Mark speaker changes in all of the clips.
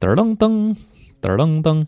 Speaker 1: 嘚儿楞噔，嘚儿楞噔。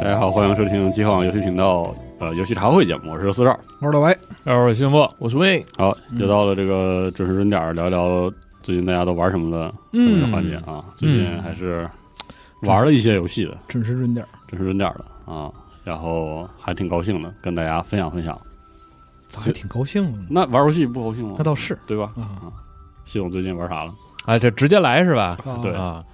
Speaker 2: 大家好，欢迎收听机晃游戏频道呃游戏茶会节目，我是四少。
Speaker 3: 我是老白，
Speaker 1: 二位幸福，
Speaker 4: 我是魏，
Speaker 2: 好，
Speaker 4: 嗯
Speaker 2: 又到了这个准时准点儿聊聊最近大家都玩什么的这么一个环节啊。最近还是玩了一些游戏的，
Speaker 3: 准时准点儿。
Speaker 2: 准时准点儿的啊，然后还挺高兴的，跟大家分享分享。
Speaker 3: 咋还挺高兴呢？
Speaker 2: 那嗯玩游戏不高兴吗
Speaker 3: 那？倒是
Speaker 2: 对吧？
Speaker 3: 啊，
Speaker 2: 系统最近玩啥了？
Speaker 1: 哎，这直接来是吧？
Speaker 3: 啊
Speaker 2: 对
Speaker 1: 啊，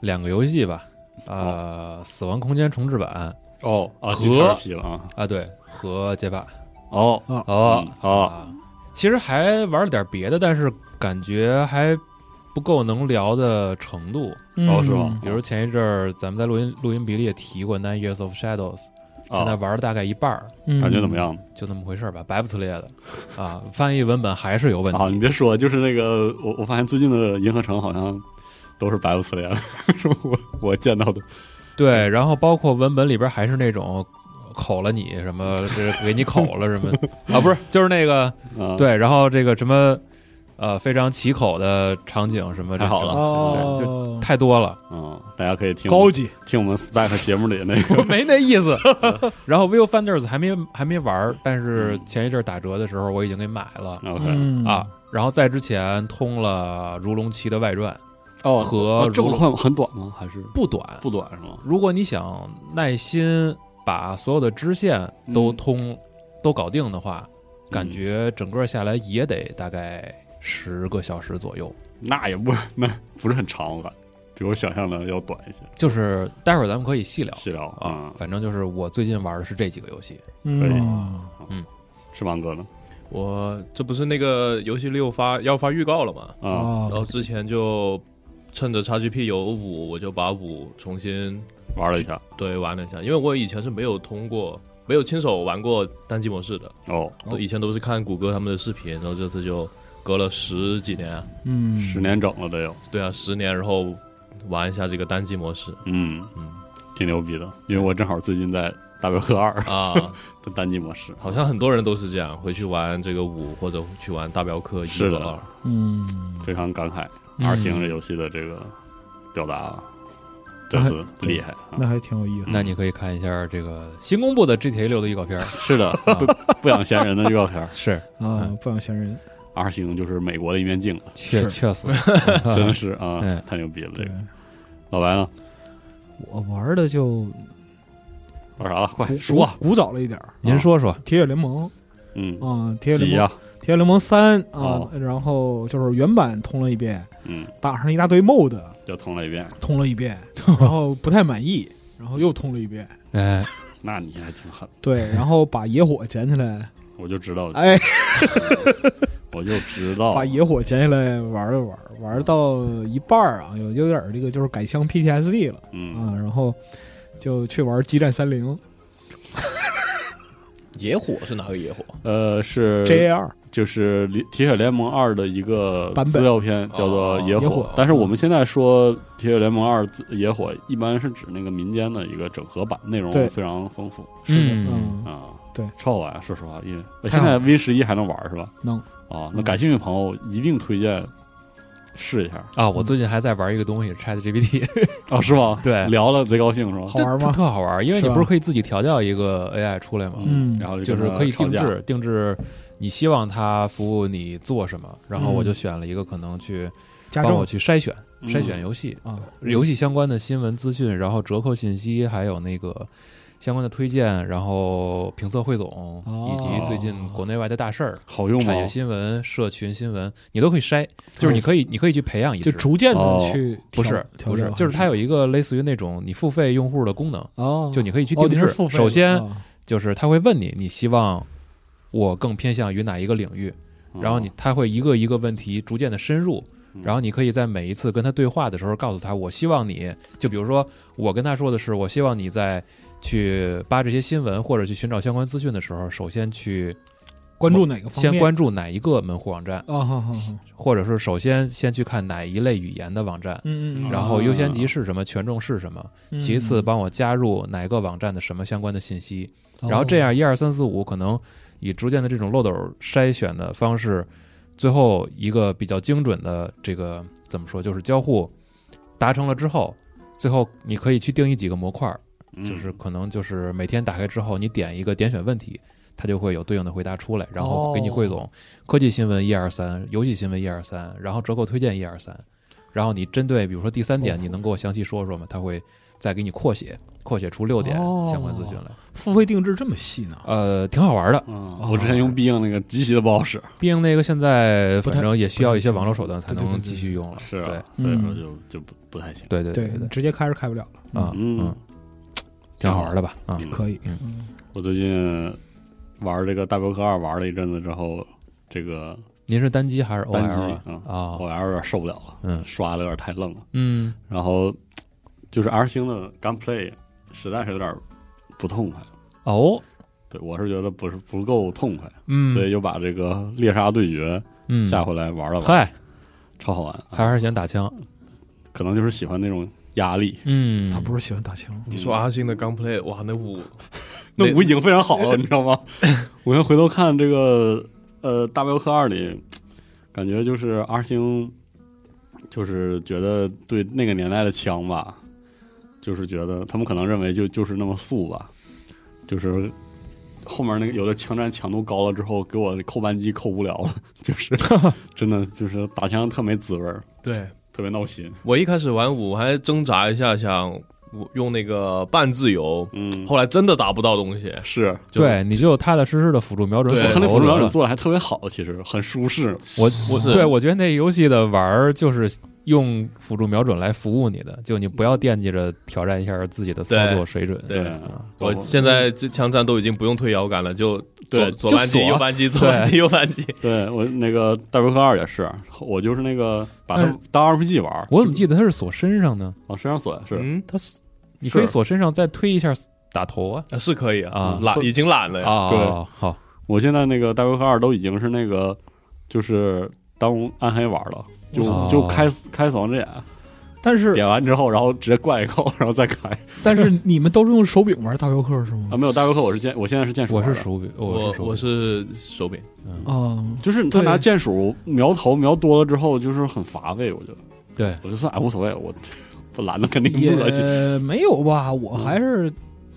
Speaker 1: 两个游戏吧，呃，死亡空间重置版》
Speaker 2: 哦啊，
Speaker 1: 和
Speaker 2: 和皮了啊。
Speaker 1: 啊，对，和街霸
Speaker 2: 哦
Speaker 1: 哦、
Speaker 2: 哦，
Speaker 1: 啊，其实还玩了点别的，但是感觉还不够能聊的程度。
Speaker 2: 哦是吗？
Speaker 1: 比如前一阵儿咱们在录音录音笔里也提过《Nine Years of Shadows》，现在
Speaker 2: 啊，
Speaker 1: 玩了大概一半儿，
Speaker 3: 嗯
Speaker 2: 感觉怎么？样？
Speaker 1: 就那么回事儿吧，白不呲咧的啊，翻译文本还是有问题。
Speaker 2: 啊，你别说，就是那个我我发现最近的银河城好像都是白不呲 咧的，是我我见到的。
Speaker 1: 对，然后包括文本里边还是那种呃口了你什么，这给你口了 什么啊，不是，就是那个
Speaker 2: 啊，
Speaker 1: 对，然后这个什么呃非常起口的场景什么，
Speaker 2: 太好了
Speaker 1: 对就
Speaker 3: 哦，
Speaker 1: 太多了，
Speaker 2: 嗯，大家可以听
Speaker 3: 高级，
Speaker 2: 听我们 Stack 节目里那个
Speaker 1: 我 没那意思。然后 Will Fenders 还没还没玩儿，但是前一阵儿打折的时候我已经给买了
Speaker 2: OK
Speaker 3: 嗯
Speaker 1: 啊，，然后在之前通了《如龙七》的外传，
Speaker 2: 哦
Speaker 1: 和
Speaker 2: 这么
Speaker 1: 如
Speaker 2: 快很短吗？还是
Speaker 1: 不短。
Speaker 2: 不短是吗？
Speaker 1: 如果你想耐心把所有的支线都
Speaker 2: 嗯
Speaker 1: 通、都搞定的话，感
Speaker 2: 嗯
Speaker 1: 觉整个下来也得大概十个小时左右。
Speaker 2: 那也不 那不是很长，我感觉比我想象的要短一些。
Speaker 1: 就是待会儿咱们可以细聊
Speaker 2: 细聊
Speaker 1: 啊
Speaker 2: 啊，，
Speaker 1: 反正就是我最近玩的是这几个游戏。
Speaker 3: 嗯
Speaker 2: 可以
Speaker 3: 哦
Speaker 2: 是芒哥呢？
Speaker 4: 我这不是那个游戏六发要发预告了嘛，
Speaker 2: 啊，
Speaker 3: 哦
Speaker 4: 然后之前就趁着 XGP 有五，我就把五重新
Speaker 2: 玩了一下
Speaker 4: 对玩了一下，因为我以前是没有通过，没有亲手玩过单机模式的，
Speaker 2: 哦，
Speaker 3: 哦
Speaker 4: 以前都是看谷歌他们的视频，然后这次就隔了十几年，
Speaker 3: 嗯，
Speaker 2: 十年整了得有，
Speaker 4: 对啊，十年，然后玩一下这个单机模 式
Speaker 2: 嗯
Speaker 1: 嗯，
Speaker 2: 挺牛逼的。因为我正好最近在大镖客二
Speaker 4: 啊，
Speaker 2: 的单机模式，
Speaker 4: 好像很多人都是这样，回去玩这个五或者去玩大镖客一
Speaker 2: 是的
Speaker 4: 和二。
Speaker 3: 嗯，
Speaker 2: 非常感慨
Speaker 1: 嗯
Speaker 2: R 型这游戏的这个表达啊真是厉害啊
Speaker 3: 那！还挺有意思。
Speaker 1: 那你可以看一下这个新公布的 GTA 六的预告 片儿，
Speaker 2: 是的，不不养闲人的预告片
Speaker 1: 是
Speaker 2: 哎
Speaker 3: 啊，不想闲人，
Speaker 2: ，R 型就是美国的一面镜，
Speaker 3: 啊
Speaker 1: 确
Speaker 3: 是
Speaker 1: 确实
Speaker 2: 真的是啊
Speaker 1: 嗯，
Speaker 2: 太牛逼了！这
Speaker 3: 哎对
Speaker 2: 个，老白呢？
Speaker 3: 我玩的就
Speaker 2: 玩啥了？快
Speaker 3: 古
Speaker 2: 说啊！
Speaker 3: 古古早了一点儿。
Speaker 1: 您说说，
Speaker 3: 铁血联盟
Speaker 2: 嗯，
Speaker 3: 啊，铁血
Speaker 2: 急
Speaker 3: 联盟，
Speaker 2: 呀，
Speaker 3: 铁血联盟三啊
Speaker 2: 哦，
Speaker 3: 然后就是原版通了一遍，
Speaker 2: 嗯，
Speaker 3: 打上一大堆 mod
Speaker 2: 又通了一遍，
Speaker 3: 通了一遍，然后不太满意，然后又通了一遍，
Speaker 1: 哎，
Speaker 2: 那你还挺狠，
Speaker 3: 对，然后把野火捡起来，
Speaker 2: 我就知道，
Speaker 3: 哎，
Speaker 2: 我就知
Speaker 1: 哦
Speaker 2: 道，
Speaker 3: 把野火捡起来玩了玩，玩到一半儿啊，
Speaker 1: 嗯
Speaker 3: 有有点儿这个就是改枪 PTSD 了
Speaker 2: 嗯，
Speaker 3: 啊，然后就去玩激战三零
Speaker 4: 野火是哪个野火？
Speaker 3: 嗯
Speaker 2: 呃，是
Speaker 3: JAR，
Speaker 2: 就是《铁血联盟二》的一个
Speaker 3: 版本
Speaker 2: 资料片，叫做
Speaker 4: 哦
Speaker 2: 《野火》
Speaker 3: 野火
Speaker 2: 但是我们现在说《铁血联盟二》《野火》，一般是指那个民间的一个整合版，内容
Speaker 3: 对
Speaker 2: 非常丰富
Speaker 3: 是的，
Speaker 1: 嗯
Speaker 3: 嗯，
Speaker 2: 啊。
Speaker 3: 对
Speaker 2: 超好玩，说实话，因为呃
Speaker 3: 太
Speaker 2: 现
Speaker 3: 好
Speaker 2: 在 V 十一还能玩是吧？
Speaker 3: 能
Speaker 2: 啊，那
Speaker 3: 嗯
Speaker 2: 感兴趣的朋友一定推荐试一下
Speaker 1: 啊，我最近还在玩一个东西，Chat GPT，
Speaker 2: 啊，是吗？
Speaker 1: 对
Speaker 2: 聊了贼高兴是吧？
Speaker 3: 好玩
Speaker 1: 特
Speaker 3: 吗？
Speaker 1: 特好玩，因为你
Speaker 3: 是吧
Speaker 1: 不是可以自己调教一个 AI 出来吗？
Speaker 3: 嗯
Speaker 2: 然后
Speaker 1: 就
Speaker 2: 跟
Speaker 1: 是
Speaker 2: 他
Speaker 1: 可以
Speaker 2: 吵
Speaker 1: 定
Speaker 2: 架
Speaker 1: 制定制，你希望它服务你做什么，然后我就
Speaker 3: 嗯
Speaker 1: 选了一个可能去
Speaker 3: 加
Speaker 1: 帮我
Speaker 3: 重
Speaker 1: 去筛选
Speaker 2: 嗯
Speaker 1: 筛选游戏，
Speaker 3: 啊，
Speaker 1: 游戏相关的新闻资讯，然后折扣信息，还有那个相关的推荐，然后评测汇总，
Speaker 3: 哦
Speaker 1: 以及最近国内外的大事儿、
Speaker 2: 好用吗
Speaker 1: 产？业新闻、社群新闻，你都可以筛。就是你可以，你可以去培养一
Speaker 3: 就
Speaker 1: 支，
Speaker 3: 逐渐
Speaker 2: 哦
Speaker 3: 的去
Speaker 1: 不
Speaker 3: 调
Speaker 1: 是
Speaker 3: 调
Speaker 1: 不是
Speaker 3: 整，啊
Speaker 1: 就是它
Speaker 3: 还
Speaker 1: 有一个类似于那种你付费用户的功能，
Speaker 3: 哦，
Speaker 1: 就你可以去
Speaker 3: 哦
Speaker 1: 定
Speaker 3: 你
Speaker 1: 制。
Speaker 3: 是付费的，
Speaker 1: 首先
Speaker 3: 啊
Speaker 1: 就是它会问你，你希望我更偏向于哪一个领域，
Speaker 3: 嗯
Speaker 1: 然后你他会一个一个问题逐渐的深入，
Speaker 2: 嗯
Speaker 1: 然后你可以在每一次跟他对话的时候告诉他，我希望你就比如说我跟他说的是，我希望你在去扒这些新闻或者去寻找相关资讯的时候，首先去
Speaker 3: 关注哪个方面？
Speaker 1: 先关注哪一个门户网站，
Speaker 3: 啊，好好好
Speaker 1: 或者是首先先去看哪一类语言的网站。
Speaker 3: 嗯嗯，
Speaker 1: 然后优先级是什么，权重是什么，
Speaker 3: 嗯
Speaker 1: 其次，帮我加入哪个网站的什么相关的信息，
Speaker 3: 哦
Speaker 1: 然后这样一二三四五可能以逐渐的这种漏斗筛选的方式，最后一个比较精准的这个怎么说，就是交互达成了之后，最后你可以去定义几个模块，
Speaker 2: 嗯
Speaker 3: 嗯
Speaker 1: 就是可能就是每天打开之后，你点一个点选问题，它就会有对应的回答出来，然后给你汇
Speaker 3: 哦
Speaker 1: 总科技新闻一二三，游戏新闻一二三，然后折扣推荐一二三，然后你针对比如说第三点，
Speaker 3: 哦
Speaker 1: 你能给我详细说说吗？它会再给你扩写，扩写出六点
Speaker 3: 哦
Speaker 1: 相关资讯来，
Speaker 3: 哦付费定制这么细呢？
Speaker 1: 呃，挺好玩的。
Speaker 2: 嗯，我之前用 Bing 那个极其的不好使，
Speaker 1: 毕竟那个现在
Speaker 3: 不太
Speaker 1: 反正也需要一些网络手段才
Speaker 3: 对对对
Speaker 1: 能
Speaker 3: 对
Speaker 1: 继续用了，
Speaker 2: 是
Speaker 1: 对
Speaker 2: 啊，所以说就
Speaker 3: 嗯
Speaker 2: 就不不太行。
Speaker 1: 对对对
Speaker 3: 对，
Speaker 1: 对
Speaker 3: 直接开是开不了了。
Speaker 1: 啊
Speaker 2: 嗯，
Speaker 1: 挺好玩的吧？啊，
Speaker 2: 嗯
Speaker 3: 可以，
Speaker 1: 嗯
Speaker 3: 嗯，
Speaker 2: 我最近玩这个大镖客二玩了一阵子之后，这个
Speaker 1: 您是单机还是
Speaker 2: 单机
Speaker 1: OL 啊？
Speaker 2: 嗯
Speaker 1: 啊，
Speaker 2: 我还是有点受不了了，
Speaker 1: 嗯
Speaker 2: 刷的有点太愣了。
Speaker 1: 嗯
Speaker 2: 然后就是 R 星的 gunplay 实在是有点不痛快，
Speaker 1: 哦，
Speaker 2: 对我是觉得不是不够痛快，
Speaker 1: 嗯，
Speaker 2: 所以就把这个猎杀对决
Speaker 1: 嗯，
Speaker 2: 下回来玩了玩，
Speaker 1: 嗨，
Speaker 2: 超好玩。啊
Speaker 1: 还是喜欢打枪，
Speaker 2: 可能就是喜欢那种压力，
Speaker 1: 嗯，
Speaker 3: 他不是喜欢打枪，
Speaker 4: 你说阿星的 gunplay，哇，那舞
Speaker 2: 那舞已经非常 好了，你知道吗？我先回头看这个呃《大镖客二》里，感觉就是 R 星，就是觉得对那个年代的枪吧，就是觉得他们可能认为就就是那么素吧，就是。后面那个有的枪战强度高了之后，给我扣扳机扣无聊了， 就是真的就是打枪特没滋味儿，
Speaker 4: 对
Speaker 2: 特别闹心。
Speaker 4: 我一开始玩舞还挣扎一下，想我用那个半自由，
Speaker 2: 嗯，
Speaker 4: 后来真的打不到东西，
Speaker 2: 是
Speaker 4: 就
Speaker 1: 对，你就踏踏实实的辅助瞄准
Speaker 4: 对
Speaker 1: 锁
Speaker 2: 他
Speaker 1: 头得了，
Speaker 2: 那辅助瞄准做的还特别好，其实很舒适。
Speaker 1: 我
Speaker 4: 是
Speaker 1: 我对我觉得那游戏的玩儿就是用辅助瞄准来服务你的，就你不要惦记着挑战一下自己的操作水准，
Speaker 4: 对
Speaker 1: 啊
Speaker 4: 我现在这枪战都已经不用推摇杆了，就左
Speaker 2: 对
Speaker 4: 左扳
Speaker 1: 就
Speaker 4: 机、
Speaker 1: 锁
Speaker 4: 右扳机、左扳机、右扳机。
Speaker 2: 对我那个《大镖客二》也是，我就是那个把
Speaker 1: 但
Speaker 2: 它当 RPG 玩儿，
Speaker 1: 我怎么记得它是锁身上呢？
Speaker 2: 往身上锁是，
Speaker 4: 嗯，
Speaker 3: 他
Speaker 1: 你可以
Speaker 2: 是
Speaker 1: 锁身上再推一下打头啊
Speaker 4: 啊是可以
Speaker 1: 啊
Speaker 4: 懒
Speaker 2: 不
Speaker 4: 已经懒了呀。
Speaker 1: 啊，
Speaker 2: 对
Speaker 1: 哦好，
Speaker 2: 我现在那个《大镖客二》都已经是那个就是当暗黑玩了，就、
Speaker 1: 哦
Speaker 2: 就开开死亡之眼，
Speaker 3: 但是
Speaker 2: 点完之后，然后直接灌一口，然后再开
Speaker 3: 但是你们都是用手柄玩大镖客是吗
Speaker 2: 啊，？没有《大镖客》，我是剑，我现在是剑鼠
Speaker 1: 我
Speaker 2: 玩的，
Speaker 1: 是手柄，
Speaker 4: 我
Speaker 1: 我是手
Speaker 4: 我
Speaker 1: 柄，
Speaker 4: 是手柄，
Speaker 1: 嗯
Speaker 3: 啊，
Speaker 2: 就是他
Speaker 3: 对
Speaker 2: 拿剑鼠瞄头瞄多了之后，就是很乏味，我觉得，
Speaker 1: 对，
Speaker 2: 我就算哎无所谓，我 不懒得肯定
Speaker 3: 也
Speaker 2: 不恶心，嗯
Speaker 3: 没有吧？我还是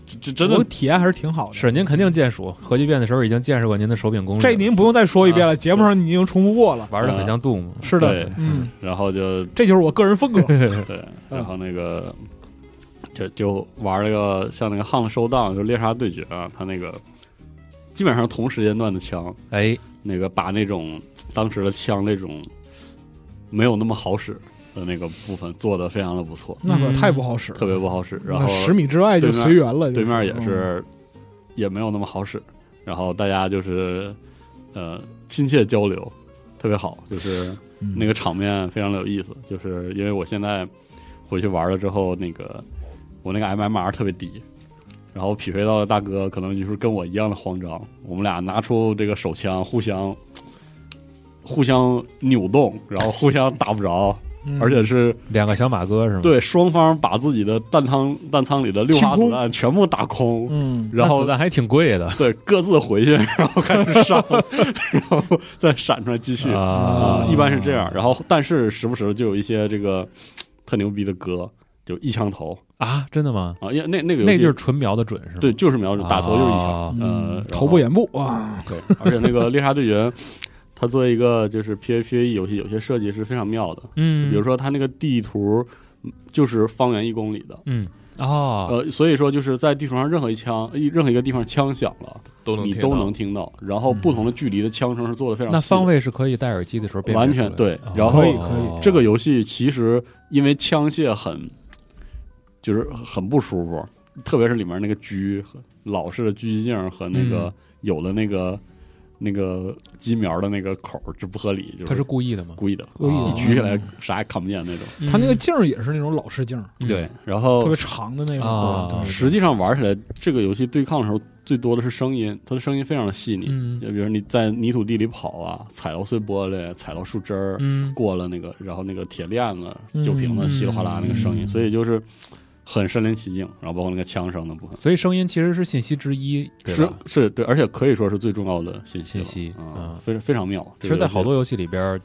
Speaker 2: 这这真
Speaker 3: 我
Speaker 2: 的
Speaker 3: 体验还是挺好的。
Speaker 1: 是您肯定见熟，核聚变的时候已经见识过您的手柄攻略，
Speaker 3: 这您不用再说一遍了，节目上你已经重复过了。
Speaker 1: 玩的很像 Doom，
Speaker 3: 是的，
Speaker 2: 啊对
Speaker 3: 嗯，
Speaker 2: 然后就
Speaker 3: 这就是我个人 风格。
Speaker 2: 对，
Speaker 3: 嗯
Speaker 2: 然后那个就就玩那个像那个《Hunt Showdown》就猎杀对决啊，他那个基本上同时间段的枪，
Speaker 1: 哎，
Speaker 2: 那个把那种当时的枪那种没有那么好使的那个部分做的非常的不错，
Speaker 3: 那可
Speaker 1: 嗯
Speaker 3: 太不好使了，
Speaker 2: 特别不好使。然
Speaker 3: 那
Speaker 2: 后
Speaker 3: 十米之外就随缘了，
Speaker 2: 对面
Speaker 3: 就
Speaker 2: 也是也没有那么好使，然后大家就是呃亲切交流，特别好，就是。
Speaker 3: 嗯
Speaker 2: 那个场面非常的有意思，就是因为我现在回去玩了之后，那个我那个 MMR 特别低，然后匹配到的大哥可能就是跟我一样的慌张，我们俩拿出这个手枪互相互相扭动，然后互相打不着，
Speaker 3: 嗯
Speaker 2: 而且是
Speaker 1: 两个小马哥是吗？，
Speaker 2: 对双方把自己的弹仓弹仓里的六发
Speaker 3: 清空
Speaker 2: 子弹全部打空，
Speaker 3: 嗯，
Speaker 2: 然后
Speaker 1: 子弹还挺贵的
Speaker 2: 对各自回去，然后开始上， 然后再闪出来继续啊
Speaker 3: 哦
Speaker 1: 啊，
Speaker 2: 一般是这样。然后，但是时不时就有一些这个特牛逼的歌，就一枪头
Speaker 1: 啊，真的吗？
Speaker 2: 啊，因为那那个游戏
Speaker 1: 那就是纯瞄的准是吗？
Speaker 2: 对，就是瞄准打头就是一枪，
Speaker 1: 啊
Speaker 2: 呃然后
Speaker 3: 嗯头部眼部啊，
Speaker 2: 对。 而且那个猎杀队员，他作为一个就是 PVPVE E 游戏，有些设计是非常妙的，
Speaker 1: 嗯，
Speaker 2: 就比如说他那个地图嗯就是方圆一公里的。
Speaker 1: 嗯哦，
Speaker 2: 呃，所以说就是在地图上任何一枪，一任何一个地方枪响了，
Speaker 4: 都能
Speaker 2: 你
Speaker 4: 贴
Speaker 2: 都
Speaker 4: 到
Speaker 2: 能听到。然后不同的距离的枪声是做的非常
Speaker 1: 嗯那
Speaker 2: 细的
Speaker 1: 方位是可以戴耳机的时候辨别
Speaker 2: 呃完
Speaker 1: 出来
Speaker 2: 全
Speaker 1: 的
Speaker 2: 对
Speaker 1: 哦
Speaker 2: 然后
Speaker 3: 可以可以
Speaker 2: 这个游戏其实因为枪械很，就是很不舒服，
Speaker 1: 嗯
Speaker 2: 特别是里面那个狙和老式的狙击镜和那个、有了那个那个机苗的那个口儿，这不合理，就
Speaker 1: 他是故意的吗？
Speaker 2: 故意的，
Speaker 3: 故意
Speaker 1: 哦
Speaker 3: 的
Speaker 2: 一啊举起来啥也看不见那种。
Speaker 3: 它那个镜儿也是那种老式镜儿，
Speaker 1: 嗯
Speaker 2: 对，然
Speaker 3: 特
Speaker 2: 后
Speaker 3: 别长的那种。
Speaker 1: 啊
Speaker 3: 对对对
Speaker 2: 哦实际上玩起来，这个游戏对抗的时候最多的是声音，它的声音非常的细腻。
Speaker 1: 嗯
Speaker 2: 就比如你在泥土地里跑啊，踩到碎玻璃，踩到树枝儿，
Speaker 1: 嗯
Speaker 2: 过了那个，然后那个铁链子、
Speaker 3: 嗯
Speaker 2: 酒瓶子稀里哗啦那个声音，
Speaker 1: 嗯
Speaker 2: 所以就是很身临其境。然后包括那个枪声的部分，
Speaker 1: 所以声音其实是信息之一，对
Speaker 2: 是
Speaker 1: 吧
Speaker 2: 是对，而且可以说是最重要的信息了。
Speaker 1: 信息
Speaker 2: 啊
Speaker 1: 嗯，
Speaker 2: 非常非常妙。
Speaker 1: 其
Speaker 2: 这
Speaker 1: 实，
Speaker 2: 个
Speaker 1: 在
Speaker 2: 游戏
Speaker 1: 好多游戏里边儿，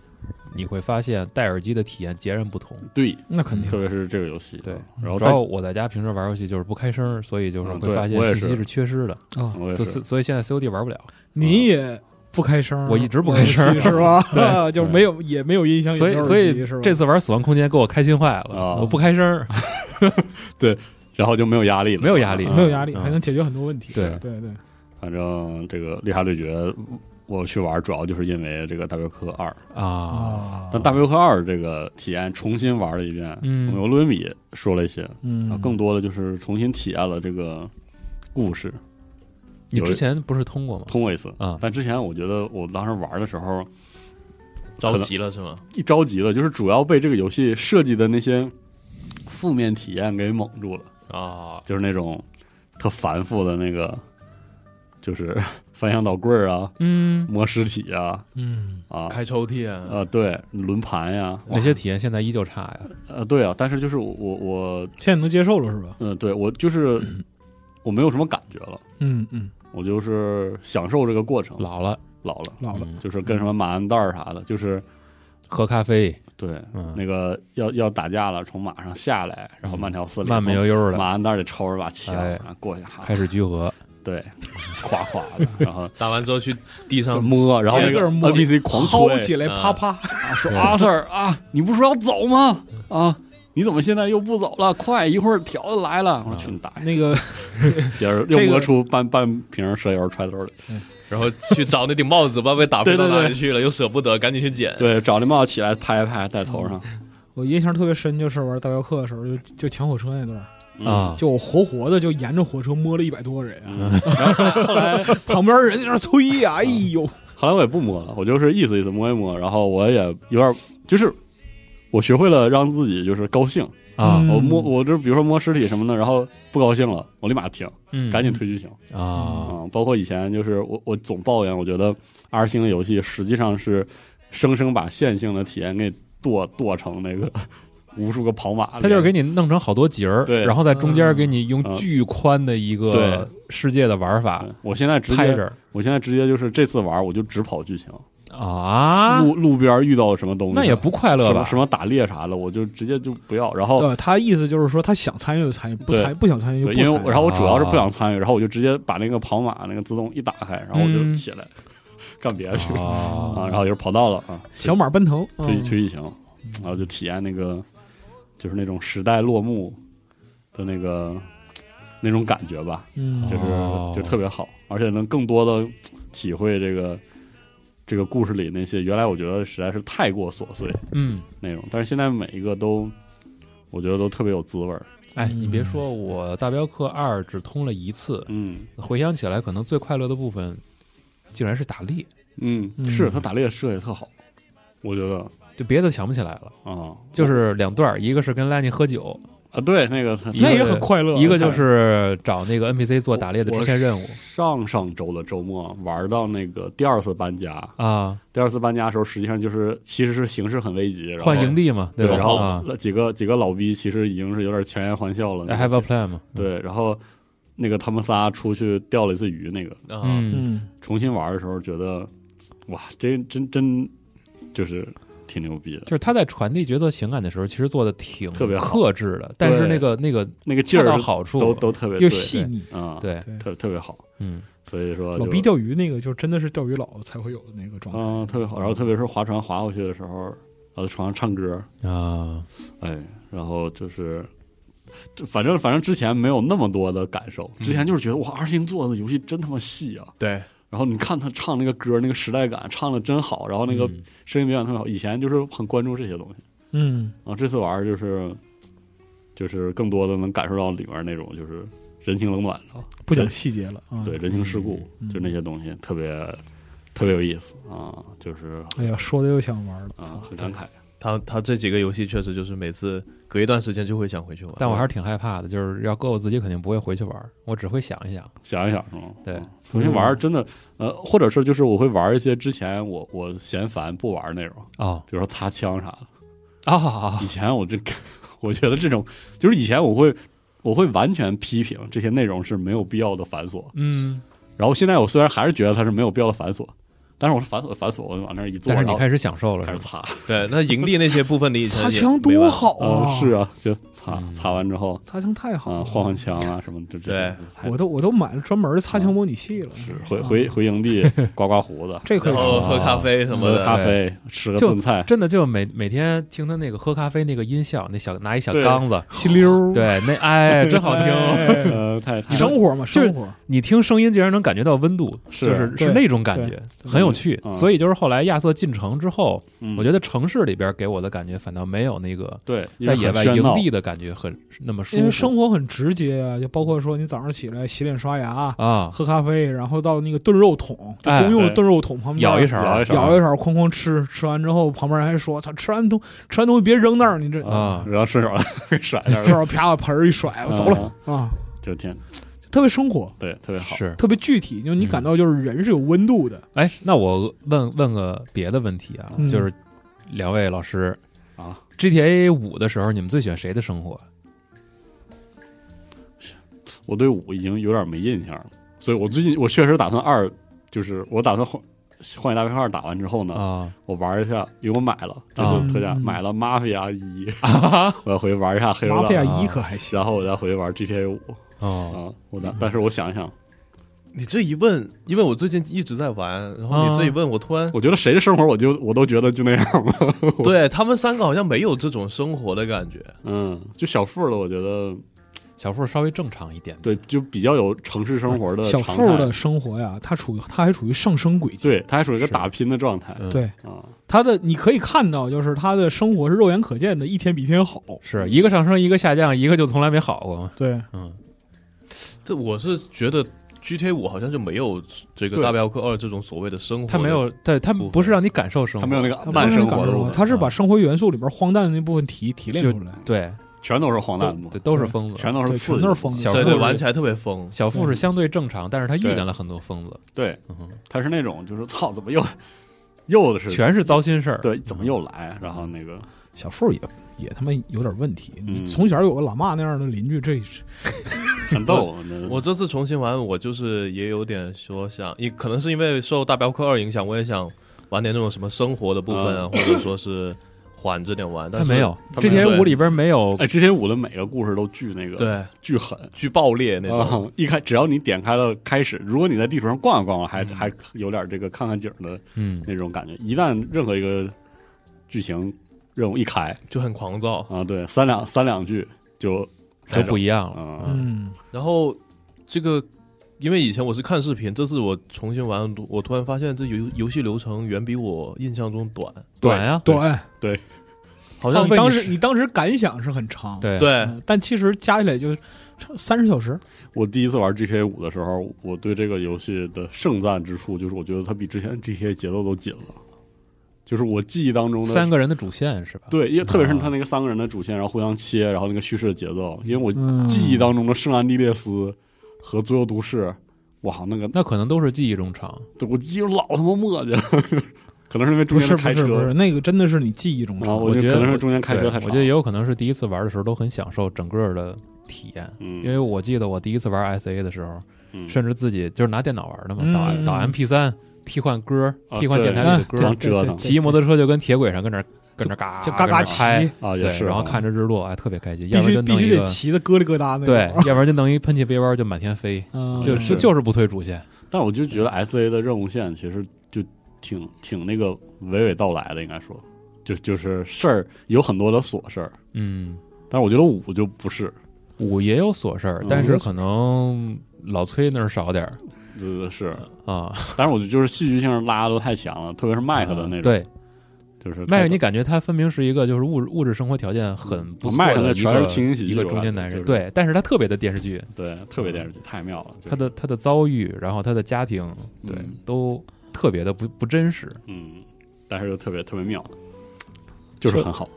Speaker 1: 你会发现戴耳机的体验截然不同。
Speaker 2: 对，
Speaker 3: 那肯
Speaker 2: 嗯
Speaker 3: 定
Speaker 2: 特别是这个游戏，啊
Speaker 1: 对
Speaker 2: 然
Speaker 1: 然
Speaker 2: 后再
Speaker 1: 后我在家平时玩游戏就是不开声儿，所以就是
Speaker 2: 嗯
Speaker 1: 会
Speaker 2: 对
Speaker 1: 发现
Speaker 2: 我也
Speaker 1: 信息
Speaker 2: 是
Speaker 1: 是缺失的，
Speaker 3: 啊，
Speaker 2: 我也
Speaker 1: 所
Speaker 2: 是
Speaker 1: 所所以现在 COD 玩不了。
Speaker 3: 你也不开声儿，
Speaker 1: 我一直不开声儿
Speaker 3: 玩游戏是吧？ 就没有也没有音箱，
Speaker 1: 所
Speaker 3: 也
Speaker 1: 以
Speaker 3: 没有
Speaker 1: 所
Speaker 3: 耳机
Speaker 1: 以
Speaker 3: 是吧
Speaker 1: 这次玩《死亡空间》给我开心坏了，
Speaker 2: 啊
Speaker 1: 我不开声 儿，
Speaker 2: 然后就没有压力了，
Speaker 1: 没有压力
Speaker 2: 啊
Speaker 3: 没有压力，
Speaker 1: 嗯
Speaker 3: 还能解决很多问题。
Speaker 1: 对
Speaker 3: 对对，
Speaker 2: 反正这个《猎杀对决》，我去玩主要就是因为这个《大镖客二》，
Speaker 1: 啊，
Speaker 3: 啊
Speaker 2: 但《大镖客二》这个体验重新玩了一遍，
Speaker 1: 嗯
Speaker 2: 我们由卢文米说了一些，然后
Speaker 3: 嗯，
Speaker 2: 啊更多的就是重新体验了这个故事，
Speaker 1: 你
Speaker 2: 有
Speaker 1: 之前不是通过吗？
Speaker 2: 通过一次。
Speaker 1: 啊，
Speaker 2: 但之前我觉得我当时玩的时候
Speaker 4: 着急了是吗？
Speaker 2: 一着急了，就是主要被这个游戏设计的那些负面体验给蒙住了，
Speaker 4: 啊，
Speaker 2: 就是那种特繁复的那个，就是翻箱倒柜儿啊，
Speaker 1: 嗯，
Speaker 2: 摸尸体啊，
Speaker 3: 嗯
Speaker 2: 啊
Speaker 4: 开抽屉啊，
Speaker 2: 啊，对，轮盘呀、
Speaker 1: 那些体验现在依旧差呀。
Speaker 2: 呃，对啊，但是就是我我我，
Speaker 3: 现在能接受了是吧？
Speaker 2: 嗯、对我就是我没有什么感觉了，
Speaker 3: 嗯嗯，
Speaker 2: 我就是享受这个过程，
Speaker 1: 老了，
Speaker 2: 老了，
Speaker 3: 老了，
Speaker 1: 嗯
Speaker 2: 就是跟什么马鞍袋儿啥的，就是
Speaker 1: 喝咖啡，
Speaker 2: 对
Speaker 1: 嗯，
Speaker 2: 那个要要打架了，从马上下来，然后慢条斯理，
Speaker 1: 慢慢悠悠
Speaker 2: 从
Speaker 1: 的
Speaker 2: 马鞍袋里抽着把枪，
Speaker 1: 哎
Speaker 2: 然后过去哈，
Speaker 1: 开始聚合，
Speaker 2: 对，夸夸的，然后
Speaker 4: 打完之后去地 上
Speaker 2: 摸，然后那
Speaker 3: 接
Speaker 2: 个
Speaker 3: 着摸
Speaker 2: NPC 狂
Speaker 3: 薅
Speaker 2: 推
Speaker 3: 起来，
Speaker 4: 啊
Speaker 3: 啪啪，
Speaker 2: 啊说
Speaker 1: 对
Speaker 2: 阿 Sir 啊，你不是说要走吗？啊。你怎么现在又不走了？快，一会儿条子来了！
Speaker 1: 嗯
Speaker 2: 我说去你大爷！
Speaker 3: 那个
Speaker 2: 接着
Speaker 3: 这
Speaker 2: 又
Speaker 3: 个
Speaker 2: 摸出半半瓶蛇油揣兜里，
Speaker 4: 然后去找那顶帽子，不知道被打飞到哪里去了，又舍不得，赶紧去捡。
Speaker 2: 对，找那帽子起来拍一拍戴头上
Speaker 3: 我印象特别深，就是玩大镖客的时候，就就抢火车那段儿，
Speaker 1: 啊
Speaker 3: 就我活活的就沿着火车摸了一百多人啊，
Speaker 2: 嗯然后后来
Speaker 3: 旁边人在那儿催
Speaker 2: 嗯
Speaker 3: 呀，哎呦，
Speaker 2: 后来我也不摸了，我就是意思意思摸一摸，然后我也有点就是我学会了让自己就是高兴，
Speaker 1: 啊，
Speaker 3: 嗯
Speaker 2: 我摸我就比如说摸尸体什么的，然后不高兴了，我立马停，
Speaker 1: 嗯，
Speaker 2: 赶紧退剧情
Speaker 1: 啊，
Speaker 2: 啊、包括以前就是我我总抱怨，我觉得 R 星的游戏实际上是生生把线性的体验给剁剁成 那个无数个跑马，
Speaker 1: 他就是给你弄成好多节儿，
Speaker 2: 对
Speaker 1: 然后在中间给你用
Speaker 2: 嗯
Speaker 1: 巨宽的一个
Speaker 2: 对
Speaker 1: 世界的玩法
Speaker 2: 对我现在直
Speaker 1: 拍
Speaker 2: 接
Speaker 1: 着
Speaker 2: 我现在直接就是这次玩我就只跑剧情。
Speaker 1: 啊，
Speaker 2: 路路边遇到什么东西，啊
Speaker 1: 那也不快乐
Speaker 2: 什么
Speaker 1: 吧
Speaker 2: 什？么打猎啥的，我就直接就不要。然后
Speaker 3: 呃，他意思就是说他想参与就参与，不
Speaker 2: 哦对
Speaker 3: 参不想参与就
Speaker 2: 对
Speaker 3: 不
Speaker 2: 因为
Speaker 3: 参
Speaker 2: 我
Speaker 3: 与。啊
Speaker 2: 然后我主要是不想参与，然后我就直接把那个跑马那个自动一打开，然后我就
Speaker 1: 嗯
Speaker 2: 起来、干别的去了
Speaker 1: 啊
Speaker 2: 啊，然后就是跑到了啊，
Speaker 3: 小马奔腾，
Speaker 2: 推推
Speaker 3: 嗯
Speaker 2: 推疫情，然后就体验那个就是那种时代落幕的那个那种感觉吧，
Speaker 3: 嗯，
Speaker 2: 就是、
Speaker 1: 哦
Speaker 2: 就特别好，而且能更多的体会这个。这个故事里那些原来我觉得实在是太过琐碎，
Speaker 1: 嗯，
Speaker 2: 内容，但是现在每一个都，我觉得都特别有滋味儿。
Speaker 1: 哎，
Speaker 3: 嗯
Speaker 1: 你别说，我《大镖客二》只通了一次，
Speaker 2: 嗯
Speaker 1: 回想起来，可能最快乐的部分竟然是打猎，
Speaker 2: 嗯，
Speaker 3: 嗯
Speaker 2: 是他打猎射也特好，我觉得
Speaker 1: 就别的想不起来了。
Speaker 2: 啊，
Speaker 1: 就是两段儿，一个是跟拉尼喝酒，
Speaker 2: 啊，对那个他
Speaker 1: 一
Speaker 3: 那也
Speaker 1: 个
Speaker 3: 很快乐。
Speaker 1: 一个就是找那个 NPC 做打猎的支线任务
Speaker 2: 我上上周的周末玩到那个第二次搬家，
Speaker 1: 啊，
Speaker 2: 第二次搬家的时候，实际上就是其实是形势很危急，然后
Speaker 1: 换营地嘛，
Speaker 2: 对，
Speaker 1: 吧？
Speaker 2: 然后
Speaker 1: 啊
Speaker 2: 几个几个老逼其实已经是有点强颜欢笑了。
Speaker 1: ，I have a plan 嘛，
Speaker 2: 嗯对，然后那个他们仨出去钓了一次鱼，那个
Speaker 4: 啊，
Speaker 1: 嗯，
Speaker 3: 嗯，
Speaker 2: 重新玩的时候觉得，哇，真真真就是挺牛逼的。
Speaker 1: 就是他在传递角色情感的时候，其实做的挺
Speaker 2: 特别好
Speaker 1: 克制的，但是那个那个
Speaker 2: 那个劲
Speaker 1: 恰
Speaker 2: 儿
Speaker 1: 到
Speaker 2: 是
Speaker 1: 好处，
Speaker 2: 都都特别
Speaker 3: 又
Speaker 2: 对
Speaker 3: 细腻。
Speaker 2: 啊，，
Speaker 1: 对，
Speaker 3: 对
Speaker 2: 特特别好。
Speaker 1: 嗯，
Speaker 2: 所以说就
Speaker 3: 老逼钓鱼那个，就真的是钓鱼佬才会有的那个状态。
Speaker 2: 嗯，特别好。然后特别是划船划过去的时候，然后在船上唱歌，
Speaker 1: 啊，
Speaker 2: 哎，然后就是。这反正反正之前没有那么多的感受，之
Speaker 3: 嗯
Speaker 2: 前就是觉得、哇，二星做的游戏真他妈细啊！
Speaker 4: 对，
Speaker 2: 然后你看他唱那个歌，那个时代感唱的真好，然后那个
Speaker 1: 嗯
Speaker 2: 声音表演特别好。以前就是很关注这些东西，
Speaker 3: 嗯，
Speaker 2: 然后这次玩儿就是就是更多的能感受到里面那种就是人情冷暖，
Speaker 3: 不讲细节了啊。
Speaker 2: 对人情世故，
Speaker 3: 嗯
Speaker 2: 就那些东西特别特别有意思啊，就是
Speaker 3: 哎呀，说的又想玩了，
Speaker 2: 啊
Speaker 3: 操！
Speaker 2: 很感慨。
Speaker 4: 他他这几个游戏确实就是每次隔一段时间就会想回去玩，
Speaker 1: 但我还是挺害怕的，就是要搁我自己肯定不会回去玩，我只会想一想。
Speaker 2: 想一想是吗？
Speaker 1: 对
Speaker 2: 嗯，重新玩儿真的，呃，或者是就是我会玩儿一些之前我我嫌烦不玩儿那种，
Speaker 1: 哦
Speaker 2: 比如说擦枪啥的。
Speaker 1: 啊 啊
Speaker 2: 以前我这，我觉得这种就是以前我会我会完全批评这些内容是没有必要的繁琐，
Speaker 1: 嗯，
Speaker 2: 然后现在我虽然还是觉得它是没有必要的繁琐，但是我是繁琐繁琐，我就往那儿一坐，
Speaker 1: 但是
Speaker 2: 然
Speaker 1: 你
Speaker 2: 后
Speaker 1: 开始享受了，
Speaker 2: 开始
Speaker 1: 是吧？
Speaker 2: 擦，
Speaker 4: 对。那营地那些部分你以前
Speaker 3: 擦
Speaker 4: 也
Speaker 3: 枪
Speaker 4: 没
Speaker 3: 多
Speaker 4: 玩，
Speaker 3: 好
Speaker 2: 呃
Speaker 3: 啊！
Speaker 2: 是，啊，就擦
Speaker 1: 嗯
Speaker 2: 擦完之后
Speaker 3: 擦枪太好
Speaker 2: 啊，
Speaker 3: 了，
Speaker 2: 换换枪啊什么的，这这些太
Speaker 3: 我都我都买了专门的擦枪模拟器了。
Speaker 2: 是回回回营地刮刮胡子，
Speaker 3: 这可以
Speaker 4: 然后
Speaker 3: 说，
Speaker 4: 喝咖啡什么
Speaker 2: 喝
Speaker 4: 的，
Speaker 2: 咖啡，吃个
Speaker 1: 就
Speaker 2: 炖菜，
Speaker 1: 真的就每每天听他那个喝咖啡那个音效，那小拿一小
Speaker 2: 对
Speaker 1: 缸子，
Speaker 3: 吸溜儿，
Speaker 1: 对，那哎真好听。
Speaker 3: 哎
Speaker 2: 呃，太 太
Speaker 3: 生活嘛，
Speaker 1: 就是
Speaker 3: 生活。
Speaker 1: 你听声音竟然能感觉到温度，
Speaker 2: 是
Speaker 1: 就是
Speaker 3: 对
Speaker 1: 是那种感觉，很有趣。
Speaker 2: 嗯
Speaker 1: 所以就是后来亚瑟进城之后，
Speaker 2: 嗯
Speaker 1: 我觉得城市里边给我的感觉反倒没有那个
Speaker 2: 对，因
Speaker 1: 在
Speaker 2: 为
Speaker 1: 野
Speaker 2: 很
Speaker 1: 外
Speaker 2: 喧
Speaker 1: 营
Speaker 2: 闹
Speaker 1: 地的感觉很那么舒服。
Speaker 3: 因为生活很直接啊，就包括说你早上起来洗脸刷牙、
Speaker 1: 啊，
Speaker 3: 喝咖啡，然后到那个炖肉桶，就
Speaker 1: 哎
Speaker 3: 公用的
Speaker 2: 对
Speaker 3: 炖肉桶旁边
Speaker 1: 舀一勺
Speaker 2: 摇一勺，
Speaker 3: 舀一勺，哐哐吃，吃完之后旁边人还说：“操，吃完东吃完东西别扔那儿，你这
Speaker 1: 啊
Speaker 2: 然后顺手给甩那儿
Speaker 3: 这
Speaker 2: 了，哎
Speaker 3: 儿啪把盆儿一甩，我走了啊
Speaker 2: 就挺！”
Speaker 3: 特别生活，
Speaker 2: 对，特别好。
Speaker 1: 是。
Speaker 3: 特别具体，就你感到就是人是有温度的。
Speaker 1: 哎，那我问问个别的问题啊，
Speaker 3: 嗯
Speaker 1: 就是两位老师
Speaker 2: 啊
Speaker 1: ，GTA 五的时候你们最喜欢谁的生活？
Speaker 2: 我对五已经有点没印象了，所以我最近我确实打算二，就是我打算换《荒野大镖客二》打完之后呢，
Speaker 1: 啊
Speaker 2: 我玩一下，因为我买了，这次特价、
Speaker 3: 嗯
Speaker 2: 买了《Mafia 一》，我要回去玩一下《黑手
Speaker 3: 马
Speaker 2: 党
Speaker 3: 菲亚》，
Speaker 1: 啊
Speaker 3: 一可还行，
Speaker 2: 然后我再回去玩 GTA 五
Speaker 1: 哦，
Speaker 2: 啊。我但但是我想一想，
Speaker 4: 你这一问，因为我最近一直在玩，然后
Speaker 1: 啊
Speaker 4: 你这一问，我突然、
Speaker 2: 我觉得谁的生活我就我都觉得就那样了。
Speaker 4: 对他们三个好像没有这种生活的感觉。
Speaker 2: 嗯，就小富的，我觉得
Speaker 1: 小富稍微正常一点，
Speaker 2: 对，就比较有城市生活的
Speaker 3: 小
Speaker 2: 常态
Speaker 3: 富的生活呀，他处于他还处于上升轨迹。
Speaker 2: 对，他还属于一个
Speaker 1: 是
Speaker 2: 打拼的状态
Speaker 1: 嗯
Speaker 3: 对
Speaker 2: 啊。
Speaker 3: 他的你可以看到，就是他的生活是肉眼可见的，一天比一天好。
Speaker 1: 是一个上升，一个下降，一个就从来没好过嘛。
Speaker 3: 对，
Speaker 1: 嗯，
Speaker 4: 这我是觉得 GTA 五好像就没有这个
Speaker 2: 对
Speaker 4: 大镖客二这种所谓的生活的，
Speaker 1: 他没有，对他
Speaker 4: 部
Speaker 1: 不是让你感受生活，
Speaker 2: 他没有那个
Speaker 3: 他不
Speaker 2: 慢
Speaker 3: 是
Speaker 2: 生
Speaker 3: 感
Speaker 2: 活的
Speaker 3: 受
Speaker 2: 部
Speaker 3: 啊
Speaker 2: 分，
Speaker 3: 他是把生活元素里边荒诞的那部分提提炼
Speaker 1: 就
Speaker 3: 出来，
Speaker 1: 对，
Speaker 2: 全都是荒诞的部分，
Speaker 1: 对，都是疯子，
Speaker 2: 全都是
Speaker 3: 对，
Speaker 2: 刺
Speaker 3: 全
Speaker 2: 激
Speaker 3: 都是疯子。
Speaker 1: 小
Speaker 4: 对
Speaker 1: 富
Speaker 4: 对，
Speaker 1: 是
Speaker 4: 玩起来特别疯。
Speaker 1: 小富是相对正常，但是他遇
Speaker 2: 对
Speaker 1: 见了很多疯子，
Speaker 2: 对，
Speaker 1: 嗯，
Speaker 2: 他是那种就是操，怎么又又的是
Speaker 1: 全是糟心事儿。
Speaker 2: 对，怎么又来？然
Speaker 4: 嗯
Speaker 2: 后那个
Speaker 3: 小富也也他妈有点问题，
Speaker 2: 嗯
Speaker 3: 你从小有个老妈那样的邻居，这是
Speaker 2: 很逗，那
Speaker 4: 我这次重新玩，我就是也有点说想，也可能是因为受大镖客二影响，我也想玩点那种什么生活的部分啊，或者说是缓着点玩。但
Speaker 1: 他
Speaker 4: 是
Speaker 1: 没有
Speaker 2: 他没有
Speaker 1: ，GTA 五里边没有
Speaker 2: 哎，之前五的每个故事都巨那个
Speaker 4: 对
Speaker 2: 巨狠。
Speaker 4: 巨爆裂那种，
Speaker 2: 啊！一开只要你点开了开始，如果你在地图上逛一逛，
Speaker 4: 嗯
Speaker 2: 还还有点这个看看景儿的
Speaker 1: 嗯，
Speaker 2: 那种感觉。一旦任何一个剧情任务一开
Speaker 4: 就很狂躁。
Speaker 2: 啊，对，三两三两句就
Speaker 1: 就不一样了。
Speaker 2: 啊，
Speaker 3: 嗯，
Speaker 4: 然后这个，因为以前我是看视频，这次我重新玩，我突然发现这游游戏流程远比我印象中短，
Speaker 1: 短啊呀，
Speaker 3: 对，
Speaker 4: 好像
Speaker 1: 浪费
Speaker 3: 当
Speaker 1: 你
Speaker 3: 时
Speaker 1: 时
Speaker 3: 你当时感想是很长，
Speaker 1: 对
Speaker 4: 对
Speaker 3: 嗯，但其实加起来就三十小时，
Speaker 2: 我第一次玩 GTA 五的时候，我对这个游戏的盛赞之处就是，我觉得它比之前 GTA 节奏都紧了。就是我记忆当中的
Speaker 1: 三个啊人的主线是吧？
Speaker 2: 对，因为特别是它那个三个人的主线，然后互相切，然后那个叙事的节奏，因为我
Speaker 3: 嗯，
Speaker 2: 记忆当中的圣安地列斯和最后都市，哇，那个
Speaker 1: 那可能都是记忆中长，
Speaker 2: 我记住老他妈磨叽了，可能是因为中
Speaker 3: 不
Speaker 2: 间
Speaker 3: 是
Speaker 2: 的
Speaker 3: 不
Speaker 2: 开
Speaker 3: 是不
Speaker 2: 车
Speaker 3: 是，那个真的是你记忆中
Speaker 2: 啊，
Speaker 3: 长，
Speaker 2: 我
Speaker 1: 我觉
Speaker 2: 就
Speaker 1: 得
Speaker 2: 可能是中间开车
Speaker 1: 对
Speaker 2: 太长，
Speaker 1: 我觉得也有可能是第一次玩的时候都很享受整个的体验。因
Speaker 2: 嗯，
Speaker 1: 为我记得我第一次玩 SA 的时候，
Speaker 2: 嗯
Speaker 1: 甚至自己就是拿电脑玩的嘛，
Speaker 3: 嗯
Speaker 1: 导导 MP 三替换歌，
Speaker 2: 啊
Speaker 1: 替换电台
Speaker 3: 哎
Speaker 1: 里的
Speaker 3: 对
Speaker 1: 歌
Speaker 2: 啊，折腾
Speaker 3: 对对
Speaker 1: 骑摩托车就跟铁轨上跟那儿跟那儿嘎
Speaker 3: 就嘎嘎
Speaker 1: 跟那儿拍
Speaker 3: 骑，
Speaker 2: 啊也
Speaker 1: 对，
Speaker 2: 是啊，
Speaker 1: 然后看着日落，哎，特别开心。
Speaker 3: 必
Speaker 1: 要不然
Speaker 3: 须
Speaker 1: 就
Speaker 3: 必
Speaker 1: 弄
Speaker 3: 须
Speaker 1: 一
Speaker 3: 得
Speaker 1: 个，
Speaker 3: 骑的疙里疙瘩那
Speaker 1: 对
Speaker 3: 种，，
Speaker 1: 要不然就弄一喷气背包就满天飞，
Speaker 3: 嗯
Speaker 1: 就
Speaker 2: 嗯
Speaker 1: 就就是不推主线。
Speaker 2: 但我就觉得 S A 的任务线其实就挺挺那个娓娓道来的，应该说，就就是事儿有很多的琐事儿，
Speaker 1: 嗯，
Speaker 2: 但是我觉得五就不是，
Speaker 1: 五也有琐事儿
Speaker 2: 嗯，
Speaker 1: 但是可能老崔那儿少点儿
Speaker 2: 呃是，
Speaker 1: 啊。
Speaker 2: 但是我就就是戏剧性拉的太强了，特别是麦克的那种，，
Speaker 1: 呃对，
Speaker 2: 就是
Speaker 1: 麦克
Speaker 2: 克
Speaker 1: 你感觉他分明是一个就是物质物质生活条件很不错
Speaker 2: 麦克那
Speaker 1: 的一
Speaker 2: 全
Speaker 1: 个
Speaker 2: 是情景喜剧
Speaker 1: 一个
Speaker 2: 吧
Speaker 1: 中年男人，
Speaker 2: 就是
Speaker 1: 对，但是他特别的电视剧，
Speaker 2: 对特别电视剧太妙了，就是
Speaker 1: 他的他的遭遇，然后他的家庭，对
Speaker 2: 嗯，
Speaker 1: 都特别的不不真实。
Speaker 2: 嗯，但是又特别特别妙，就是很好。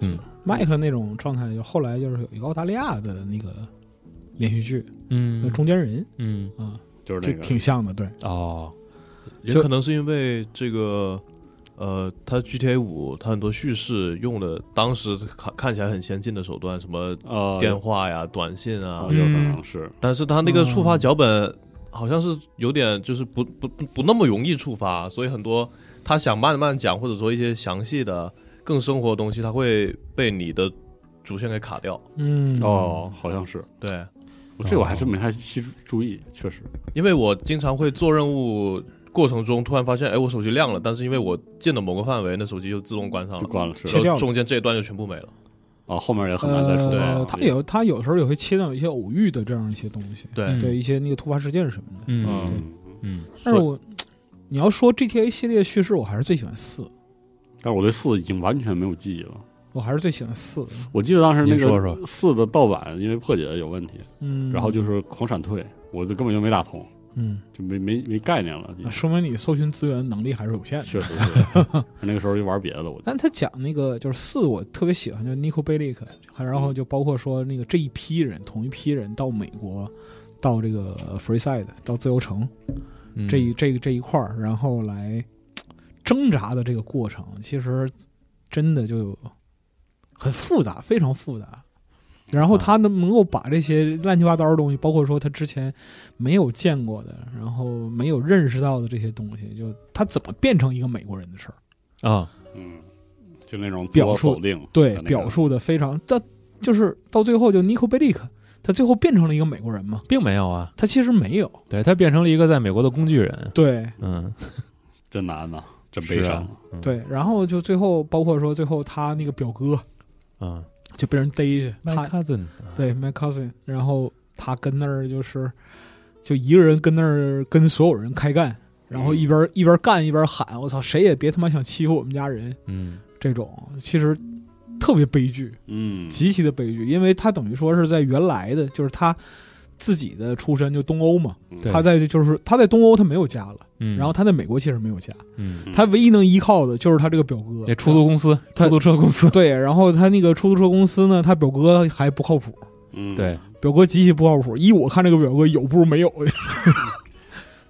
Speaker 1: 嗯
Speaker 3: 麦克那种状态，就后来就是有一个澳大利亚的那个连续剧，
Speaker 1: 嗯
Speaker 3: 叫中间人
Speaker 1: 嗯
Speaker 3: 啊，
Speaker 2: 就是
Speaker 3: 这
Speaker 2: 那个
Speaker 3: 挺像的，对，
Speaker 1: 哦，
Speaker 4: 也
Speaker 3: 就
Speaker 4: 可能是因为这个，呃，它 GTA 五它很多叙事用了当时看看起来很先进的手段，什么
Speaker 2: 呃
Speaker 4: 电话呀、短信啊
Speaker 2: 啊，，有可能是
Speaker 4: 但是它那个触发脚本好像是有点就是不不不不那么容易触发，所以很多他想慢慢讲或者说一些详细的更生活的东西，它会被你的主线给卡掉。
Speaker 3: 嗯，
Speaker 2: 哦，好像是
Speaker 4: 对，
Speaker 2: 这个我还真没太细注意，确实
Speaker 4: 因为我经常会做任务过程中突然发现，哎，我手机亮了，但是因为哎我进了某个范围，那手机就自动关上
Speaker 2: 就
Speaker 4: 了，
Speaker 2: 关了是
Speaker 3: 切掉了
Speaker 4: 中间这一段就全部没了。
Speaker 2: 啊，后面也很难再说
Speaker 3: 呃，
Speaker 2: 了。
Speaker 3: 他有他有时候也会切到一些偶遇的这样一些东西，
Speaker 4: 对，
Speaker 1: 嗯
Speaker 3: 对一些那个突发事件什么的。
Speaker 1: 嗯
Speaker 2: 嗯，
Speaker 1: 嗯
Speaker 3: 但是我你要说 GTA 系列叙事，我还是最喜欢四，
Speaker 2: 但是我对四已经完全没有记忆了。
Speaker 3: 我还是最喜欢四。
Speaker 2: 我记得当时那
Speaker 1: 您说说
Speaker 2: 个四的盗版因为破解有问题，
Speaker 3: 嗯，
Speaker 2: 然后就是狂闪退，我就根本就没打通，
Speaker 3: 嗯，
Speaker 2: 就没没没概念了。
Speaker 3: 啊说明你搜寻资源能力还是有限的。
Speaker 2: 确实是， 那个时候就玩别的了，我
Speaker 3: 但他讲那个就是四，我特别喜欢，就是 Nico Bellic，还然后就包括说那个这一批人，同一批人到美国，到这个 Freeside，到自由城
Speaker 1: 嗯，
Speaker 3: 这一这一这一块儿，然后来挣扎的这个过程，其实真的就很复杂，非常复杂。然后他能能够把这些乱七八糟的东西，包括说他之前没有见过的，然后没有认识到的这些东西，就他怎么变成一个美国人的事儿。
Speaker 1: 啊，
Speaker 2: 嗯，就那种自
Speaker 3: 表
Speaker 2: 我
Speaker 3: 述
Speaker 2: 否定，
Speaker 3: 对
Speaker 2: 那，个
Speaker 3: 表述的非常，但就是到最后就 Nico Bellic，他最后变成了一个美国人嘛？
Speaker 1: 并没有啊，
Speaker 3: 他其实没有，
Speaker 1: 对他变成了一个在美国的工具人。
Speaker 3: 对
Speaker 1: 嗯，
Speaker 2: 真难呐，真悲伤
Speaker 1: 是啊
Speaker 2: 啊。
Speaker 1: 嗯
Speaker 3: 对。然后就最后包括说最后他那个表哥
Speaker 1: 啊
Speaker 3: 就被人逮去，
Speaker 1: ，My
Speaker 3: 他
Speaker 1: cousin，
Speaker 3: 对 My cousin，然后他跟那儿就是就一个人跟那儿跟所有人开干，然后一边、一边干一边喊我操，谁也别他妈想欺负我们家人
Speaker 1: 嗯
Speaker 3: 这种，其实特别悲剧。
Speaker 2: 嗯，
Speaker 3: 极其的悲剧，因为他等于说是在原来的，就是他自己的出身就东欧嘛，
Speaker 2: 嗯
Speaker 1: 对
Speaker 3: 他在就是他在东欧他没有家了，
Speaker 1: 嗯，
Speaker 3: 然后他在美国其实没有家，
Speaker 1: 嗯，
Speaker 2: 嗯
Speaker 3: 他唯一能依靠的就是他这个表哥
Speaker 1: 那。出租公司、
Speaker 3: 他
Speaker 1: 出租车公司，
Speaker 3: 对，然后他那个出租车公司呢，他表哥还不靠谱，
Speaker 2: 嗯
Speaker 1: 对，
Speaker 3: 表哥极其不靠谱。依我看，这个表哥有不 如没有的。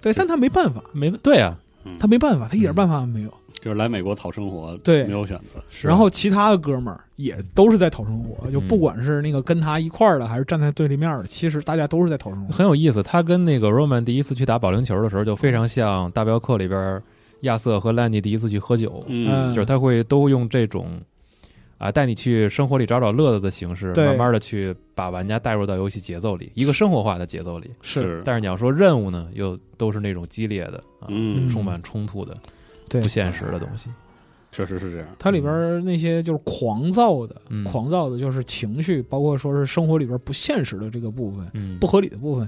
Speaker 3: 对，但他没办法，
Speaker 1: 没对啊，
Speaker 2: 嗯
Speaker 3: 他没办法，他一点办法没有。
Speaker 2: 就是来美国讨生活，
Speaker 3: 对
Speaker 2: 没有选择，
Speaker 1: 是啊
Speaker 3: 然后其他的哥们儿也都是在讨生活，就不
Speaker 1: 嗯
Speaker 3: 管是那个跟他一块儿的，还是站在对立面儿的，其实大家都是在讨生活。
Speaker 1: 很有意思。他跟那个 Roman 第一次去打保龄球的时候，就非常像《大镖客》里边亚瑟和兰尼第一次去喝酒，
Speaker 2: 嗯
Speaker 3: 嗯
Speaker 1: 就是他会都用这种啊带你去生活里找找乐子的形式，
Speaker 3: 对
Speaker 1: 慢慢的去把玩家带入到游戏节奏里，一个生活化的节奏里。
Speaker 2: 是，
Speaker 1: 但是你要说任务呢，又都是那种激烈的啊，
Speaker 2: 嗯，
Speaker 1: 充满冲突的、
Speaker 3: 对
Speaker 1: 不现实的东西。
Speaker 2: 确实是这样，
Speaker 3: 它里边儿那些就是狂躁的，
Speaker 1: 嗯
Speaker 3: 狂躁的就是情绪，包括说是生活里边儿不现实的这个部分、
Speaker 1: 嗯
Speaker 3: 不，合理的部分，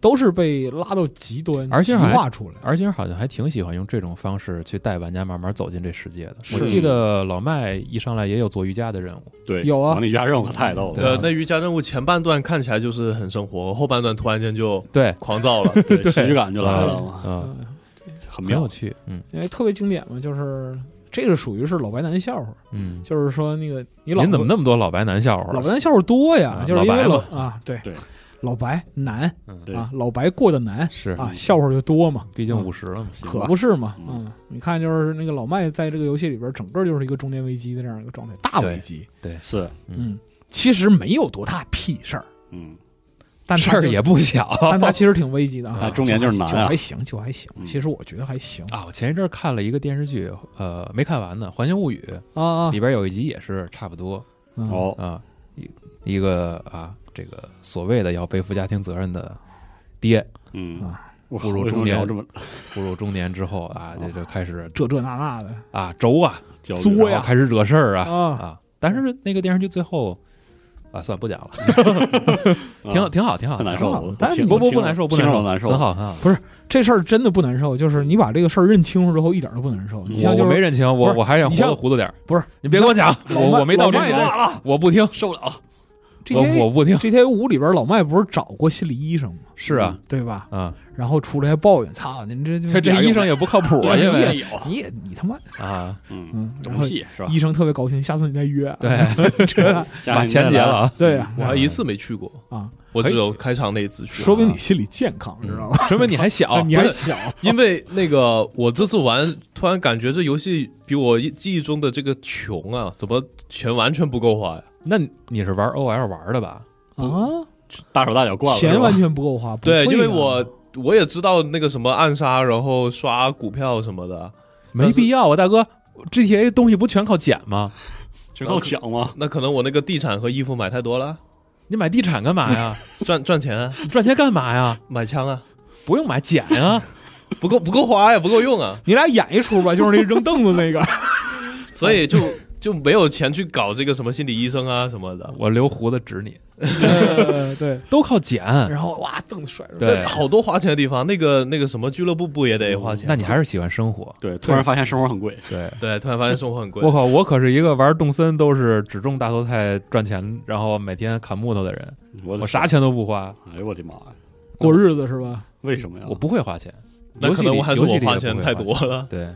Speaker 3: 都是被拉到极端、
Speaker 1: 而且
Speaker 3: 极
Speaker 1: 还
Speaker 3: 化出来。
Speaker 1: 而且好像还挺喜欢用这种方式去带玩家慢慢走进这世界的。我
Speaker 2: 是
Speaker 1: 记得老麦一上来也有做瑜伽的任务，
Speaker 2: 对，
Speaker 3: 有啊
Speaker 2: 管理家任务可太逗
Speaker 1: 对
Speaker 2: 了，啊
Speaker 4: 呃，那瑜伽任务前半段看起来就是很生活，后半段突然间就
Speaker 1: 对，
Speaker 4: 狂躁了。
Speaker 2: 对，喜剧感就来了嘛，
Speaker 1: 嗯，
Speaker 3: 嗯，
Speaker 1: 很
Speaker 2: 很
Speaker 1: 有
Speaker 2: 妙，
Speaker 1: 趣，嗯
Speaker 3: 因为特别经典嘛，就是这个属于是老白男笑话，
Speaker 1: 嗯。
Speaker 3: 就是说那个你老
Speaker 1: 您怎么那么多老白男笑话？
Speaker 3: 老白男笑话多呀？
Speaker 1: 啊
Speaker 3: 就是因为
Speaker 1: 老
Speaker 3: 老
Speaker 1: 白
Speaker 3: 啊，对
Speaker 2: 对
Speaker 3: 老白难
Speaker 1: 嗯
Speaker 2: 对嗯
Speaker 3: 啊，老白过得难
Speaker 1: 是，
Speaker 3: 啊，笑话就多嘛。
Speaker 1: 毕竟
Speaker 3: 啊
Speaker 1: 五十了嘛。
Speaker 2: 行
Speaker 3: 可
Speaker 2: 吧
Speaker 3: 不是嘛，
Speaker 2: 嗯
Speaker 3: 嗯，你看，就是那个老麦在这个游戏里边，整个就是一个中年危机的这样一个状态，大危机。
Speaker 2: 是，
Speaker 1: 嗯
Speaker 3: 嗯，其实没有多大屁事儿，
Speaker 2: 嗯，
Speaker 3: 但
Speaker 1: 事
Speaker 3: 他
Speaker 1: 儿
Speaker 3: 就
Speaker 1: 也，不小
Speaker 3: 但他其实挺危机的啊。
Speaker 2: 但重点就是难啊
Speaker 3: 就还行，就还行。
Speaker 2: 嗯
Speaker 3: 其实我觉得还行
Speaker 1: 啊！我前一阵儿看了一个电视剧，呃，没看完呢，《环形物语》
Speaker 3: 啊啊
Speaker 1: 里边有一集也是差不多
Speaker 3: 嗯
Speaker 2: 哦，
Speaker 1: 啊，一一个啊，这个所谓的要背负家庭责任的爹，
Speaker 2: 嗯
Speaker 3: 啊，
Speaker 2: 我
Speaker 1: 步入
Speaker 2: 为什
Speaker 1: 中
Speaker 2: 么
Speaker 1: 年
Speaker 2: 聊这么
Speaker 1: 步入中年之后啊，
Speaker 3: 哦
Speaker 1: 这就开始
Speaker 3: 这这那那的，
Speaker 1: 啊轴啊，
Speaker 2: 焦虑？
Speaker 3: 作对呀
Speaker 1: 然后开始惹事儿啊
Speaker 3: 啊
Speaker 1: 啊！但是那个电视剧最后啊，算了不讲了，
Speaker 2: 啊
Speaker 1: 挺好，挺好，挺好，
Speaker 2: 很难
Speaker 1: 挺
Speaker 2: 受，
Speaker 1: 好
Speaker 2: 我
Speaker 3: 但
Speaker 2: 听
Speaker 1: 不不
Speaker 2: 听
Speaker 1: 不难受，不
Speaker 2: 听
Speaker 1: 难
Speaker 2: 着
Speaker 1: 受，
Speaker 2: 难受，
Speaker 1: 很好，很好。
Speaker 3: 这事儿真的不难受。就是你把这个事儿认清楚之后，一点都不难受。你
Speaker 1: 我
Speaker 3: 像
Speaker 1: 我
Speaker 3: 就
Speaker 1: 没
Speaker 3: 是
Speaker 1: 认清，我
Speaker 3: 不是
Speaker 1: 我还想
Speaker 3: 你
Speaker 1: 糊
Speaker 3: 像
Speaker 1: 弄糊涂点儿。
Speaker 3: 不是
Speaker 1: 你别跟我讲，
Speaker 3: 老
Speaker 1: 我
Speaker 3: 麦
Speaker 1: 我没到
Speaker 3: 老
Speaker 1: 这
Speaker 3: 麦
Speaker 1: 一
Speaker 3: 那
Speaker 1: 步，
Speaker 2: 了，
Speaker 1: 我不听。
Speaker 2: 受不了，
Speaker 1: 我
Speaker 3: GTA
Speaker 1: 我不听，
Speaker 3: GTA 五里边老麦不是找过心理医生吗？
Speaker 1: 是啊，
Speaker 3: 对吧？
Speaker 2: 嗯
Speaker 1: 啊，
Speaker 3: 然后出来还抱怨，操，您这
Speaker 1: 这这医生也不靠谱啊，因为
Speaker 2: 也有，
Speaker 3: 你也你他妈，
Speaker 1: 啊，
Speaker 2: 嗯，
Speaker 3: 嗯，然
Speaker 2: 懂
Speaker 3: 后
Speaker 2: 屁是吧？
Speaker 3: 医生特别高兴，下次你再 约啊，
Speaker 1: 对，
Speaker 3: 这啊
Speaker 1: 把钱结了，啊，
Speaker 3: 对呀，
Speaker 4: 我还一次没去过
Speaker 3: 啊，
Speaker 4: 我只有开场那一次去。
Speaker 3: 说明你心理健康，
Speaker 4: 嗯
Speaker 3: 知道吧？，
Speaker 1: 说明你还小
Speaker 3: 啊你还
Speaker 4: 不是
Speaker 3: 小，
Speaker 4: 因为那个我这次玩，突然感觉这游戏比我记忆中的这个穷啊，怎么钱完全不够花呀？
Speaker 1: 那你是玩 OL 玩的吧？
Speaker 3: 啊，
Speaker 2: 大手大脚惯了，
Speaker 3: 钱
Speaker 2: 是吧
Speaker 3: 完全不够花。不
Speaker 4: 对，
Speaker 3: 会
Speaker 1: 啊
Speaker 4: 因为
Speaker 3: 的
Speaker 4: 我我也知道那个什么暗杀，然后刷股票什么的，
Speaker 1: 没
Speaker 4: 但是
Speaker 1: 必要啊，大哥，GTA 东西不全靠捡吗？
Speaker 2: 全靠抢吗？
Speaker 4: 那可能我那个地产和衣服买太多了，
Speaker 1: 你买地产干嘛呀？
Speaker 4: 赚赚钱啊，
Speaker 1: 你赚钱干嘛呀？
Speaker 4: 买枪啊，
Speaker 1: 不用买，捡啊！
Speaker 4: 不够不够花呀，不够用啊，
Speaker 3: 你俩演一出吧，就是那扔凳子 那个，
Speaker 4: 所以就就没有钱去搞这个什么心理医生啊什么的。
Speaker 1: 我留胡子指你，
Speaker 3: 呃对，
Speaker 1: 都靠捡。
Speaker 3: 然后哇，凳子甩出来，
Speaker 1: 对
Speaker 4: 那，好多花钱的地方，那个那个什么俱乐部不也得花钱？
Speaker 1: 嗯那你还是喜欢生活。
Speaker 2: 对，突然发现生活很贵，
Speaker 1: 对，
Speaker 4: 对，突然发现生活很贵
Speaker 1: 我。靠，我可是一个玩动森都是只种大头菜赚钱，然后每天砍木头的人，
Speaker 2: 我
Speaker 1: 嗯我
Speaker 2: 我
Speaker 1: 啥？钱都不花，
Speaker 2: 哎呦我的妈呀！
Speaker 3: 过日子是吧？
Speaker 2: 为什么呀？
Speaker 1: 我不会花钱。
Speaker 4: 那可
Speaker 1: 游戏
Speaker 4: 能
Speaker 1: 里
Speaker 4: 我还是
Speaker 1: 游戏
Speaker 4: 我
Speaker 1: 里也
Speaker 4: 花
Speaker 1: 不
Speaker 4: 钱
Speaker 1: 会
Speaker 4: 太
Speaker 1: 花
Speaker 4: 多了，
Speaker 1: 对，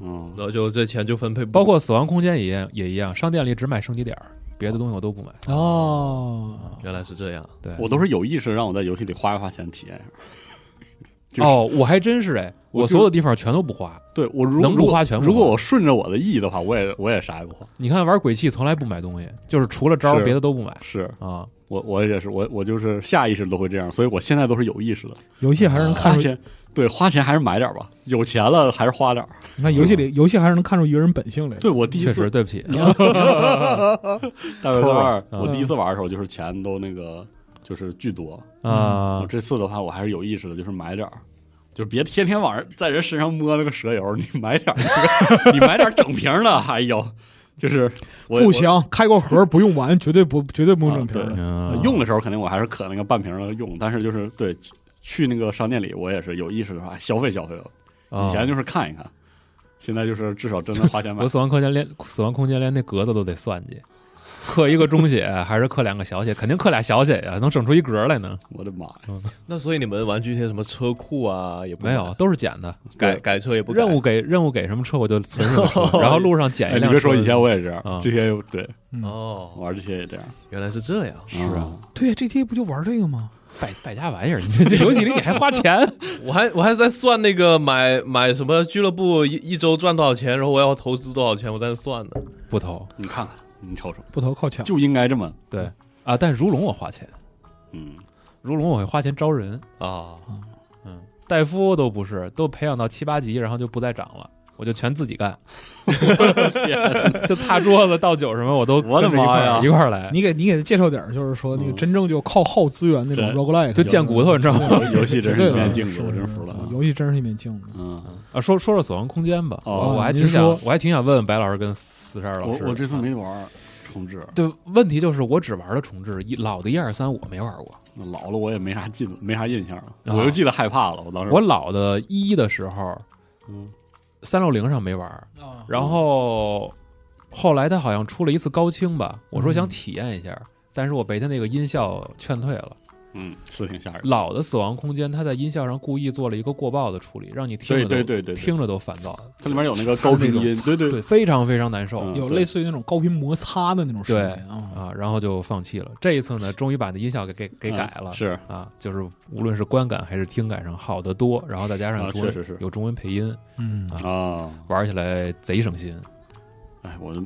Speaker 2: 嗯
Speaker 4: 然，后就这钱就分配不
Speaker 1: 包括《死亡空间》也一样也一样，商店里只买升级点儿，别的东西我都不买。
Speaker 3: 哦，
Speaker 4: 原来是这样，
Speaker 1: 对，
Speaker 2: 我都是有意识让我在游戏里花一花钱体验一下。就是
Speaker 1: 哦，我还真是哎，
Speaker 2: 我
Speaker 1: 我
Speaker 2: 就
Speaker 1: 所有地方全都不花。
Speaker 2: 对我如
Speaker 1: 能不
Speaker 2: 如果
Speaker 1: 花全不花
Speaker 2: 如果我顺着我的意义的话，我也我也啥也不花。
Speaker 1: 你看玩鬼泣从来不买东西，就是除了招儿
Speaker 2: 是
Speaker 1: 别的都不买
Speaker 2: 是
Speaker 1: 啊。
Speaker 2: 我我也是我我就是下意识都会这样，所以我现在都是有意识的。
Speaker 3: 游戏还是能
Speaker 2: 花
Speaker 3: 看出，
Speaker 2: 钱对花钱还是买点儿吧，有钱了还是花点儿。
Speaker 3: 你看游戏里游戏还是能看出一个人本性来的。
Speaker 2: 对我第一
Speaker 1: 确
Speaker 2: 次
Speaker 1: 实，对不起，
Speaker 2: 大卫科二，
Speaker 1: 嗯
Speaker 2: 我第一次玩的时候就是钱都那个就是巨多。
Speaker 1: 啊
Speaker 2: 我，这次的话，我还是有意识的，就是买点儿。就是别天天往在人身上摸那个蛇油，你买点儿那个，你买点儿 整瓶儿的，哎呦，就是我
Speaker 3: 不行，开过盒不用完，绝对不绝对不用整瓶
Speaker 2: 啊
Speaker 3: 的。
Speaker 2: 我
Speaker 1: 嗯，
Speaker 2: 用的时候肯定我还是可那个半瓶儿那个用，但是就是对去去那个商店里，我也是有意识的话消费消费了。以前
Speaker 1: 啊
Speaker 2: 就是看一看，现在就是至少真的花钱买
Speaker 1: 我。死亡空间连死亡空间连那格子都得算计，刻一个中血还是刻两个小血，肯定刻俩小血呀，能整出一格来呢？
Speaker 2: 我的妈呀！
Speaker 4: 那所以你们玩具一些什么车库啊，也不
Speaker 1: 没有，
Speaker 4: 买
Speaker 1: 都是捡的。
Speaker 4: 改改车也不改
Speaker 1: 任务给任务给什么车我就存 什么车，然后路上捡
Speaker 2: 哎，
Speaker 1: 一
Speaker 2: 你
Speaker 1: 辆。
Speaker 2: 别说，以前我也是
Speaker 1: 啊，
Speaker 2: 这些对
Speaker 4: 哦，
Speaker 2: 玩这些也这样。
Speaker 4: 原来是这样，
Speaker 2: 是
Speaker 1: 啊，
Speaker 3: 对，GTA 不就玩这个吗？
Speaker 1: 败败家玩意儿，你这这游戏里你还花钱？
Speaker 4: 我还我还在算那个买买什么俱乐部一一周赚多少钱，然后我要投资多少钱，我在那算呢。
Speaker 1: 不投
Speaker 2: 你看看，你瞅瞅，
Speaker 3: 不投靠抢。
Speaker 2: 就应该这么，
Speaker 1: 对啊，但如龙我花钱，
Speaker 2: 嗯，
Speaker 1: 如龙我会花钱招人。
Speaker 4: 啊，
Speaker 1: 嗯，戴夫都不是，都培养到七八级，然后就不再长了，我就全自己干， 就擦桌子、倒酒什么，我都
Speaker 2: 我的
Speaker 1: 跟着一块儿
Speaker 2: 妈呀
Speaker 1: 一块儿来，
Speaker 3: 你给你给他介绍点儿，就是说那个
Speaker 2: 嗯
Speaker 3: 真正就靠耗资源那种
Speaker 2: 对
Speaker 3: roguelike，
Speaker 1: 就见骨头，你知道吗？
Speaker 2: 游游戏真是一面镜
Speaker 3: 是
Speaker 2: 子，我真服了啊。
Speaker 3: 游戏真是一面镜子。
Speaker 2: 嗯，
Speaker 1: 啊，说说说《死亡空间》吧，
Speaker 2: 哦
Speaker 1: 我我还
Speaker 3: 您
Speaker 1: 挺想
Speaker 3: 说，
Speaker 1: 我还挺想问问白老师跟四十二老
Speaker 2: 我
Speaker 1: 师，啊
Speaker 2: 我这次没玩重置，
Speaker 1: 对问题就是我只玩了重置，一老的一二三我没玩过，
Speaker 2: 老了我也没啥记，没啥印象了，
Speaker 1: 啊
Speaker 2: 我就记得害怕了。我当时
Speaker 1: 我老的一的时候，
Speaker 2: 嗯
Speaker 1: 三六零上没
Speaker 2: 哦
Speaker 1: 玩，
Speaker 3: 啊，
Speaker 1: 然后后来他好像出了一次高清吧，我说
Speaker 3: 嗯
Speaker 1: 想体验一下，但是我被他那个音效劝退了。
Speaker 2: 嗯是挺吓人的，
Speaker 1: 老的《死亡空间》，它在音效上故意做了一个过爆的处理，让你听着
Speaker 2: 对
Speaker 1: 都
Speaker 2: 对对对，对
Speaker 1: 听着都烦躁，
Speaker 2: 它里面有那个高频音，对对
Speaker 1: 对，非常非常难受、
Speaker 2: 嗯
Speaker 3: 有
Speaker 2: 对
Speaker 3: 类似于那种高频摩擦的那种声
Speaker 1: 对
Speaker 3: 音啊。
Speaker 1: 啊，然后就放弃了。这一次呢，终于把那音效给给给改了，
Speaker 2: 嗯是
Speaker 1: 啊，就是无论是观感还是听感上好得多，然后再加上有
Speaker 2: 啊
Speaker 1: 中文、
Speaker 2: 确实是
Speaker 1: 有中文配音，
Speaker 3: 嗯
Speaker 1: 啊
Speaker 2: 啊，
Speaker 1: 玩起来贼省心。
Speaker 2: 哎，我就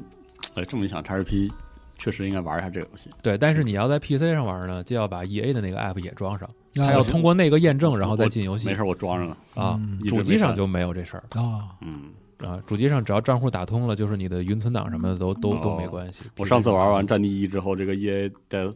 Speaker 2: 哎这么一想，X R P 确实应该玩一下这个游戏。
Speaker 1: 对，但是你要在 PC 上玩呢，就要把 EA 的那个 app 也装上，它
Speaker 3: 啊
Speaker 1: 要通过那个验证，然后再
Speaker 2: 我
Speaker 1: 进游戏
Speaker 2: 没事，我装上了。
Speaker 1: 啊。
Speaker 3: 嗯
Speaker 2: 一直
Speaker 1: 主
Speaker 2: 没
Speaker 1: 机上
Speaker 2: 删
Speaker 1: 就没有这事儿
Speaker 3: 啊，
Speaker 2: 嗯，
Speaker 1: 啊，主机上只要账户打通了，就是你的云存档什么的都都都没
Speaker 2: 哦
Speaker 1: 关系。
Speaker 2: 我上次
Speaker 1: PC 上
Speaker 2: 玩完《战地一》之后，这个 E A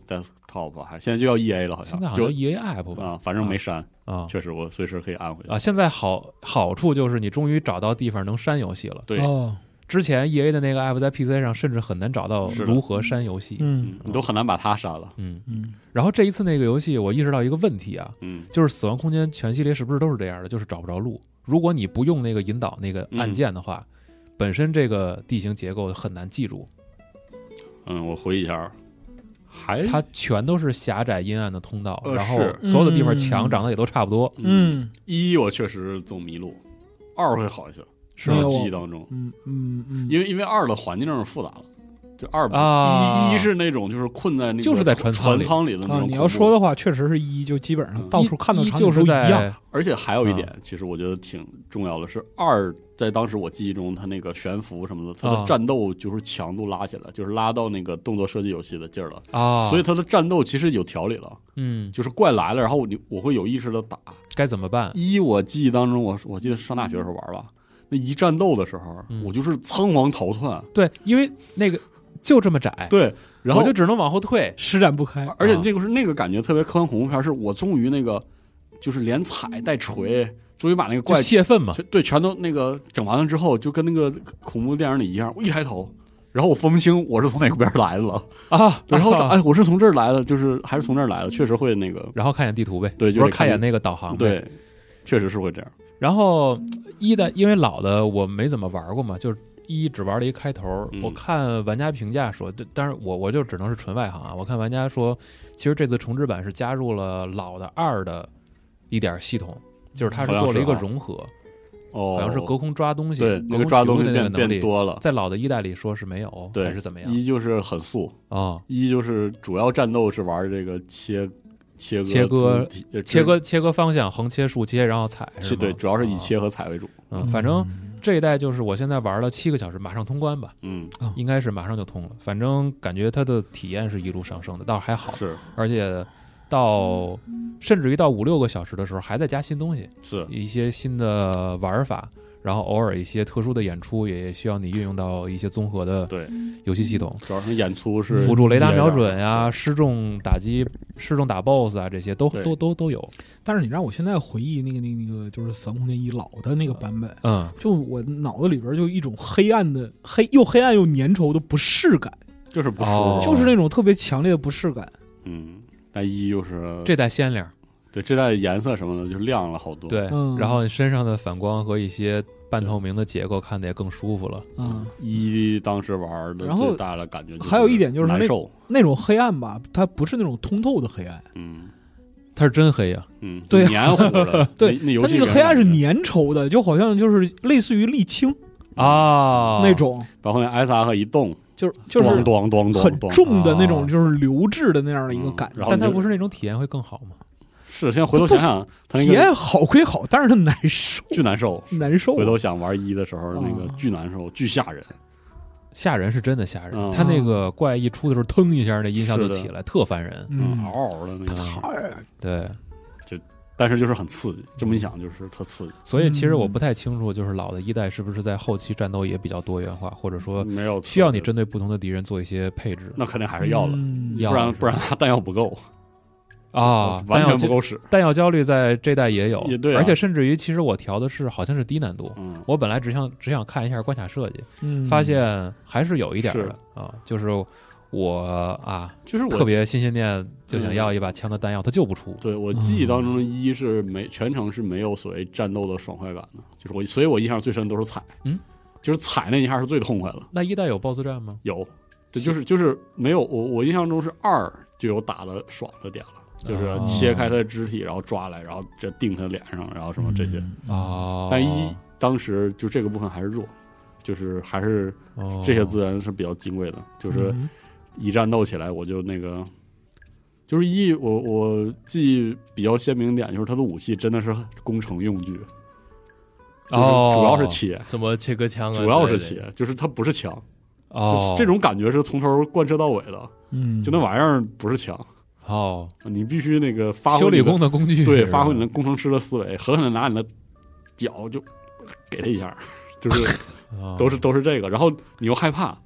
Speaker 2: desktop 还现在就要 E A 了，好像
Speaker 1: 现在好像
Speaker 2: 就
Speaker 1: EA app 吧？
Speaker 2: 啊，反正没删，
Speaker 1: 啊
Speaker 2: 确实我随时可以按回去
Speaker 1: 啊！。现在好好处就是你终于找到地方能删游戏了。
Speaker 2: 对，
Speaker 3: 哦，
Speaker 1: 之前 EA 的那个 app 在 PC 上甚至很难找到
Speaker 2: 是的
Speaker 1: 如何删游戏。
Speaker 3: 嗯
Speaker 2: 嗯你都很难把它删了。
Speaker 1: 嗯，
Speaker 3: 嗯，
Speaker 1: 然后这一次那个游戏，我意识到一个问题啊，
Speaker 2: 嗯，
Speaker 1: 就是《死亡空间》全系列是不是都是这样的，就是找不着路。如果你不用那个引导那个按键的
Speaker 2: 嗯
Speaker 1: 话，本身这个地形结构很难记住。
Speaker 2: 嗯，我回忆一下，还
Speaker 1: 它全都是狭窄阴暗的通道，
Speaker 2: 呃
Speaker 1: 然后
Speaker 2: 是
Speaker 1: 所有的地方
Speaker 3: 嗯
Speaker 1: 墙长得也都差不多，
Speaker 3: 嗯
Speaker 2: 一我确实总迷路，二会好一些，
Speaker 1: 是
Speaker 3: 没
Speaker 2: 我
Speaker 1: 吧
Speaker 3: 有
Speaker 2: 记忆当中，
Speaker 3: 嗯嗯嗯，
Speaker 2: 因为因为二的环境复杂了，就二不
Speaker 1: 啊
Speaker 2: 一一是那种就是困在那个
Speaker 1: 就是在
Speaker 2: 船
Speaker 1: 船舱里
Speaker 2: 舱里的那
Speaker 3: 啊，
Speaker 2: 种。
Speaker 3: 你要说，的话，确实是一就基本上
Speaker 2: 嗯
Speaker 3: 到处看到
Speaker 1: 一
Speaker 3: 场景
Speaker 1: 就是
Speaker 3: 都一样，
Speaker 1: 在
Speaker 2: 而且还有一
Speaker 1: 嗯
Speaker 2: 点，其实我觉得挺重要的是，二在当时我记忆中，它那个悬浮什么的，它的
Speaker 1: 啊
Speaker 2: 战斗就是强度拉起来，就是拉到那个动作设计游戏的劲儿了，
Speaker 1: 啊，
Speaker 2: 所以它的战斗其实有条理了，
Speaker 1: 嗯，
Speaker 2: 就是怪来了，然后你我会有意识的打。
Speaker 1: 该怎么办？
Speaker 2: 一我记忆当中，我我记得上大学的时候玩吧，那一战斗的时候，
Speaker 1: 嗯
Speaker 2: 我就是仓皇逃窜，
Speaker 1: 对，因为那个就这么窄，
Speaker 2: 对，然后
Speaker 1: 我就只能往后退。
Speaker 3: 施展不开。
Speaker 1: 啊
Speaker 2: 而且那个是那个感觉特别科幻恐怖片儿，是我终于那个就是连踩带锤，终于把那个
Speaker 1: 就
Speaker 2: 怪
Speaker 1: 泄愤嘛，
Speaker 2: 全啊对全都那个整完了之后，就跟那个恐怖电影里一样，我一抬头，然后我分不清我是从哪个边儿来的了，
Speaker 1: 啊，
Speaker 2: 然后找
Speaker 1: 啊
Speaker 2: 哎我是从这儿来的，就是还是从这儿来的，确实会那个
Speaker 1: 然后看一眼地图呗，
Speaker 2: 对就
Speaker 1: 不
Speaker 2: 得
Speaker 1: 是看
Speaker 2: 看
Speaker 1: 一眼那个导航呗。
Speaker 2: 对，确实是会这样，
Speaker 1: 然后一的，因为老的我没怎么玩过嘛，就是一只玩了一开头。
Speaker 2: 嗯
Speaker 1: 我看玩家评价说，这当然我我就只能是纯外行啊。我看玩家说，其实这次重置版是加入了老的二的一点系统，就是它是
Speaker 2: 好像
Speaker 1: 做了一个
Speaker 2: 是啊
Speaker 1: 融合，
Speaker 2: 哦，
Speaker 1: 好像是隔空抓东西，
Speaker 2: 对
Speaker 1: 隔
Speaker 2: 那
Speaker 1: 空
Speaker 2: 个抓
Speaker 1: 取物
Speaker 2: 东
Speaker 1: 的
Speaker 2: 西
Speaker 1: 那个
Speaker 2: 变
Speaker 1: 能
Speaker 2: 变
Speaker 1: 力。
Speaker 2: 多了，
Speaker 1: 在老的一代里说是没有，
Speaker 2: 对
Speaker 1: 还是怎么样
Speaker 2: 一就是很素，
Speaker 1: 啊？
Speaker 2: 一就是主要战斗是玩这个切切割
Speaker 1: 切割
Speaker 2: 字体呃
Speaker 1: 切割切割方向，横切、竖切，然后踩，
Speaker 2: 切
Speaker 1: 是吗
Speaker 2: 对，主要是以
Speaker 1: 啊
Speaker 2: 切和踩为主，
Speaker 1: 嗯，反正
Speaker 3: 嗯
Speaker 1: 这一代就是我现在玩了七个小时，马上通关吧，
Speaker 2: 嗯，
Speaker 1: 应该是马上就通了。反正感觉它的体验是一路上升的，倒是还好，
Speaker 2: 是
Speaker 1: 而且到甚至于到五六个小时的时候，还在加新东西，
Speaker 2: 是，
Speaker 1: 一些新的玩法，然后偶尔一些特殊的演出也需要你运用到一些综合的
Speaker 2: 对
Speaker 1: 游戏系统，
Speaker 2: 主要是演出是
Speaker 1: 辅助雷达
Speaker 2: 也
Speaker 1: 瞄
Speaker 2: 是
Speaker 1: 准呀、失重打击、失重打 BOSS 啊，这些都
Speaker 2: 嗯对
Speaker 1: 都都都有。
Speaker 3: 但是你让我现在回忆那个那个那个就是《死亡空间一》老的那个版本，
Speaker 1: 嗯，
Speaker 3: 就我脑子里边就一种黑暗的黑，又黑暗又粘稠的不适感，
Speaker 2: 就是不舒
Speaker 1: 哦
Speaker 2: 服，
Speaker 3: 就是那种特别强烈的不适感。
Speaker 2: 嗯，但一就是
Speaker 1: 这代鲜亮，
Speaker 2: 对这代颜色什么的就亮了好多，，
Speaker 1: 对，
Speaker 3: 嗯
Speaker 1: 然后身上的反光和一些半透明的结构看得也更舒服了。
Speaker 3: 嗯，
Speaker 2: 一当时玩的
Speaker 3: 然后
Speaker 2: 最大的感觉就
Speaker 3: 还有一点就是那
Speaker 2: 难受，
Speaker 3: 那种黑暗吧，它不是那种通透的黑暗，
Speaker 2: 嗯
Speaker 1: 它是真黑呀、
Speaker 2: 嗯，
Speaker 3: 对啊
Speaker 2: 就黏糊了，
Speaker 3: 对
Speaker 2: 那那游
Speaker 3: 它
Speaker 2: 戏
Speaker 3: 那个黑暗是
Speaker 2: 给人感觉，
Speaker 3: 粘稠的，就好像就是类似于沥青
Speaker 2: 嗯
Speaker 1: 啊，
Speaker 3: 那种，
Speaker 2: 然后那 S R 和一动，
Speaker 3: 就是就是
Speaker 2: 咣咣咣咣
Speaker 3: 很
Speaker 2: 咣，
Speaker 3: 重的那种，
Speaker 1: 啊
Speaker 3: 就是流质的那样的一个感
Speaker 2: 嗯
Speaker 3: 觉
Speaker 2: 然。后
Speaker 1: 但它
Speaker 2: 就
Speaker 1: 不是那种体验会更好吗？
Speaker 2: 是现在回头
Speaker 3: 它
Speaker 2: 想
Speaker 3: 不是
Speaker 2: 想，它那
Speaker 3: 体
Speaker 2: 个
Speaker 3: 验好归好，但是它难受，
Speaker 2: 巨难受。
Speaker 3: 难受啊。
Speaker 2: 回头想玩一的时候，那个
Speaker 3: 啊
Speaker 2: 巨难受，巨吓人。
Speaker 1: 吓人是真的吓人
Speaker 2: 嗯，
Speaker 1: 它那个怪一出的时候，腾一下那音效就起来，特烦人。
Speaker 2: 嗯，嗷
Speaker 3: 嗯，
Speaker 2: 嗷的那个，
Speaker 3: 操呀！
Speaker 1: 对，
Speaker 2: 但是就是很刺激。这么一想，就是特刺激。
Speaker 1: 所以其实我不太清楚，就是老的一代是不是在后期战斗也比较多元化，或者说
Speaker 2: 没有
Speaker 1: 需要你
Speaker 2: 特别，
Speaker 1: 针对不同的敌人做一些配置
Speaker 2: 嗯那肯定还是要了，
Speaker 3: 嗯
Speaker 1: 要
Speaker 2: 不然
Speaker 1: 了是
Speaker 2: 不然它弹药不够
Speaker 1: 啊。弹
Speaker 2: 哦完
Speaker 1: 药
Speaker 2: 全不
Speaker 1: 焦
Speaker 2: 够使。
Speaker 1: 弹药焦虑在这代也有
Speaker 2: 也对，啊
Speaker 1: 而且甚至于其实我调的是好像是低难度。
Speaker 2: 嗯，
Speaker 1: 我本来只想只想看一下关卡设计，
Speaker 3: 嗯
Speaker 1: 发现还是有一点儿
Speaker 2: 是
Speaker 1: 的啊，就是我啊
Speaker 2: 就是我嗯
Speaker 1: 特别心心念就想要一把枪的弹药，它就不出。
Speaker 2: 对我记忆当中的一是没全程是没有所谓战斗的爽快感的，就是我，所以我印象最深都是踩，
Speaker 1: 嗯，
Speaker 2: 就是踩那一下是最痛快的。
Speaker 1: 那一代有 BOSS 战吗？
Speaker 2: 有，对，就是就是没有我我印象中是二就有打的爽的点了，就是
Speaker 1: 哦
Speaker 2: 切开他的肢体，然后抓来，然后这定他脸上，然后什么这些。
Speaker 3: 嗯
Speaker 2: 啊
Speaker 1: 哦，
Speaker 2: 但一当时就这个部分还是弱，就是还是
Speaker 1: 哦
Speaker 2: 这些资源是比较金贵的，就是
Speaker 3: 嗯
Speaker 2: 一战斗起来我就那个。就是一，我我记忆比较鲜明一点，就是他的武器真的是工程用具，就是
Speaker 1: 哦
Speaker 2: 主要是切，
Speaker 4: 什么切割枪啊，
Speaker 2: 主要是
Speaker 4: 之类的
Speaker 2: 切，就是它不是枪，
Speaker 1: 哦
Speaker 2: 就是这种感觉是从头贯彻到尾的。
Speaker 3: 嗯，
Speaker 2: 就那玩意儿不是枪，
Speaker 1: 哦，
Speaker 2: 你必须那个发挥
Speaker 1: 修理
Speaker 2: 你的
Speaker 1: 工的工具
Speaker 2: 对，发挥你的工程师的思维，狠狠的拿你的脚就给他一下， 就是
Speaker 1: 哦
Speaker 2: 都是都是这个，然后你又害怕，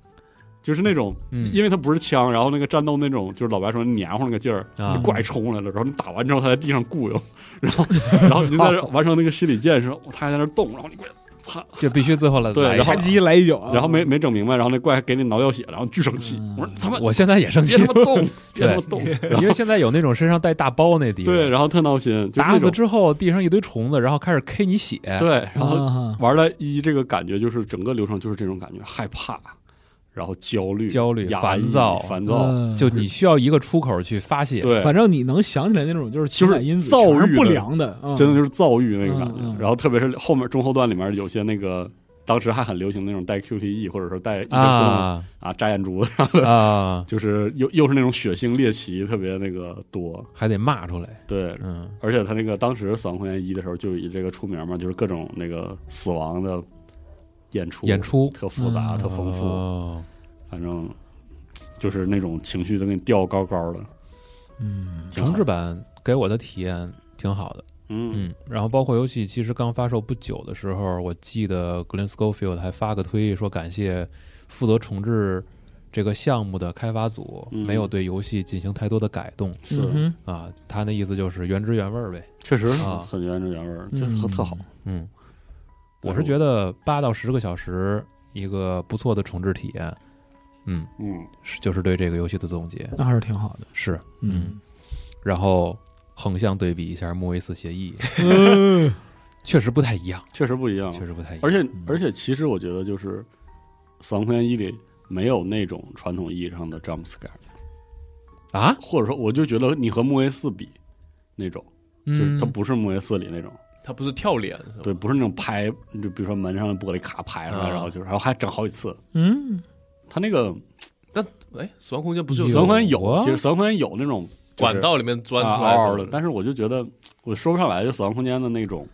Speaker 2: 就是那种，
Speaker 1: 嗯
Speaker 2: 因为他不是枪，然后那个战斗那种，就是老白说黏糊那个劲儿，
Speaker 1: 啊
Speaker 2: 怪冲来了，然后你打完之后他在地上雇佣，然后然后你在这完成那个心理建设，他还在那动，然后你怪擦，
Speaker 1: 就必须最后来
Speaker 2: 对
Speaker 1: 来一
Speaker 2: 然后
Speaker 1: 下
Speaker 3: 啪。叽来一脚啊，
Speaker 2: 然后没没整明白，然后那怪还给你挠掉血，然后巨生气，
Speaker 3: 嗯
Speaker 2: 我说他妈
Speaker 1: 我现在也生气
Speaker 2: 别他，妈动，别他妈
Speaker 1: 对
Speaker 2: 动，
Speaker 1: 因为现在有那种身上带大包那敌人，
Speaker 2: 对，然后特闹心，就是那
Speaker 1: 打死
Speaker 2: 种
Speaker 1: 之后地上一堆虫子，然后开始 K 你血，
Speaker 2: 对，然后
Speaker 3: 啊哈
Speaker 2: 玩了一这个感觉就是整个流程就是这种感觉，害怕，然后焦虑、
Speaker 1: 焦虑
Speaker 2: 压抑
Speaker 1: 烦躁
Speaker 2: 烦躁，
Speaker 3: 嗯
Speaker 1: 就你需要一个出口去发泄。
Speaker 2: 对，
Speaker 3: 反正你能想起来那种就是情
Speaker 2: 就是
Speaker 3: 感因子，
Speaker 2: 躁
Speaker 3: 全是
Speaker 2: 郁
Speaker 3: 不
Speaker 2: 的
Speaker 3: 良的，嗯
Speaker 2: 真的就是躁郁那个感觉。
Speaker 3: 嗯嗯
Speaker 2: 然后特别是后面中后段里面有些那个当时还很流行那种带 QTE 或者说带一些各种
Speaker 1: 啊
Speaker 2: 啊扎眼珠子，
Speaker 1: 啊，
Speaker 2: 就是又又是那种血腥猎奇特别那个多。
Speaker 1: 还得骂出来。
Speaker 2: 对，
Speaker 1: 嗯，
Speaker 2: 而且他那个当时《死亡空间一》的时候就以这个出名嘛，就是各种那个死亡的演出，
Speaker 1: 演出
Speaker 2: 特复杂、
Speaker 3: 嗯
Speaker 2: 特丰富，
Speaker 1: 哦
Speaker 2: 反正就是那种情绪都给你吊高高的。
Speaker 3: 嗯，
Speaker 2: 挺好
Speaker 1: 重置版给我的体验挺好的。
Speaker 2: 嗯
Speaker 1: 嗯，然后包括游戏其实刚发售不久的时候，我记得 Glen Schofield 还发个推说感谢负责重置这个项目的开发组
Speaker 2: 嗯
Speaker 1: 没有对游戏进行太多的改动
Speaker 2: 是。
Speaker 3: 嗯哼
Speaker 1: 啊，他那意思就是原汁原味儿呗。
Speaker 2: 确实
Speaker 1: 啊
Speaker 2: 很原汁原味儿，
Speaker 3: 嗯
Speaker 2: 就特特好。
Speaker 1: 嗯，我是觉得八到十个小时一个不错的重置体验。嗯，
Speaker 2: 嗯，
Speaker 1: 是就是对这个游戏的总结
Speaker 3: 那还是挺好的，
Speaker 1: 是，
Speaker 2: 嗯
Speaker 1: 然后横向对比一下《莫伊斯协议》
Speaker 3: 嗯，
Speaker 1: 确实不太一样，
Speaker 2: 确实不一样。
Speaker 1: 确实不太一样。
Speaker 2: 嗯而且而且，其实我觉得就是《死亡空间一》里没有那种传统意义上的 jump scare，
Speaker 1: 啊，
Speaker 2: 或者说，我就觉得你和莫耶四比那种，
Speaker 1: 就
Speaker 2: 就是它不是莫耶四里那种，
Speaker 4: 他不是跳脸是吧？
Speaker 2: 对，不是那种拍，就比如说门上的玻璃卡拍上来，
Speaker 4: 啊
Speaker 2: 然后就是然后还整好几次。
Speaker 3: 嗯，
Speaker 2: 它那个《
Speaker 4: 哎，死亡空间不是
Speaker 1: 有
Speaker 2: 死
Speaker 4: 有
Speaker 2: 亡空间》有，
Speaker 1: 啊
Speaker 2: 其实《死亡空间》有那种
Speaker 4: 管道里面钻
Speaker 2: 啊
Speaker 4: 出
Speaker 2: 嗷嗷
Speaker 4: 来
Speaker 2: 的，但是我就觉得我说不上来，就《死亡空间》的那种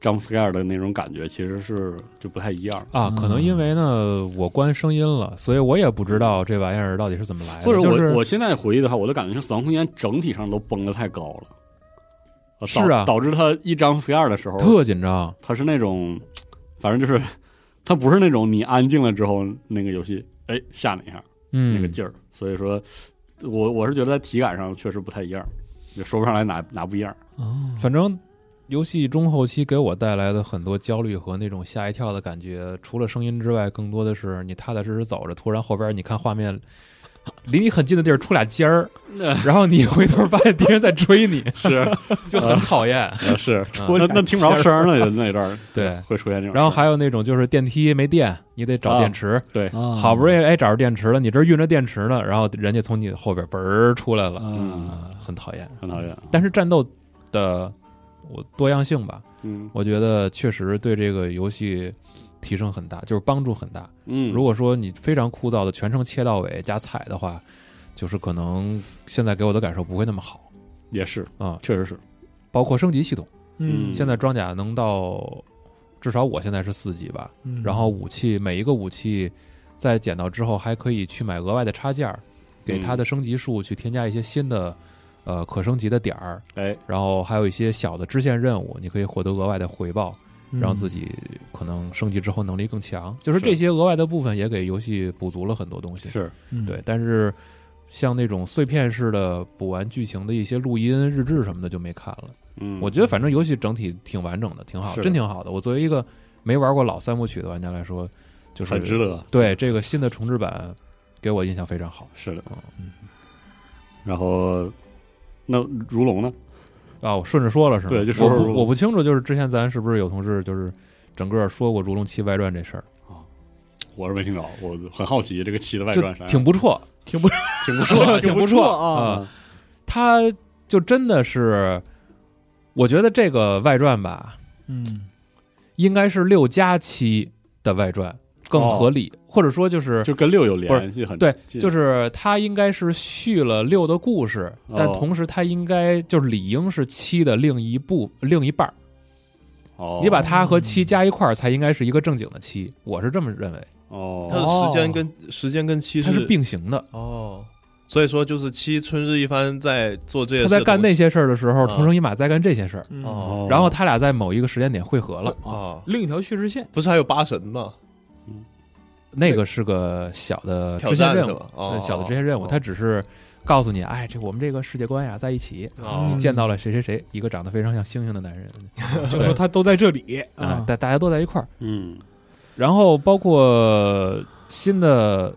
Speaker 2: jump scare 的那种感觉，其实是就不太一样。
Speaker 1: 啊，可
Speaker 2: 嗯
Speaker 1: 能因为呢，我关声音了，所以我也不知道这玩意儿到底是怎么来的。
Speaker 2: 或者我、
Speaker 1: 就是
Speaker 2: 哎我现在回忆的话，我的感觉是《死亡空间》整体上都崩的太高了，呃导
Speaker 1: 是啊
Speaker 2: 导致它一张 C 二的时候，
Speaker 1: 特紧张，
Speaker 2: 它是那种，反正就是它不是那种你安静了之后那个游戏，哎吓你一下
Speaker 1: 嗯，
Speaker 2: 那个劲儿，所以说，我我是觉得在体感上确实不太一样，也说不上来哪哪不一样。
Speaker 3: 哦，
Speaker 1: 反正游戏中后期给我带来的很多焦虑和那种吓一跳的感觉，除了声音之外，更多的是你踏踏实实走着，突然后边你看画面。离你很近的地儿出俩尖儿，
Speaker 2: 那
Speaker 1: 然后你回头发现敌人在追你，
Speaker 2: 是呃
Speaker 1: 就
Speaker 2: 啊
Speaker 1: 很讨 厌。
Speaker 2: 是，
Speaker 1: 嗯
Speaker 3: 我
Speaker 2: 那那听不着声儿了，就那一段儿
Speaker 1: 对，
Speaker 2: 会出现这种事儿。
Speaker 1: 然后还有那种就是电梯没电，你得找
Speaker 2: 啊
Speaker 1: 电池。
Speaker 3: 啊
Speaker 1: 好不容易哎找着电池了，你这运着电池呢，然后人家从你后边嘣儿出来了，
Speaker 2: 嗯
Speaker 1: 啊，
Speaker 3: 啊，
Speaker 1: 很讨厌。
Speaker 2: 很讨厌，
Speaker 1: 但是战斗的我多样性吧，
Speaker 2: 嗯
Speaker 1: 我觉得确实对这个游戏提升很大，就是帮助很大。
Speaker 2: 嗯，
Speaker 1: 如果说你非常枯燥的全程切到尾加踩的话，就是可能现在给我的感受不会那么好
Speaker 2: 也是，
Speaker 1: 啊、
Speaker 2: 确实是，
Speaker 1: 包括升级系统，
Speaker 3: 嗯，
Speaker 1: 现在装甲能到至少我现在是四级吧，
Speaker 3: 嗯
Speaker 1: 然后武器每一个武器在捡到之后还可以去买额外的插件，儿，给它的升级数去添加一些新的呃可升级的点儿，
Speaker 2: 哎，
Speaker 1: 然后还有一些小的支线任务，你可以获得额外的回报，让自
Speaker 3: 己
Speaker 1: 己可能升级之后能力更强。就是
Speaker 2: 是
Speaker 1: 这些额外的部分也给游戏补足了很多东西。
Speaker 2: 是，嗯
Speaker 3: 嗯
Speaker 1: 对，但是像那种碎片式的补完剧情的一些录音、日志什么的就没看了。
Speaker 2: 嗯，
Speaker 1: 我觉得反正游戏整体挺完整的，挺好，
Speaker 2: 是
Speaker 1: 真挺好的。我作为一个没玩过老三部曲的玩家来说，就是
Speaker 2: 很值得，啊
Speaker 1: 对这个新的重置版给我印象非常好
Speaker 2: 是的
Speaker 3: 嗯。
Speaker 2: 然后，那如龙呢？
Speaker 1: 啊！我顺着说了是吗？
Speaker 2: 对就说说
Speaker 1: 我
Speaker 2: 如
Speaker 1: 不
Speaker 2: 龙
Speaker 1: 我不清楚，就是之前咱是不是有同事就是整个说过《如龙七外传》这事儿，
Speaker 2: 我是没听着，我很好奇这个七的外
Speaker 1: 就
Speaker 2: 传啥样，
Speaker 1: 挺不错，
Speaker 3: 挺不
Speaker 2: 挺不
Speaker 1: 挺
Speaker 3: 不
Speaker 1: 错
Speaker 3: 错啊
Speaker 1: 啊！他就真的是，我觉得这个外传吧，
Speaker 3: 嗯
Speaker 1: 应该是六加七的外传更
Speaker 2: 哦
Speaker 1: 合理，或者说就是
Speaker 2: 就跟六有联系，很
Speaker 1: 对，
Speaker 2: 近
Speaker 1: 就是它应该是续了六的故事，
Speaker 2: 哦
Speaker 1: 但同时它应该就是理应是七的另一部另一半儿。
Speaker 2: 哦，
Speaker 1: 你把它和七
Speaker 3: 嗯
Speaker 1: 加一块儿，才应该是一个正经的七。我是这么认为，
Speaker 4: 它
Speaker 2: 哦，
Speaker 4: 的时间跟时间跟七
Speaker 1: 它是并行的。
Speaker 4: 哦，所以说就是七春日一番在做这些
Speaker 1: 他
Speaker 4: 事，
Speaker 1: 在干那些事儿的时候，
Speaker 4: 嗯
Speaker 1: 同生一马在干这些事儿，
Speaker 3: 嗯
Speaker 4: 哦
Speaker 2: 哦
Speaker 1: 然后他俩在某一个时间点汇合了。哦
Speaker 3: 啊，
Speaker 4: 啊，
Speaker 3: 另一条叙事 线，
Speaker 4: 不是还有八神吗？
Speaker 1: 那个是个小的
Speaker 4: 挑
Speaker 1: 支线
Speaker 4: 战
Speaker 1: 任
Speaker 4: 是
Speaker 1: 务，
Speaker 4: 吧？
Speaker 1: 呃
Speaker 4: 哦，
Speaker 1: 小的支线任务，
Speaker 4: 哦
Speaker 1: 他只是告诉你，哎，这我们这个世界观呀在一起。
Speaker 4: 哦
Speaker 1: 你见到了谁谁谁，一个长得非常像猩猩的男人，
Speaker 3: 就说他都在这里
Speaker 1: 啊
Speaker 3: 啊，，
Speaker 1: 大大家都在一块儿。
Speaker 2: 嗯，
Speaker 1: 然后包括新的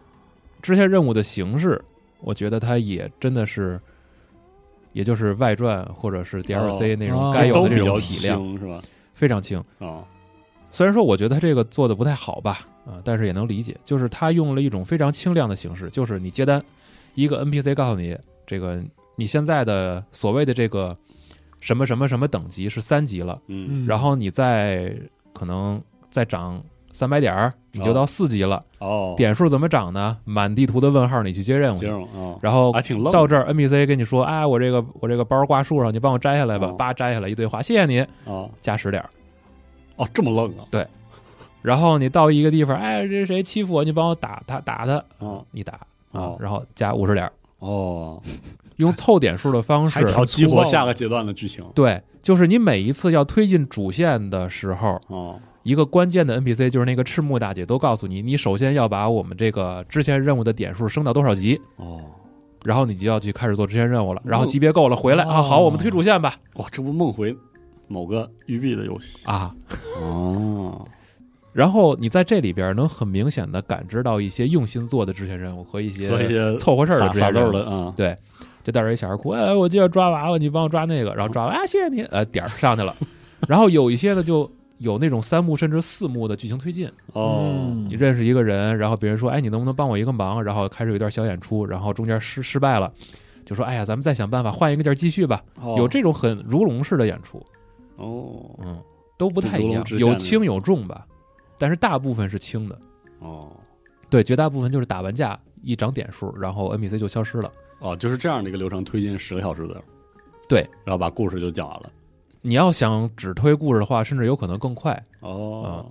Speaker 1: 支线任务的形式，我觉得它也真的是，也就是外传或者是 DLC 那种
Speaker 3: 哦
Speaker 1: 该有
Speaker 2: 都
Speaker 1: 的这
Speaker 2: 比
Speaker 1: 种
Speaker 2: 较
Speaker 1: 体量，
Speaker 2: 轻是吧？
Speaker 1: 非常轻。
Speaker 2: 哦，
Speaker 1: 虽然说我觉得他这个做的不太好吧，啊、但是也能理解，就是他用了一种非常轻量的形式，就是你接单，一个 NPC 告诉你这个你现在的所谓的这个什么什么什么等级是三级了，
Speaker 2: 嗯
Speaker 3: 嗯，
Speaker 1: 然后你再可能再涨三百点儿，你就到四级了。
Speaker 2: 哦，
Speaker 1: 点数怎么涨呢？满地图的问号，你去接任务去
Speaker 2: 接。种啊，
Speaker 1: 然后
Speaker 2: 还挺愣的，
Speaker 1: 到这儿，NPC 跟你说：“哎，我这个我这个包挂树上，你帮我摘下来吧。
Speaker 2: 哦
Speaker 1: 叭，摘下来一堆花，谢谢你，
Speaker 2: 啊，
Speaker 1: 加十点儿。
Speaker 2: 哦，这么愣啊，
Speaker 1: 然后你到一个地方，哎，这谁欺负我？你帮我打他，打他，
Speaker 2: 啊，
Speaker 1: 你打啊
Speaker 2: 哦，
Speaker 1: 然后加五十点儿，
Speaker 2: 哦，
Speaker 1: 用凑点数的方式
Speaker 3: 还，挺
Speaker 2: 要激
Speaker 3: 粗暴
Speaker 2: 活
Speaker 3: 的
Speaker 2: 下个阶段的剧情
Speaker 1: 对，就是你每一次要推进主线的时候，
Speaker 2: 哦，
Speaker 1: 一个关键的 NPC 就是那个赤木大姐都告诉你，你首先要把我们这个之前任务的点数升到多少级，
Speaker 2: 哦，
Speaker 1: 然后你就要去开始做支线任务了，然后
Speaker 2: 嗯
Speaker 1: 级别够了回来、啊，好，我们推主线吧
Speaker 2: 哇，这不梦回某个育碧的游戏
Speaker 1: 啊。
Speaker 2: 哦，
Speaker 1: 然后你在这里边能很明显的感知到一些用心做的支线任务和一
Speaker 2: 和
Speaker 1: 些
Speaker 2: 一些
Speaker 1: 凑合事儿的
Speaker 2: 撒
Speaker 1: 支
Speaker 2: 撒
Speaker 1: 线任
Speaker 2: 豆
Speaker 1: 务。
Speaker 2: 的啊，
Speaker 1: 就带着一小孩哭，哎，我就要抓娃娃，你帮我抓那个，然后抓娃娃，啊谢谢你，呃，点儿上去 了。然后有一些呢，就有那种三幕甚至四幕的剧情推进，
Speaker 3: 嗯
Speaker 2: 哦，
Speaker 1: 你认识一个人，然后别人说，哎，你能不能帮我一个忙？然后开始有一段小演出，然后中间失失败了，就说，哎呀，咱们再想办法，换一个地儿继续吧。
Speaker 2: 哦
Speaker 1: 有这种很如龙式的演出，
Speaker 2: 哦
Speaker 1: 嗯，都不太
Speaker 2: 就
Speaker 1: 一
Speaker 2: 如龙
Speaker 1: 样
Speaker 2: 直，线
Speaker 1: 有
Speaker 2: 的
Speaker 1: 轻有重吧，但是大部分是轻的，
Speaker 2: 哦
Speaker 1: 对，绝大部分就是打完架一涨点数，然后 NPC 就消失了。
Speaker 2: 哦，就是这样的一个流程，推进十个小时左右，
Speaker 1: 对，
Speaker 2: 然后把故事就讲完了。
Speaker 1: 你要想只推故事的话，甚至有可能更快。
Speaker 2: 哦，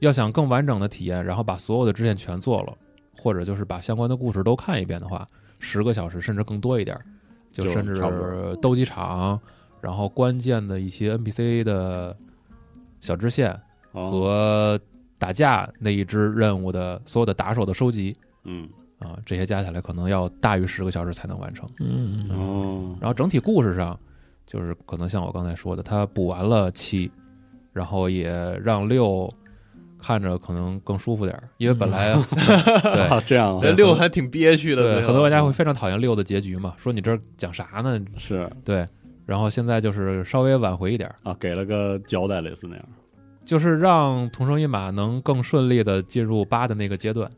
Speaker 1: 要想更完整的体验，然后把所有的支线全做了，或者就是把相关的故事都看一遍的话，十个小时甚至更多一点儿，就
Speaker 2: 就
Speaker 1: 甚至
Speaker 2: 差不多
Speaker 1: 斗鸡场，然后关键的一些 NPC 的小支线嗯
Speaker 2: 哦，
Speaker 1: 和打架那一支任务的所有的打手的收集
Speaker 2: 嗯，
Speaker 1: 啊、这些加起来可能要大于十个小时才能完成。
Speaker 3: 嗯，
Speaker 2: 哦，
Speaker 1: 然后整体故事上，就是可能像我刚才说的，他补完了七，然后也让六看着可能更舒服点儿，因为本来、
Speaker 2: 啊，
Speaker 1: 对
Speaker 2: 这样啊
Speaker 1: 对
Speaker 4: 这六还挺憋屈的，嗯
Speaker 1: 对
Speaker 4: 最后
Speaker 1: 很多玩家会非常讨厌六的结局嘛，说你这儿讲啥呢？
Speaker 2: 是
Speaker 1: 对，然后现在就是稍微挽回一点儿，
Speaker 2: 啊，给了个交代，类似那样。
Speaker 1: 就是让同生一马能更顺利的进入八的那个阶段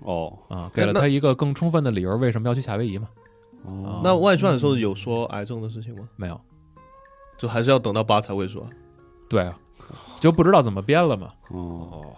Speaker 2: 哦
Speaker 1: 啊，给了
Speaker 4: 那
Speaker 1: 他一个更充分的理由，为什么要去夏威夷嘛？
Speaker 2: 哦，
Speaker 4: 那外传的时候有说癌症的事情吗？
Speaker 1: 没有，
Speaker 4: 就还是要等到八才会说。
Speaker 1: 对啊，就不知道怎么编了嘛。
Speaker 2: 哦，
Speaker 4: 哦，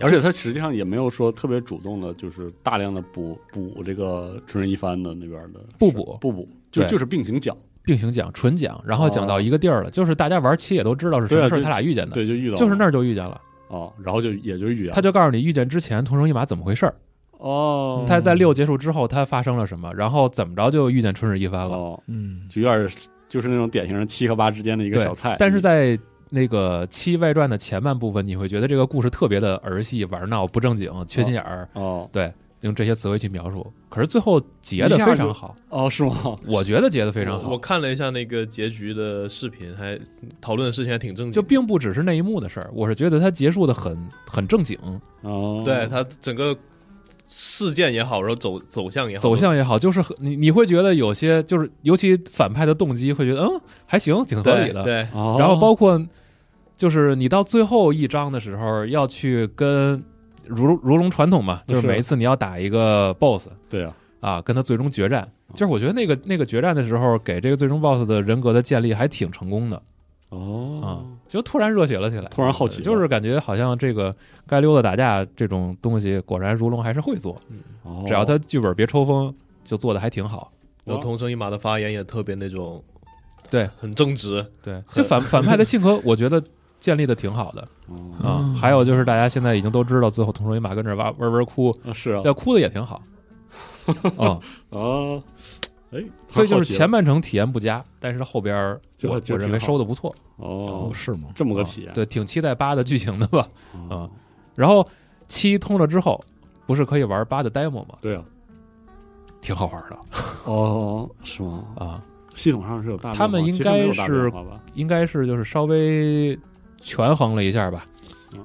Speaker 2: 而且他实际上也没有说特别主动的，就是大量的补补这个春人一番的那边的
Speaker 1: 不补
Speaker 2: 不补，就
Speaker 1: 对
Speaker 2: 就是并行讲，
Speaker 1: 并行讲，纯讲，然后讲到一个地儿了，就是大家玩七也都知道是什
Speaker 2: 哦对啊
Speaker 1: 么事儿，
Speaker 2: 就
Speaker 1: 他俩遇见的，
Speaker 2: 对，就遇到
Speaker 1: 就是那
Speaker 2: 儿
Speaker 1: 儿就遇见了，
Speaker 2: 哦，然后就也就遇到
Speaker 1: 他就告诉你遇见之前同生一马怎么回事儿，
Speaker 2: 哦，
Speaker 1: 他在六结束之后他发生了什么，然后怎么着就遇见春日一番了，
Speaker 2: 哦，
Speaker 3: 嗯，
Speaker 2: 就有点就是那种典型的七和八之间的一个
Speaker 1: 对
Speaker 2: 小菜，
Speaker 1: 但是在那个七外传的前半部分，你会觉得这个故事特别的儿戏、玩闹、不正经、缺心眼儿，
Speaker 2: 哦
Speaker 1: 用这些词汇去描述。可是最后结的非常好，
Speaker 2: 哦是吗？
Speaker 1: 我觉得结的非常
Speaker 4: 我
Speaker 1: 好，
Speaker 4: 看了一下那个结局的视频，还讨论的事情还挺正经的。
Speaker 1: 就并不只是那一幕的事儿，我是觉得他结束的很很正经，
Speaker 2: 哦，
Speaker 4: 对他整个事件也好，然后走走向也好，
Speaker 1: 走向也好，就是很你你会觉得有些就是，尤其反派的动机会觉得嗯还行，挺合
Speaker 4: 对
Speaker 1: 理的。
Speaker 4: 对，
Speaker 2: 哦，
Speaker 1: 然后包括就是你到最后一章的时候要去跟如如龙传统嘛，就是
Speaker 2: 是
Speaker 1: 每一次你要打一个 BOSS
Speaker 2: 对啊，
Speaker 1: 啊，跟他最终决战。
Speaker 2: 哦
Speaker 1: 就是我觉得那个那个决战的时候，给这个最终 BOSS 的人格的建立还挺成功的
Speaker 2: 哦
Speaker 1: 啊，就突然热血了起来，
Speaker 2: 突然好奇了
Speaker 1: 就是感觉好像这个该溜达打架这种东西，果然如龙还是会做，
Speaker 2: 哦
Speaker 1: 只要他剧本别抽风，就做的还挺好。
Speaker 4: 然后同生一马的发言也特别那种，
Speaker 1: 对，
Speaker 4: 很正直。
Speaker 1: 对， 就 反反派的性格，我觉得建立的挺好的
Speaker 2: 哦
Speaker 1: 啊、
Speaker 3: 嗯
Speaker 1: 还有就是大家现在已经都知道，最后同桌一马跟着哇哇哇哭，
Speaker 2: 啊是啊
Speaker 1: 要哭的也 挺好啊、
Speaker 2: 哦，哎，
Speaker 1: 所以就
Speaker 2: 好
Speaker 1: 是
Speaker 2: 奇
Speaker 1: 前
Speaker 2: 了
Speaker 1: 半程体验不佳，但是后边儿
Speaker 2: 就
Speaker 1: 我
Speaker 2: 就
Speaker 1: 我认为
Speaker 2: 挺好
Speaker 1: 收的不错，
Speaker 3: 哦
Speaker 2: 哦，
Speaker 3: 是吗？
Speaker 2: 这么个
Speaker 1: 啊
Speaker 2: 体验
Speaker 1: 对，挺期待八的剧情的吧。
Speaker 2: 哦
Speaker 1: 啊然后七通了之后，不是可以玩八的 demo 吗？
Speaker 2: 对啊
Speaker 1: 挺好玩的
Speaker 2: 哦是吗？
Speaker 1: 啊，
Speaker 2: 系统上是有大变化，
Speaker 1: 他们应
Speaker 2: 其实没有
Speaker 1: 该
Speaker 2: 大
Speaker 1: 是
Speaker 2: 变化吧？
Speaker 1: 应该是就是稍微权衡了一下吧
Speaker 2: 嗯。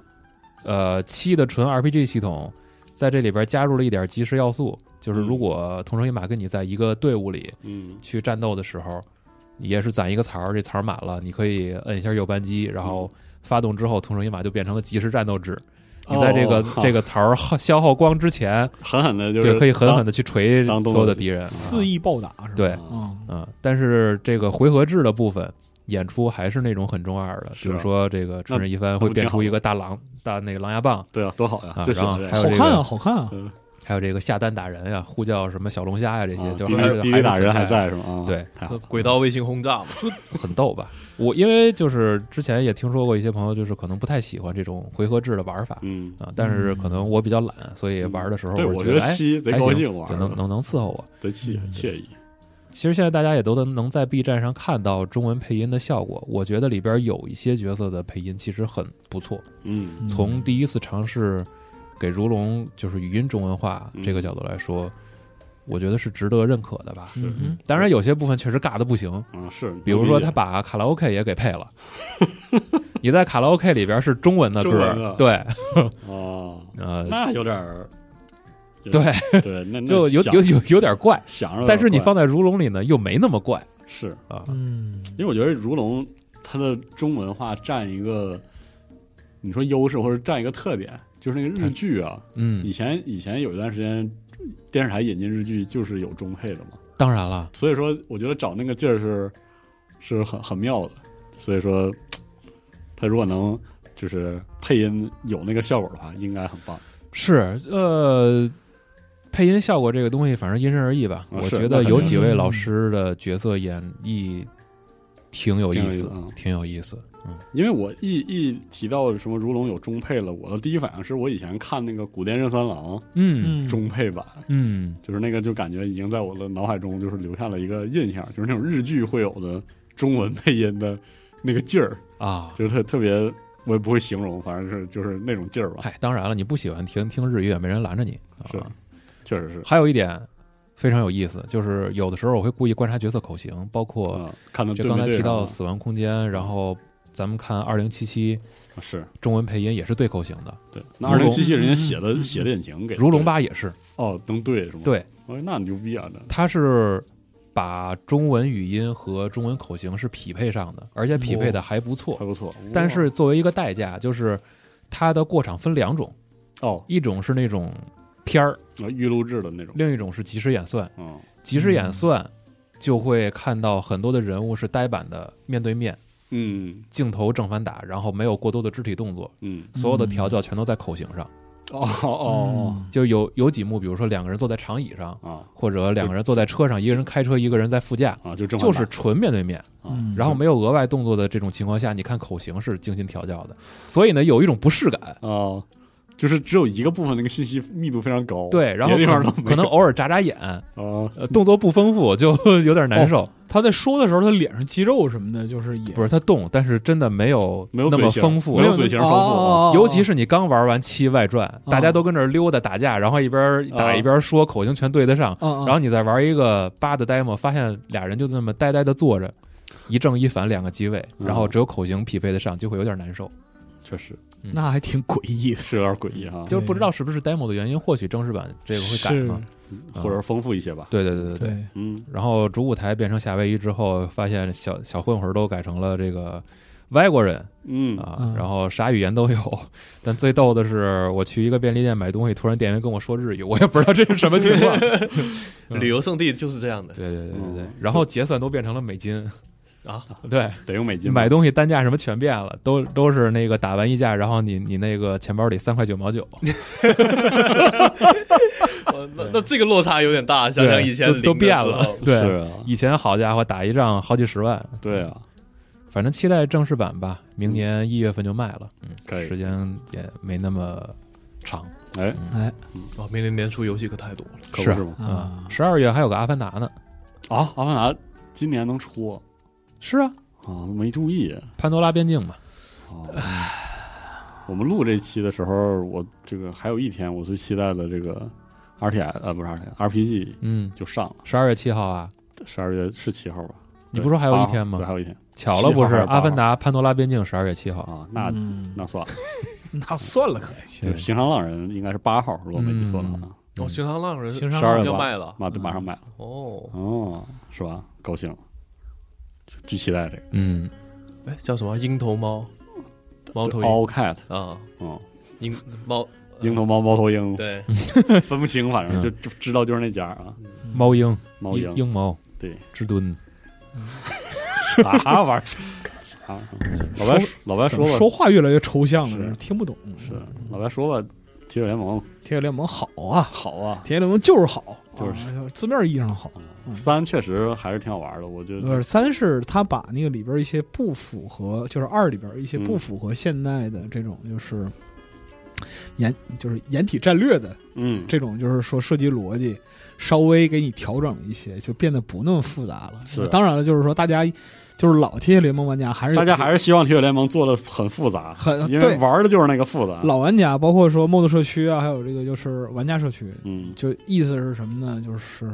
Speaker 1: 呃，七的纯 RPG 系统在这里边加入了一点即时要素，就是
Speaker 2: 嗯
Speaker 1: 如果同城一马跟你在一个队伍里
Speaker 2: 嗯，
Speaker 1: 去
Speaker 2: 嗯
Speaker 1: 战斗的时候，你也是攒一个槽儿，这槽儿满了，你可以摁一下右扳机，然后发动之后，同程一马就变成了即时战斗制。你在这个、这个槽儿耗消耗光之前，
Speaker 2: 狠狠的，哦就是
Speaker 1: 对，可以狠狠嗯
Speaker 2: 的，
Speaker 1: 的去锤
Speaker 2: 当
Speaker 1: 所有的敌人。
Speaker 3: 肆意暴打是吧？
Speaker 1: 啊对，
Speaker 3: 嗯，
Speaker 1: 嗯，但是这个回合制的部分演出还是那种很中二的，比
Speaker 2: 是啊
Speaker 1: 如说这个春日一番会变出一个大狼大那个狼牙棒，
Speaker 2: 对啊，多好呀
Speaker 1: 啊，
Speaker 2: 就喜欢
Speaker 1: 然后还有这
Speaker 2: 这样
Speaker 3: 好
Speaker 1: 个
Speaker 3: 看啊，好看啊！
Speaker 2: 嗯
Speaker 1: 还有这个下蛋打人呀、呼叫什么小龙虾呀、这些，
Speaker 2: 啊
Speaker 1: 就
Speaker 2: 比
Speaker 1: 还
Speaker 2: 利
Speaker 1: 是
Speaker 2: 比利打人
Speaker 1: 还
Speaker 2: 还
Speaker 1: 是存
Speaker 2: 在是吗？啊，
Speaker 1: 对
Speaker 2: 太好了，
Speaker 4: 轨道卫星轰炸嘛，
Speaker 1: 在，很逗吧？我因为就是之前也听说过一些朋友，就是可能不太喜欢这种回合制的玩法
Speaker 2: 嗯，
Speaker 1: 啊，但是可能我比较懒，所以玩的时候
Speaker 2: 对，
Speaker 1: 我
Speaker 2: 我觉得
Speaker 1: 哎
Speaker 2: 七贼
Speaker 1: 还
Speaker 2: 高
Speaker 1: 行
Speaker 2: 兴玩
Speaker 1: 就
Speaker 2: 儿
Speaker 1: 能
Speaker 2: 的，
Speaker 1: 能嗯能伺候我。
Speaker 2: 贼惬惬意，
Speaker 1: 其实现在大家也都能能在 B 站上看到中文配音的效果，我觉得里边有一些角色的配音其实很不错。
Speaker 2: 嗯，
Speaker 3: 嗯
Speaker 1: 从第一次尝试给如龙就是语音中文化
Speaker 2: 嗯
Speaker 1: 这个角度来说，我觉得是值得认可的吧。
Speaker 3: 嗯哼
Speaker 1: 当然，有些部分确实尬的不行，
Speaker 2: 啊是，
Speaker 1: 比如
Speaker 2: 能
Speaker 1: 说
Speaker 2: 理
Speaker 1: 他
Speaker 2: 解
Speaker 1: 把卡拉 OK 也给配了。 你在卡拉 OK 里边是中文的
Speaker 2: 中文的
Speaker 1: 歌，对，
Speaker 2: 哦，
Speaker 1: 呃，
Speaker 2: 那有点儿，有
Speaker 1: 对
Speaker 2: 点，对，那那
Speaker 1: 就有
Speaker 2: 想
Speaker 1: 有有有点怪，
Speaker 2: 想着有点怪，
Speaker 1: 但是你放在如龙里呢又没那么怪
Speaker 2: 是
Speaker 1: 啊。
Speaker 3: 嗯，
Speaker 2: 因为我觉得如龙它的中文化占一个，你说优势或者占一个特点，就是那个日剧啊，
Speaker 1: 嗯
Speaker 2: 以，前以前有一段时间电视台引进日剧就是有中配的嘛，
Speaker 1: 当然了，
Speaker 2: 所以说我觉得找那个劲儿是是很很妙的，所以说他如果能就是配音有那个效果的话，应该很棒。
Speaker 1: 是呃，配音效果这个东西，反正因人而异吧。
Speaker 2: 啊
Speaker 1: 我
Speaker 2: 是
Speaker 1: 觉
Speaker 2: 那
Speaker 1: 得
Speaker 2: 肯
Speaker 1: 有
Speaker 2: 定
Speaker 1: 几
Speaker 3: 是
Speaker 1: 位
Speaker 3: 嗯
Speaker 1: 老师的角色演绎挺有
Speaker 2: 挺
Speaker 1: 意
Speaker 2: 有意
Speaker 1: 思
Speaker 2: 思啊，
Speaker 1: 挺有意思。
Speaker 2: 因为我一一提到什么如龙有中配了，我的第一反应是我以前看那个《古殿任三郎
Speaker 1: 嗯》
Speaker 2: 中配版，
Speaker 1: 嗯
Speaker 2: 就是那个就感觉已经在我的脑海中就是留下了一个印象，就是那种日剧会有的中文配音的那个劲儿，
Speaker 1: 啊，
Speaker 2: 就是特特别，我也不会形容，反正是就是那种劲儿吧，
Speaker 1: 嗨，当然了，你不喜欢听听日语，也没人拦着你。啊
Speaker 2: 是确实是。
Speaker 1: 还有一点非常有意思，就是有的时候我会故意观察角色口型，包括
Speaker 2: 啊，看到
Speaker 1: 就
Speaker 2: 对
Speaker 1: 刚
Speaker 2: 没
Speaker 1: 才
Speaker 2: 对
Speaker 1: 提到《
Speaker 2: 上啊
Speaker 1: 死亡空间》，然后咱们看《二零七七》
Speaker 2: 啊是
Speaker 1: 中文配音也是对口型的，
Speaker 2: 对，那
Speaker 1: 如
Speaker 2: 二
Speaker 1: 龙
Speaker 2: 零七七人家写
Speaker 3: 嗯嗯
Speaker 2: 的
Speaker 3: 嗯
Speaker 2: 写的引擎给
Speaker 1: 《如龙八》也是，
Speaker 2: 哦，能对是吗？
Speaker 1: 对，
Speaker 2: 哦，那牛逼啊！那
Speaker 1: 它是把中文语音和中文口型是匹配上的，而且匹配的还不错。
Speaker 2: 还不错。
Speaker 1: 但
Speaker 2: 哇
Speaker 1: 是作为一个代价，就是它的过场分两种，
Speaker 2: 哦，
Speaker 1: 一种是那种片儿，
Speaker 2: 呃预录制的那种，
Speaker 1: 另一种是即时演算。
Speaker 2: 嗯，
Speaker 1: 即时演算就会看到很多的人物是呆板的面对面，
Speaker 2: 嗯
Speaker 1: 镜头正反打，然后没有过多的肢体动作，
Speaker 2: 嗯，
Speaker 1: 所有的调教全都在口型上。
Speaker 2: 哦哦
Speaker 1: 就有有几幕，比如说两个人坐在长椅上
Speaker 2: 哦，。啊
Speaker 1: 或者两个人坐在车上，一个人开车，一个人在副驾，
Speaker 2: 啊，就正反
Speaker 1: 就
Speaker 2: 打
Speaker 1: 是纯面对面。
Speaker 3: 嗯
Speaker 2: 啊，
Speaker 1: 然后没有额外动作的这种情况下，你看口型是精心调教的，所以呢有一种不适感。
Speaker 2: 哦，就是只有一个部分那个信息密度非常高，
Speaker 1: 对，然后
Speaker 2: 别的地方都
Speaker 1: 可能偶尔眨眨眼，
Speaker 2: 啊，
Speaker 1: 呃，动作不丰富就 有点难
Speaker 2: 哦
Speaker 1: 受。
Speaker 3: 他在说的时候，他脸上肌肉什么的，就是也
Speaker 1: 不是他动，但是真的没有
Speaker 2: 没有
Speaker 1: 那么
Speaker 2: 嘴型
Speaker 1: 丰富啊
Speaker 2: 没。有哦
Speaker 3: 那
Speaker 2: 嘴型
Speaker 3: 哦
Speaker 2: 丰富
Speaker 3: 哦哦哦
Speaker 1: 尤其是你刚玩完《七外传》，大家都跟这儿溜达打架，然后一边打
Speaker 2: 啊
Speaker 1: 一边说，口型全对得上。
Speaker 2: 哦
Speaker 3: 嗯，嗯
Speaker 1: 然后你再玩一个八的 demo，发现俩人就这么呆呆的坐着，一正一反两个机位，
Speaker 2: 嗯
Speaker 1: 然后只有口型匹配得上，就会有点难受。
Speaker 2: 哦确实
Speaker 3: 那还挺诡异的，
Speaker 2: 是有点诡异哈，
Speaker 1: 就是不知道是不是 demo 的原因，或许正式版这个会改
Speaker 3: 是
Speaker 1: 嘛？
Speaker 2: 或者丰富一些吧，
Speaker 1: 对对对对对。
Speaker 3: 对，
Speaker 2: 嗯，
Speaker 1: 然后主舞台变成夏威夷之后，发现小小混混都改成了这个外国人
Speaker 2: 嗯
Speaker 1: 啊，
Speaker 3: 嗯
Speaker 1: 然后啥语言都有。 但最逗的是，我去一个便利店买东西，突然店员跟我说日语，我也不知道这是什么情况。嗯
Speaker 4: 旅游胜地就是这样的。
Speaker 1: 对对对对对
Speaker 2: 嗯，
Speaker 1: 然后结算都变成了美金
Speaker 4: 啊，
Speaker 1: 对，
Speaker 2: 得用美金吧
Speaker 1: 买东西单价什么全变了，都都是那个打完一架，然后你你那个钱包里三块九毛九，
Speaker 4: 呃那那这个落差有点大，想想以前
Speaker 1: 对都都
Speaker 4: 零的
Speaker 1: 变
Speaker 4: 时
Speaker 1: 了
Speaker 4: 候，
Speaker 1: 对，
Speaker 2: 是啊，
Speaker 1: 以前好家伙，打一仗好几十万，
Speaker 2: 对啊，
Speaker 1: 反正期待正式版吧，
Speaker 2: 嗯
Speaker 1: 明年一月份就卖了，嗯，
Speaker 2: 可以
Speaker 1: 时间也没那么长嗯
Speaker 2: 哎，
Speaker 3: 哎
Speaker 4: 哦，明年年初游戏可太多了。
Speaker 2: 可
Speaker 1: 是
Speaker 2: 不
Speaker 1: 啊
Speaker 2: 是吗？
Speaker 1: 啊
Speaker 3: 啊。，
Speaker 1: 十二月还有个《阿凡达》呢，
Speaker 2: 啊，阿凡达今年能出啊
Speaker 1: 是啊，
Speaker 2: 啊，没注意
Speaker 1: 潘多拉边境嘛，
Speaker 2: 啊。我们录这期的时候，我这个还有一天，我最期待的这个 R T I 啊，不是 R T I R P G
Speaker 1: 嗯，
Speaker 2: 就上了，
Speaker 1: 十二月七号啊，
Speaker 2: 十二月是七号吧？
Speaker 1: 你不是说还有
Speaker 2: 八
Speaker 1: 一
Speaker 2: 号
Speaker 1: 天吗
Speaker 2: 对，还有一天
Speaker 1: 巧了不是，《
Speaker 2: 7号还是8号
Speaker 1: 阿凡达》《潘多拉边境》十二月七号，
Speaker 2: 啊，那
Speaker 3: 嗯
Speaker 2: 那算了。
Speaker 3: 那算了，可以。
Speaker 2: 对，哎行商浪人应该是八号，如果没记错的话，
Speaker 1: 嗯
Speaker 4: 哦，行商浪人
Speaker 3: 行
Speaker 2: 十二月
Speaker 4: 要
Speaker 2: 八
Speaker 4: 卖了
Speaker 2: 马马上买了，
Speaker 4: 哦，
Speaker 2: 哦，是吧？高兴了，巨巨期待这个。
Speaker 1: 嗯，
Speaker 4: 哎，叫什么？鹰头猫猫头鹰
Speaker 2: all cat，
Speaker 4: 啊，
Speaker 2: 嗯，
Speaker 4: 鹰猫
Speaker 2: 鹰头猫，猫头鹰，
Speaker 4: 对，
Speaker 2: 分不清，反正
Speaker 1: 嗯
Speaker 2: 就就知道就是那家啊，
Speaker 1: 猫鹰、
Speaker 2: 猫鹰
Speaker 1: 鹰、鹰猫，
Speaker 2: 对，
Speaker 1: 之敦，
Speaker 2: 啥玩意儿？啥玩意儿？老白老白啊说
Speaker 3: 怎么
Speaker 2: 吧，
Speaker 3: 说话越来越抽象了，
Speaker 2: 是
Speaker 3: 听不懂。
Speaker 2: 是老白说吧，铁血联盟
Speaker 3: 铁血联盟好啊，
Speaker 2: 好啊，
Speaker 3: 铁血联盟就是好，
Speaker 2: 就是
Speaker 3: 啊字面意义上好。嗯
Speaker 2: 三确实还是挺好玩的，我觉得
Speaker 3: 呃，三是他把那个里边一些不符合，就是二里边一些
Speaker 2: 嗯
Speaker 3: 不符合现代的这种就是掩就是掩体战略的
Speaker 2: 嗯，
Speaker 3: 这种就是说设计逻辑稍微给你调整一些，就变得不那么复杂了。
Speaker 2: 是
Speaker 3: 当然了，就是说大家就是老铁血联盟玩家还是
Speaker 2: 大家还是希望铁血联盟做的很复杂，
Speaker 3: 很
Speaker 2: 因为
Speaker 3: 呃对
Speaker 2: 玩的就是那个复杂，
Speaker 3: 老玩家，包括说 mod 社区啊，还有这个就是玩家社区，
Speaker 2: 嗯，
Speaker 3: 就意思是什么呢？就是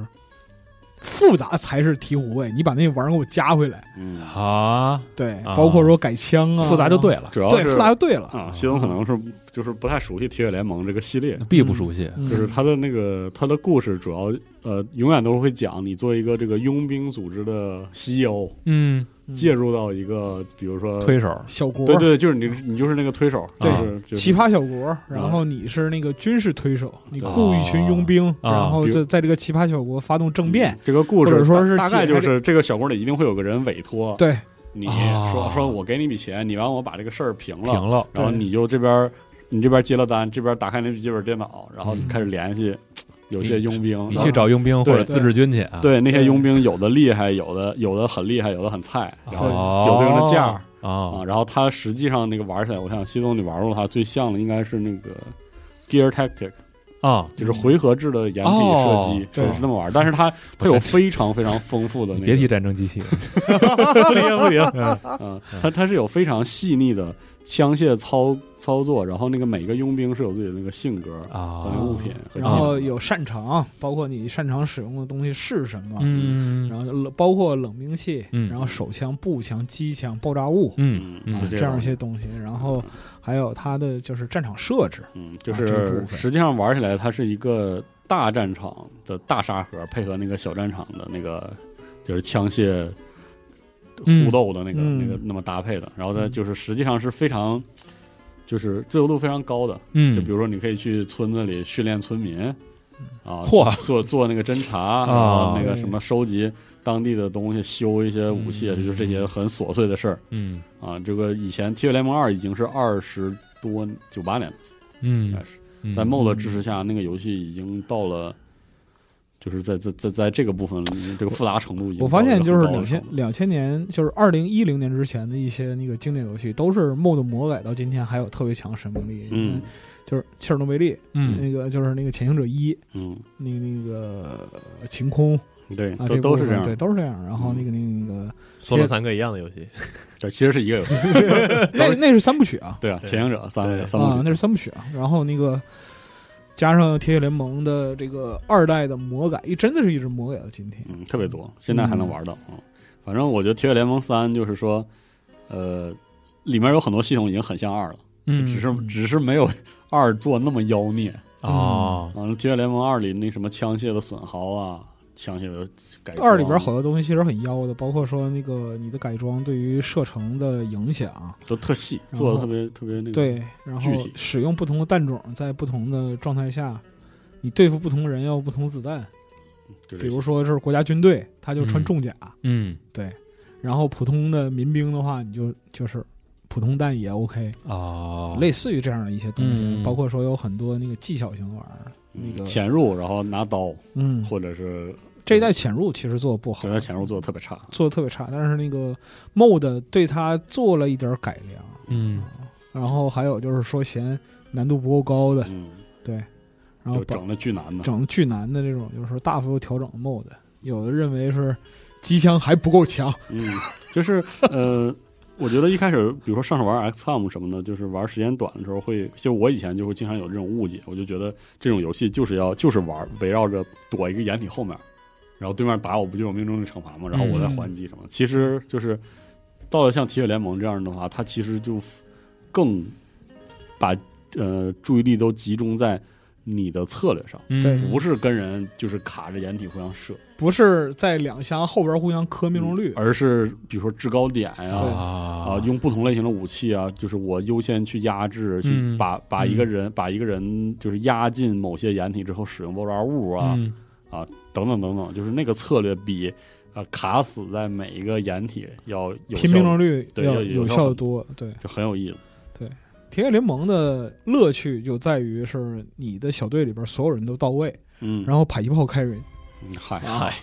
Speaker 3: 复杂才是醍醐味，你把那玩意儿给我加回来。
Speaker 2: 嗯，
Speaker 1: 啊，
Speaker 3: 对，
Speaker 1: 啊
Speaker 3: 包括说改枪啊，
Speaker 1: 复杂就对了，
Speaker 2: 主要
Speaker 3: 对，
Speaker 2: 是
Speaker 3: 复杂就对了。
Speaker 2: 啊，系统可能是就是不太熟悉铁血联盟这个系列，
Speaker 1: 必不熟悉，
Speaker 3: 嗯
Speaker 2: 就是他的那个他的故事主要呃永远都是会讲你做一个这个佣兵组织的 CEO，
Speaker 1: 嗯，
Speaker 2: 介入到一个比如说
Speaker 1: 推手，
Speaker 3: 小国，
Speaker 2: 对对，就是你你就是那个推手，
Speaker 1: 对
Speaker 2: 就是就是
Speaker 3: 奇葩小国，然后你是那个军事推手，你
Speaker 2: 对
Speaker 3: 雇一群佣兵，
Speaker 1: 啊
Speaker 3: 然后
Speaker 2: 比如
Speaker 3: 就在这个奇葩小国发动政变
Speaker 2: 嗯。这个故事
Speaker 3: 或者说是
Speaker 2: 大大概
Speaker 3: 解
Speaker 2: 就是这个小国里一定会有个人委托
Speaker 3: 对，
Speaker 2: 你
Speaker 1: 啊
Speaker 2: 说说我给你笔钱，你完我把这个事儿平
Speaker 1: 平
Speaker 2: 了，
Speaker 1: 了，
Speaker 2: 嗯然后
Speaker 3: 对
Speaker 2: 你就这边你这边接了单，这边打开你笔记本电脑，然后
Speaker 1: 嗯
Speaker 2: 开始联系有些佣兵，
Speaker 1: 你
Speaker 2: 然后
Speaker 1: 去找佣兵或
Speaker 2: 对
Speaker 1: 者自治军去啊，
Speaker 2: 对那些
Speaker 3: 对
Speaker 2: 佣兵有的厉害，有的有的很厉害，有的很菜，然后
Speaker 1: 哦，
Speaker 2: 有这样的价儿啊，
Speaker 1: 啊，
Speaker 2: 然后它实际上那个玩起来，我想西东你玩过的话，最像的应该是那个 Gear Tactic，
Speaker 1: 啊，
Speaker 2: 就是回合制的掩体射击
Speaker 1: 哦，
Speaker 2: 是是那么玩。但是它它有非常非常丰富的那
Speaker 1: 你
Speaker 2: 个，
Speaker 1: 别提战争机 器了，
Speaker 2: 不提不提， 嗯，它它是有非常细腻的枪械操操作，然后那个每个佣兵是有自己的那个性格和那个
Speaker 1: 啊，
Speaker 2: 物品和技
Speaker 3: 然
Speaker 2: 能，
Speaker 3: 后有擅长，包括你擅长使用的东西是什
Speaker 2: 啊
Speaker 3: 么，
Speaker 1: 嗯
Speaker 3: 然后冷包括冷兵器，
Speaker 1: 嗯
Speaker 3: 然后手枪、步枪、机枪、爆炸物，
Speaker 1: 嗯
Speaker 2: 嗯
Speaker 1: 嗯
Speaker 2: 对
Speaker 3: 这样一些东西，然后还有它的就是战场设置，
Speaker 2: 嗯，就
Speaker 3: 啊这
Speaker 2: 是
Speaker 3: 部分
Speaker 2: 实际上玩起来它是一个大战场的大沙盒配合那个小战场的那个就是枪械互斗的那个、
Speaker 3: 嗯
Speaker 2: 那个那么搭配的，然后它就是实际上是非常。就是自由度非常高的，
Speaker 1: 嗯，
Speaker 2: 就比如说你可以去村子里训练村民， 啊，
Speaker 1: 嚯
Speaker 2: 做做那个侦查，
Speaker 1: 啊
Speaker 2: 然后那个什么收集当地的东西，修一些武器，啊
Speaker 1: 嗯
Speaker 2: 就是这些很琐碎的事儿
Speaker 1: 嗯
Speaker 2: 啊。这个以前《铁血联盟二》已经是二十多九八年了，应该
Speaker 1: 嗯，
Speaker 2: 是
Speaker 1: 嗯
Speaker 2: 在 MOD 支持下，那个游戏已经到了。就是在在在在这个部分，这个复杂程度已经
Speaker 3: 我发现
Speaker 2: 到了一
Speaker 3: 就
Speaker 2: 个
Speaker 3: 是
Speaker 2: 很高
Speaker 3: 两
Speaker 2: 的
Speaker 3: 千
Speaker 2: 程度
Speaker 3: 两千年，就是二零一零年之前的一些那个经典游戏，都是 MOD 魔改到今天还有特别强的生命力。
Speaker 2: 嗯，
Speaker 3: 就是切尔诺贝利，
Speaker 1: 嗯
Speaker 2: 呃
Speaker 3: 那个就是那个《潜行者一》，
Speaker 2: 嗯，
Speaker 3: 那个那个呃晴空
Speaker 2: 对，
Speaker 3: 啊，
Speaker 2: 都
Speaker 3: 这
Speaker 2: 都是这
Speaker 3: 部分
Speaker 2: 样嗯
Speaker 3: 对，
Speaker 2: 的，
Speaker 3: 都是这样。然后那个那个
Speaker 4: 说了三个一样的游戏，
Speaker 2: 对，其实是一个游戏，
Speaker 3: 那那是三部曲啊，
Speaker 2: 对啊，
Speaker 4: 对
Speaker 2: 潜行者三
Speaker 4: 对
Speaker 2: 个三
Speaker 3: 啊，
Speaker 2: 部曲
Speaker 3: 那是三部曲啊。然后那个加上铁血联盟的这个二代的魔改，一真的是一直魔改到今天。
Speaker 2: 嗯，特别多，现在还能玩到嗯。反正我觉得《铁血联盟三》就是说，呃，里面有很多系统已经很像二了，
Speaker 1: 嗯，
Speaker 2: 只是
Speaker 3: 嗯
Speaker 2: 只是没有 二做那么妖孽。
Speaker 1: 哦，
Speaker 2: 完了，《铁血联盟二》里那什么枪械的损耗啊，枪械的改装
Speaker 3: 二里边好多东西其实很妖的，包括说那个你的改装对于射程的影响，
Speaker 2: 都特细，
Speaker 3: 然
Speaker 2: 做
Speaker 3: 后
Speaker 2: 的特别特别那个。
Speaker 3: 对，然后
Speaker 2: 具体
Speaker 3: 使用不同的弹种，在不同的状态下，你对付不同人要不同子弹。
Speaker 2: 就
Speaker 3: 比
Speaker 2: 这些，
Speaker 3: 如说就是国家军队，他就穿
Speaker 1: 嗯
Speaker 3: 重甲，
Speaker 1: 嗯
Speaker 3: 对，然后普通的民兵的话，你就就是普通弹也 OK，、
Speaker 1: 哦，
Speaker 3: 类似于这样的一些东西，
Speaker 1: 嗯
Speaker 3: 包括说有很多那个技巧型的玩意儿，那个
Speaker 2: 嗯潜入，然后拿刀，
Speaker 3: 嗯，
Speaker 2: 或者是
Speaker 3: 这一代潜入其实做的不好
Speaker 2: 整，个潜入做的特别差。
Speaker 3: 做的特别差，但是那个 MOD 对它做了一点儿改良，
Speaker 1: 嗯
Speaker 2: 啊
Speaker 3: 然后还有就是说嫌难度不够高的，
Speaker 2: 嗯，
Speaker 3: 对，然后
Speaker 2: 就
Speaker 3: 把
Speaker 2: 整的巨难的。
Speaker 3: 整巨难的这种，就是说大幅度调整的 MOD，有的认为是机枪还不够强，
Speaker 2: 嗯，就是呃，我觉得一开始，比如说上手玩 XCOM 什么的，就是玩时间短的时候会，就我以前就会经常有这种误解，我就觉得这种游戏就是要就是玩围绕着躲一个掩体后面，然后对面打我不就有命中率惩罚吗？然后我再还击
Speaker 3: 嗯
Speaker 2: 什么？其实就是到了像铁血联盟这样的话，它其实就更把呃注意力都集中在你的策略上，
Speaker 1: 嗯
Speaker 3: 对
Speaker 2: 不是跟人就是卡着掩体互相射，
Speaker 3: 不是在两厢后边互相磕命中率，
Speaker 2: 嗯而是比如说制高点呀、
Speaker 3: 对
Speaker 1: 啊
Speaker 2: 啊，用不同类型的武器啊，就是我优先去压
Speaker 1: 嗯
Speaker 2: 制，去把把一个人、把一个人就是压进某些掩体之后使用爆炸物啊，
Speaker 1: 嗯
Speaker 2: 等等等等，就是那个策略比呃卡死在每一个掩体要有
Speaker 3: 拼
Speaker 2: 效
Speaker 3: 命中率
Speaker 2: 对
Speaker 3: 要
Speaker 2: 要
Speaker 3: 有
Speaker 2: 有效
Speaker 3: 效
Speaker 2: 很
Speaker 3: 多。对，
Speaker 2: 就很有意思。
Speaker 3: 铁血联盟的乐趣就在于是你的小队里边所有人都到位，
Speaker 2: 嗯，
Speaker 3: 然后迫一炮开人，
Speaker 2: 嗯嗨嗨，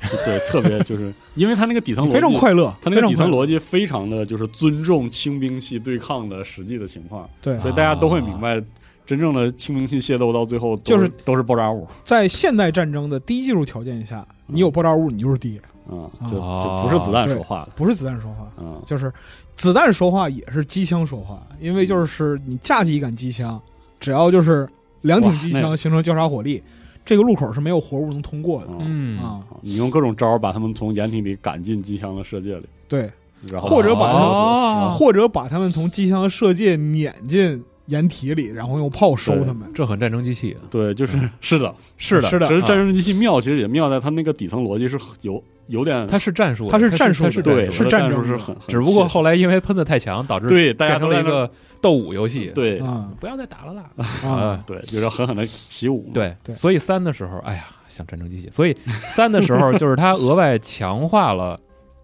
Speaker 2: 对，特别 就是因为他那个底层逻
Speaker 3: 非常
Speaker 2: 辑，
Speaker 3: 快乐。
Speaker 2: 他那个底层
Speaker 3: 非常快乐
Speaker 2: 逻辑非常的就是尊重轻兵器对抗的实际的情况，
Speaker 3: 对，
Speaker 2: 所以大家都会明白，真正的轻兵器械斗到最后都
Speaker 3: 就是
Speaker 2: 都是爆炸物，
Speaker 3: 在现代战争的低技术条件下，
Speaker 2: 嗯
Speaker 3: 你有爆炸物，你就是爹，
Speaker 2: 嗯，
Speaker 3: 啊
Speaker 2: 就就不是子弹说话的，
Speaker 3: 不是子弹说话，
Speaker 2: 嗯
Speaker 3: 就是子弹说话也是机枪说话，因为
Speaker 2: 嗯
Speaker 3: 就是你架起一杆机枪，只要就是两挺
Speaker 2: 哇
Speaker 3: 机
Speaker 2: 那
Speaker 3: 枪
Speaker 2: 个
Speaker 3: 形成交叉火力，这个路口是没有活物能通过的
Speaker 2: 嗯，
Speaker 1: 嗯，
Speaker 3: 啊。
Speaker 2: 你用各种招儿把他们从掩体里赶进机枪的世界里，
Speaker 3: 对，
Speaker 2: 然后
Speaker 3: 或者把他
Speaker 2: 啊
Speaker 1: 哦
Speaker 3: 或者把他们从机枪射界撵进掩体里，然后用炮收他们。
Speaker 1: 这很战争机器，
Speaker 2: 对，就是啊是的，
Speaker 1: 是
Speaker 3: 嗯是的
Speaker 2: 其实战
Speaker 1: 啊
Speaker 2: 争机器妙，其实也妙在它那个底层逻辑是有有点，
Speaker 1: 它是战术的，
Speaker 3: 它是
Speaker 1: 它
Speaker 3: 战术
Speaker 1: 它是
Speaker 3: 的
Speaker 1: 战
Speaker 2: 对
Speaker 1: 术
Speaker 3: 是
Speaker 1: 的
Speaker 2: 它的
Speaker 3: 战
Speaker 2: 战术
Speaker 3: 争
Speaker 2: 是
Speaker 3: 的
Speaker 2: 很，很
Speaker 1: 只不过
Speaker 2: 切
Speaker 1: 后来因为喷子太强，导致
Speaker 2: 对大家
Speaker 1: 变成了
Speaker 2: 都在
Speaker 1: 一
Speaker 2: 那儿
Speaker 1: 个嗯斗舞游戏，
Speaker 2: 对
Speaker 3: 啊
Speaker 1: 不要再打了啦。
Speaker 3: 啊，
Speaker 2: 对，就是要狠狠的起舞嘛，
Speaker 1: 对
Speaker 3: 对
Speaker 1: 所以三的时候，哎呀，像战争机器。所以三的时候，就是它额外强化了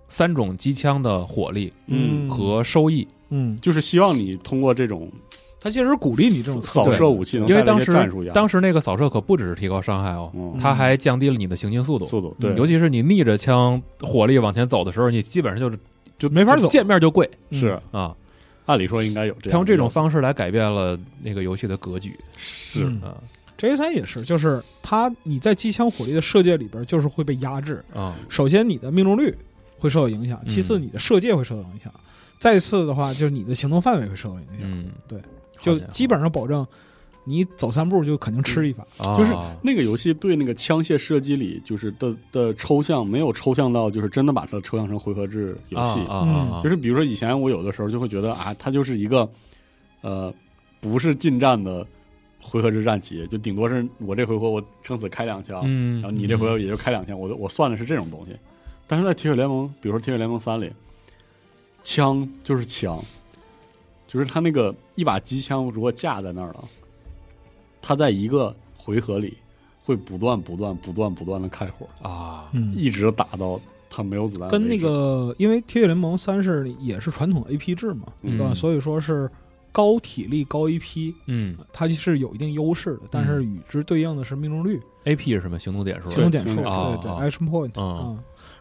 Speaker 1: 三种机枪的火力
Speaker 3: 嗯
Speaker 1: 和收益，
Speaker 3: 嗯，
Speaker 2: 就是希望你通过这种
Speaker 3: 他其实鼓励你这种策
Speaker 2: 扫
Speaker 3: 略，
Speaker 2: 射武器能
Speaker 1: 因为
Speaker 2: 带来
Speaker 1: 当
Speaker 2: 一些
Speaker 1: 时
Speaker 2: 战术压力，
Speaker 1: 当时那个扫射可不只是提高伤害哦，
Speaker 2: 嗯
Speaker 1: 它还降低了你的行进速度。嗯
Speaker 2: 速度对
Speaker 1: 尤其是你逆着枪火力往前走的时候，你基本上就是
Speaker 3: 就没法走。
Speaker 1: 见面就跪
Speaker 3: 嗯
Speaker 2: 是
Speaker 1: 啊！
Speaker 2: 按理说应该有这
Speaker 1: 他
Speaker 2: 样
Speaker 1: 用
Speaker 2: 的
Speaker 1: 这种
Speaker 2: 要求
Speaker 1: 方式来改变了那个游戏的格局
Speaker 2: 是
Speaker 3: 嗯
Speaker 1: 啊
Speaker 3: J 三也是，就是它你在机枪火力的射界里边，就是会被压制。
Speaker 1: 啊！
Speaker 3: 首先，你的命中率会受到影响；其次，
Speaker 1: 嗯
Speaker 3: 你的射界会受到影响；再次的话，就是你的行动范围会受到影响。
Speaker 1: 嗯，
Speaker 3: 对，
Speaker 1: 好
Speaker 3: 就
Speaker 1: 家伙
Speaker 3: 基本上保证你走三步就肯定吃一发。
Speaker 1: 啊
Speaker 2: 就是那个游戏对那个枪械射击里就是的的抽象没有抽象到，就是真的把它抽象成回合制游戏，
Speaker 1: 啊啊
Speaker 3: 嗯
Speaker 1: 啊啊
Speaker 2: 就是比如说以前我有的时候就会觉得啊，它就是一个呃不是近战的回合制战棋，就顶多是我这回合我撑死开两枪，
Speaker 1: 嗯，
Speaker 2: 然后你这回合也就开两枪，我我算的是这种东西。但是在铁血联盟，比如说铁血联盟三里，枪就是枪，就是它那个一把机枪如果架在那儿了，它在一个回合里会不断不断不断不断的开火，
Speaker 1: 啊，
Speaker 3: 嗯，
Speaker 2: 一直打到它没有子弹为止。
Speaker 3: 跟那个因为《铁血联盟三》是也是传统 AP 制嘛，
Speaker 1: 嗯
Speaker 3: 对吧？所以说是高体力高 AP，
Speaker 1: 嗯
Speaker 3: 它是有一定优势的，但是与之对应的是命中率。
Speaker 1: ，AP 是什么行动点数？
Speaker 3: 行动点数，
Speaker 2: 行
Speaker 3: 对
Speaker 2: 动
Speaker 1: 点数
Speaker 3: 对
Speaker 1: 啊
Speaker 3: ，action point
Speaker 1: 嗯
Speaker 3: 嗯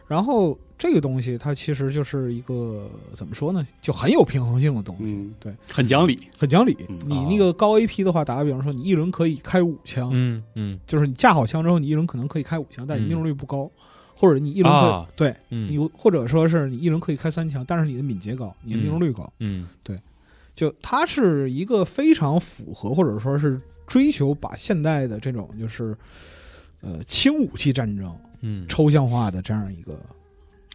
Speaker 3: 然后这个东西它其实就是一个怎么说呢，就很有平衡性的东西，
Speaker 2: 嗯，
Speaker 3: 对，
Speaker 2: 很讲理，
Speaker 3: 很讲理。
Speaker 2: 嗯
Speaker 3: 你
Speaker 1: 啊
Speaker 3: 那个高 AP 的话，打个比方说，你一轮可以开五枪，
Speaker 1: 嗯嗯
Speaker 3: 就是你架好枪之后，你一轮可能可以开五枪，但是
Speaker 1: 嗯
Speaker 3: 你命中率不高，或者你一轮可以、
Speaker 1: 啊
Speaker 3: 对你
Speaker 1: 嗯
Speaker 3: 或者说是你一轮可以开三枪，但是你的敏捷高，你的命中率高，
Speaker 1: 嗯
Speaker 3: 就它是一个非常符合或者说是追求把现代的这种就是呃轻武器战争
Speaker 1: 嗯，
Speaker 3: 抽象化的这样一个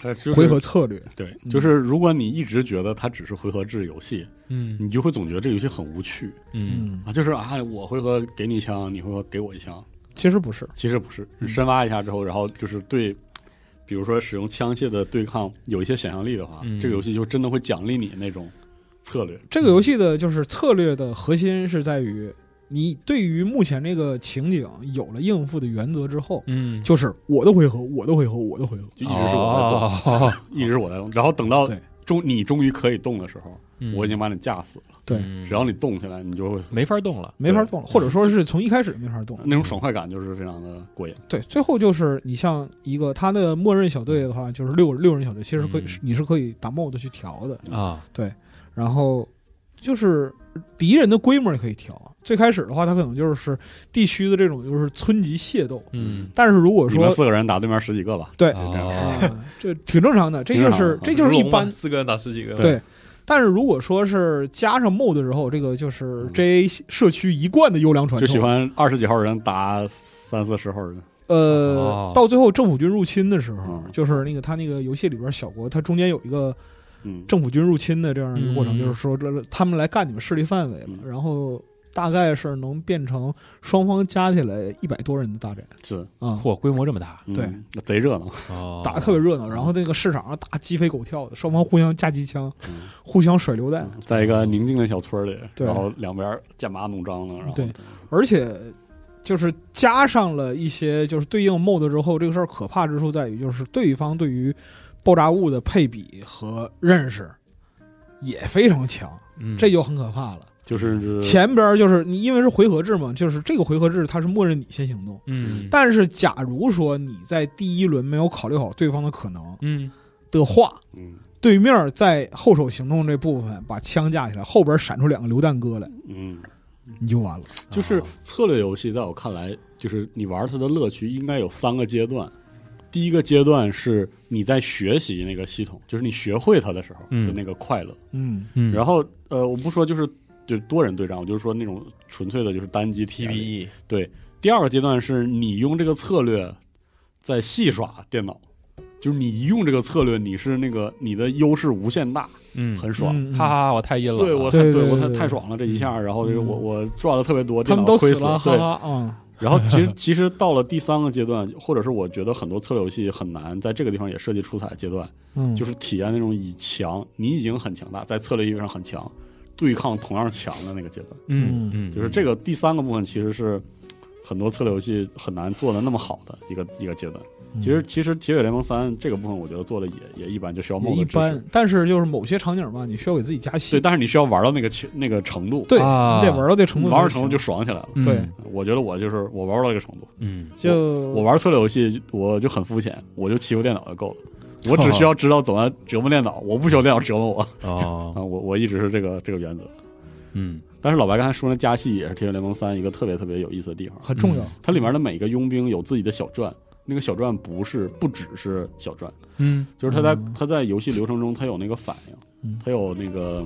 Speaker 2: 它呃就是
Speaker 3: 回合策略。
Speaker 2: 对，
Speaker 3: 嗯
Speaker 2: 就是如果你一直觉得它只是回合制游戏，
Speaker 1: 嗯
Speaker 2: 你就会总觉得这游戏很无趣
Speaker 1: 嗯
Speaker 3: 嗯，
Speaker 2: 啊，就是啊，我回合给你一枪，你回合给我一枪，
Speaker 3: 其实不是，
Speaker 2: 其实不是，
Speaker 3: 嗯
Speaker 2: 深挖一下之后，然后就是对，比如说使用枪械的对抗有一些想象力的话，
Speaker 1: 嗯
Speaker 2: 这个游戏就真的会奖励你那种策略。
Speaker 3: 这个游戏的就是策略的核心是在于你对于目前这个情景有了应付的原则之后，
Speaker 1: 嗯，
Speaker 3: 就是我的回合，我的回合，我的回合。
Speaker 2: 就一直是我在动，
Speaker 1: 哦
Speaker 2: 一直是我在动。然后等到
Speaker 3: 对嗯
Speaker 2: 终你终于可以动的时候，我已经把你架死了。
Speaker 3: 对，
Speaker 1: 哦嗯
Speaker 2: 只要你动起来，你就会死。
Speaker 1: 没法动了，
Speaker 3: 没法动了，或者说是从一开始没法动。
Speaker 2: 那种爽快感就是非常的过瘾。
Speaker 3: 对，最后就是你像一个他的默认小队的话，就是六六人小队，其实可以、
Speaker 1: 嗯
Speaker 3: 你是可以打 mod 去调的，
Speaker 1: 啊，
Speaker 3: 然后就是敌人的规模也可以调。啊最开始的话，他可能就是地区的这种就是村级械斗，
Speaker 1: 嗯，
Speaker 3: 但是如果
Speaker 2: 你们
Speaker 3: 说
Speaker 2: 四个人打对面十几个吧，
Speaker 3: 对，
Speaker 1: 哦
Speaker 3: 啊，这 挺正常的，这就
Speaker 2: 嗯挺正
Speaker 3: 是
Speaker 2: 常啊
Speaker 3: 这就是一般。
Speaker 4: 四个人打十几个，
Speaker 3: 对但是如果说是加上 mod 之后，这个就是 J 社区一贯的优良传
Speaker 2: 嗯就
Speaker 3: 统，
Speaker 2: 喜欢二十几号人打三四十号人。
Speaker 3: 呃，
Speaker 1: 哦
Speaker 3: 到最后政府军入侵的时候，
Speaker 2: 嗯
Speaker 3: 就是那个他那个游戏里边小国，它中间有一个
Speaker 2: 嗯，
Speaker 3: 政府军入侵的这样一个过
Speaker 1: 嗯
Speaker 3: 程，就是说这他们来干你们势力范围了，
Speaker 2: 嗯
Speaker 3: 然后大概是能变成双方加起来一百多人的大展
Speaker 2: 是，
Speaker 3: 啊，
Speaker 1: 嚯，规模这么大
Speaker 2: 嗯
Speaker 3: 对，
Speaker 2: 贼热闹，
Speaker 1: 哦，
Speaker 3: 打得特别
Speaker 2: 嗯
Speaker 3: 热闹。然后那个市场上打鸡飞狗跳的，双方互相架机枪，
Speaker 2: 嗯
Speaker 3: 互相甩榴弹，
Speaker 2: 在一个宁静的小村里，
Speaker 3: 哎对
Speaker 2: 然后两边剑拔弩张的，然后
Speaker 3: 对而且就是加上了一些就是对应 mod 之后，这个事儿可怕之处在于，就是对方对于爆炸物的配比和认识也非常强，
Speaker 1: 嗯
Speaker 3: 这就很可怕了。
Speaker 2: 就是
Speaker 3: 前边儿就是你因为是回合制嘛，就是这个回合制它是默认你先行动，
Speaker 1: 嗯
Speaker 3: 但是假如说你在第一轮没有考虑好对方的可能
Speaker 1: 嗯
Speaker 3: 的话，
Speaker 2: 嗯
Speaker 3: 对面在后手行动这部分把枪架起来，后边闪出两个榴弹哥来，
Speaker 2: 嗯，
Speaker 3: 你就完了。
Speaker 2: 就是策略游戏，在我看来，就是你玩它的乐趣应该有三个阶段。第一个阶段是你在学习那个系统，就是你学会它的时候
Speaker 1: 嗯
Speaker 2: 的那个快乐。
Speaker 3: 嗯
Speaker 1: 嗯，
Speaker 2: 然
Speaker 1: 后
Speaker 2: 后呃，我不说就是就是多人对战，我就是说那种纯粹的就是单机体验里
Speaker 4: PVE
Speaker 2: 第二个阶段是你用这个策略在戏耍电脑，就是你一用这个策略，你是那个你的优势无限大，
Speaker 1: 嗯，
Speaker 2: 很爽。
Speaker 3: 嗯
Speaker 1: 哈哈，我太阴了，
Speaker 2: 对我
Speaker 1: 啊
Speaker 2: 太
Speaker 3: 对对
Speaker 2: 我太
Speaker 3: 对
Speaker 2: 太爽了这一下，然后就是我
Speaker 3: 嗯
Speaker 2: 我赚了特别多，
Speaker 3: 他
Speaker 2: 电
Speaker 3: 们
Speaker 2: 脑
Speaker 3: 都
Speaker 2: 亏
Speaker 3: 死
Speaker 2: 死
Speaker 3: 了，哈
Speaker 2: 对。
Speaker 3: 哈啊！
Speaker 2: 然后其 实其实到了第三个阶段，或者是我觉得很多策略游戏很难在这个地方也设计出彩的阶段，
Speaker 3: 嗯，
Speaker 2: 就是体验那种以强，你已经很强大，在策略意义上很强，对抗同样强的那个阶段。
Speaker 1: 嗯
Speaker 3: 嗯
Speaker 1: 嗯，
Speaker 2: 就是这个第三个部分其实是很多策略游戏很难做的那么好的一个一个阶段。
Speaker 3: 嗯
Speaker 2: 其实其实《铁血联盟三》这个部分我觉得做的也也一般，就需要
Speaker 3: 也
Speaker 2: 梦
Speaker 3: 一
Speaker 2: 的支持
Speaker 3: 般。，但是就是某些场景吧，你需要给自己加戏
Speaker 2: 对，，但是你需要玩到那个情那个程度，
Speaker 3: 对，
Speaker 1: 啊
Speaker 3: 你得玩到这程度才行，
Speaker 2: 玩到程度就爽起来了。
Speaker 1: 嗯
Speaker 3: 对
Speaker 2: 我觉得我就是我玩到这个程度，
Speaker 1: 嗯
Speaker 3: 就
Speaker 2: 我玩策略游戏我就很肤浅，我就欺负电脑就够了。我只
Speaker 3: 哦
Speaker 2: 需要知道怎么折磨电脑，我不需要电脑折磨我
Speaker 1: 哦
Speaker 2: 啊！我我一直是这个这个原则。
Speaker 1: 嗯
Speaker 2: 但是老白刚才说那加戏也是《铁血联盟三》一个特别特别有意思的地方，
Speaker 3: 很重要。
Speaker 2: 它里面的每个佣兵有自己的小传，那个小传不是不只是小传，
Speaker 1: 嗯
Speaker 2: 就是他在、
Speaker 3: 嗯
Speaker 2: 他在游戏流程中他有那个反应
Speaker 3: 嗯，
Speaker 2: 他有那个，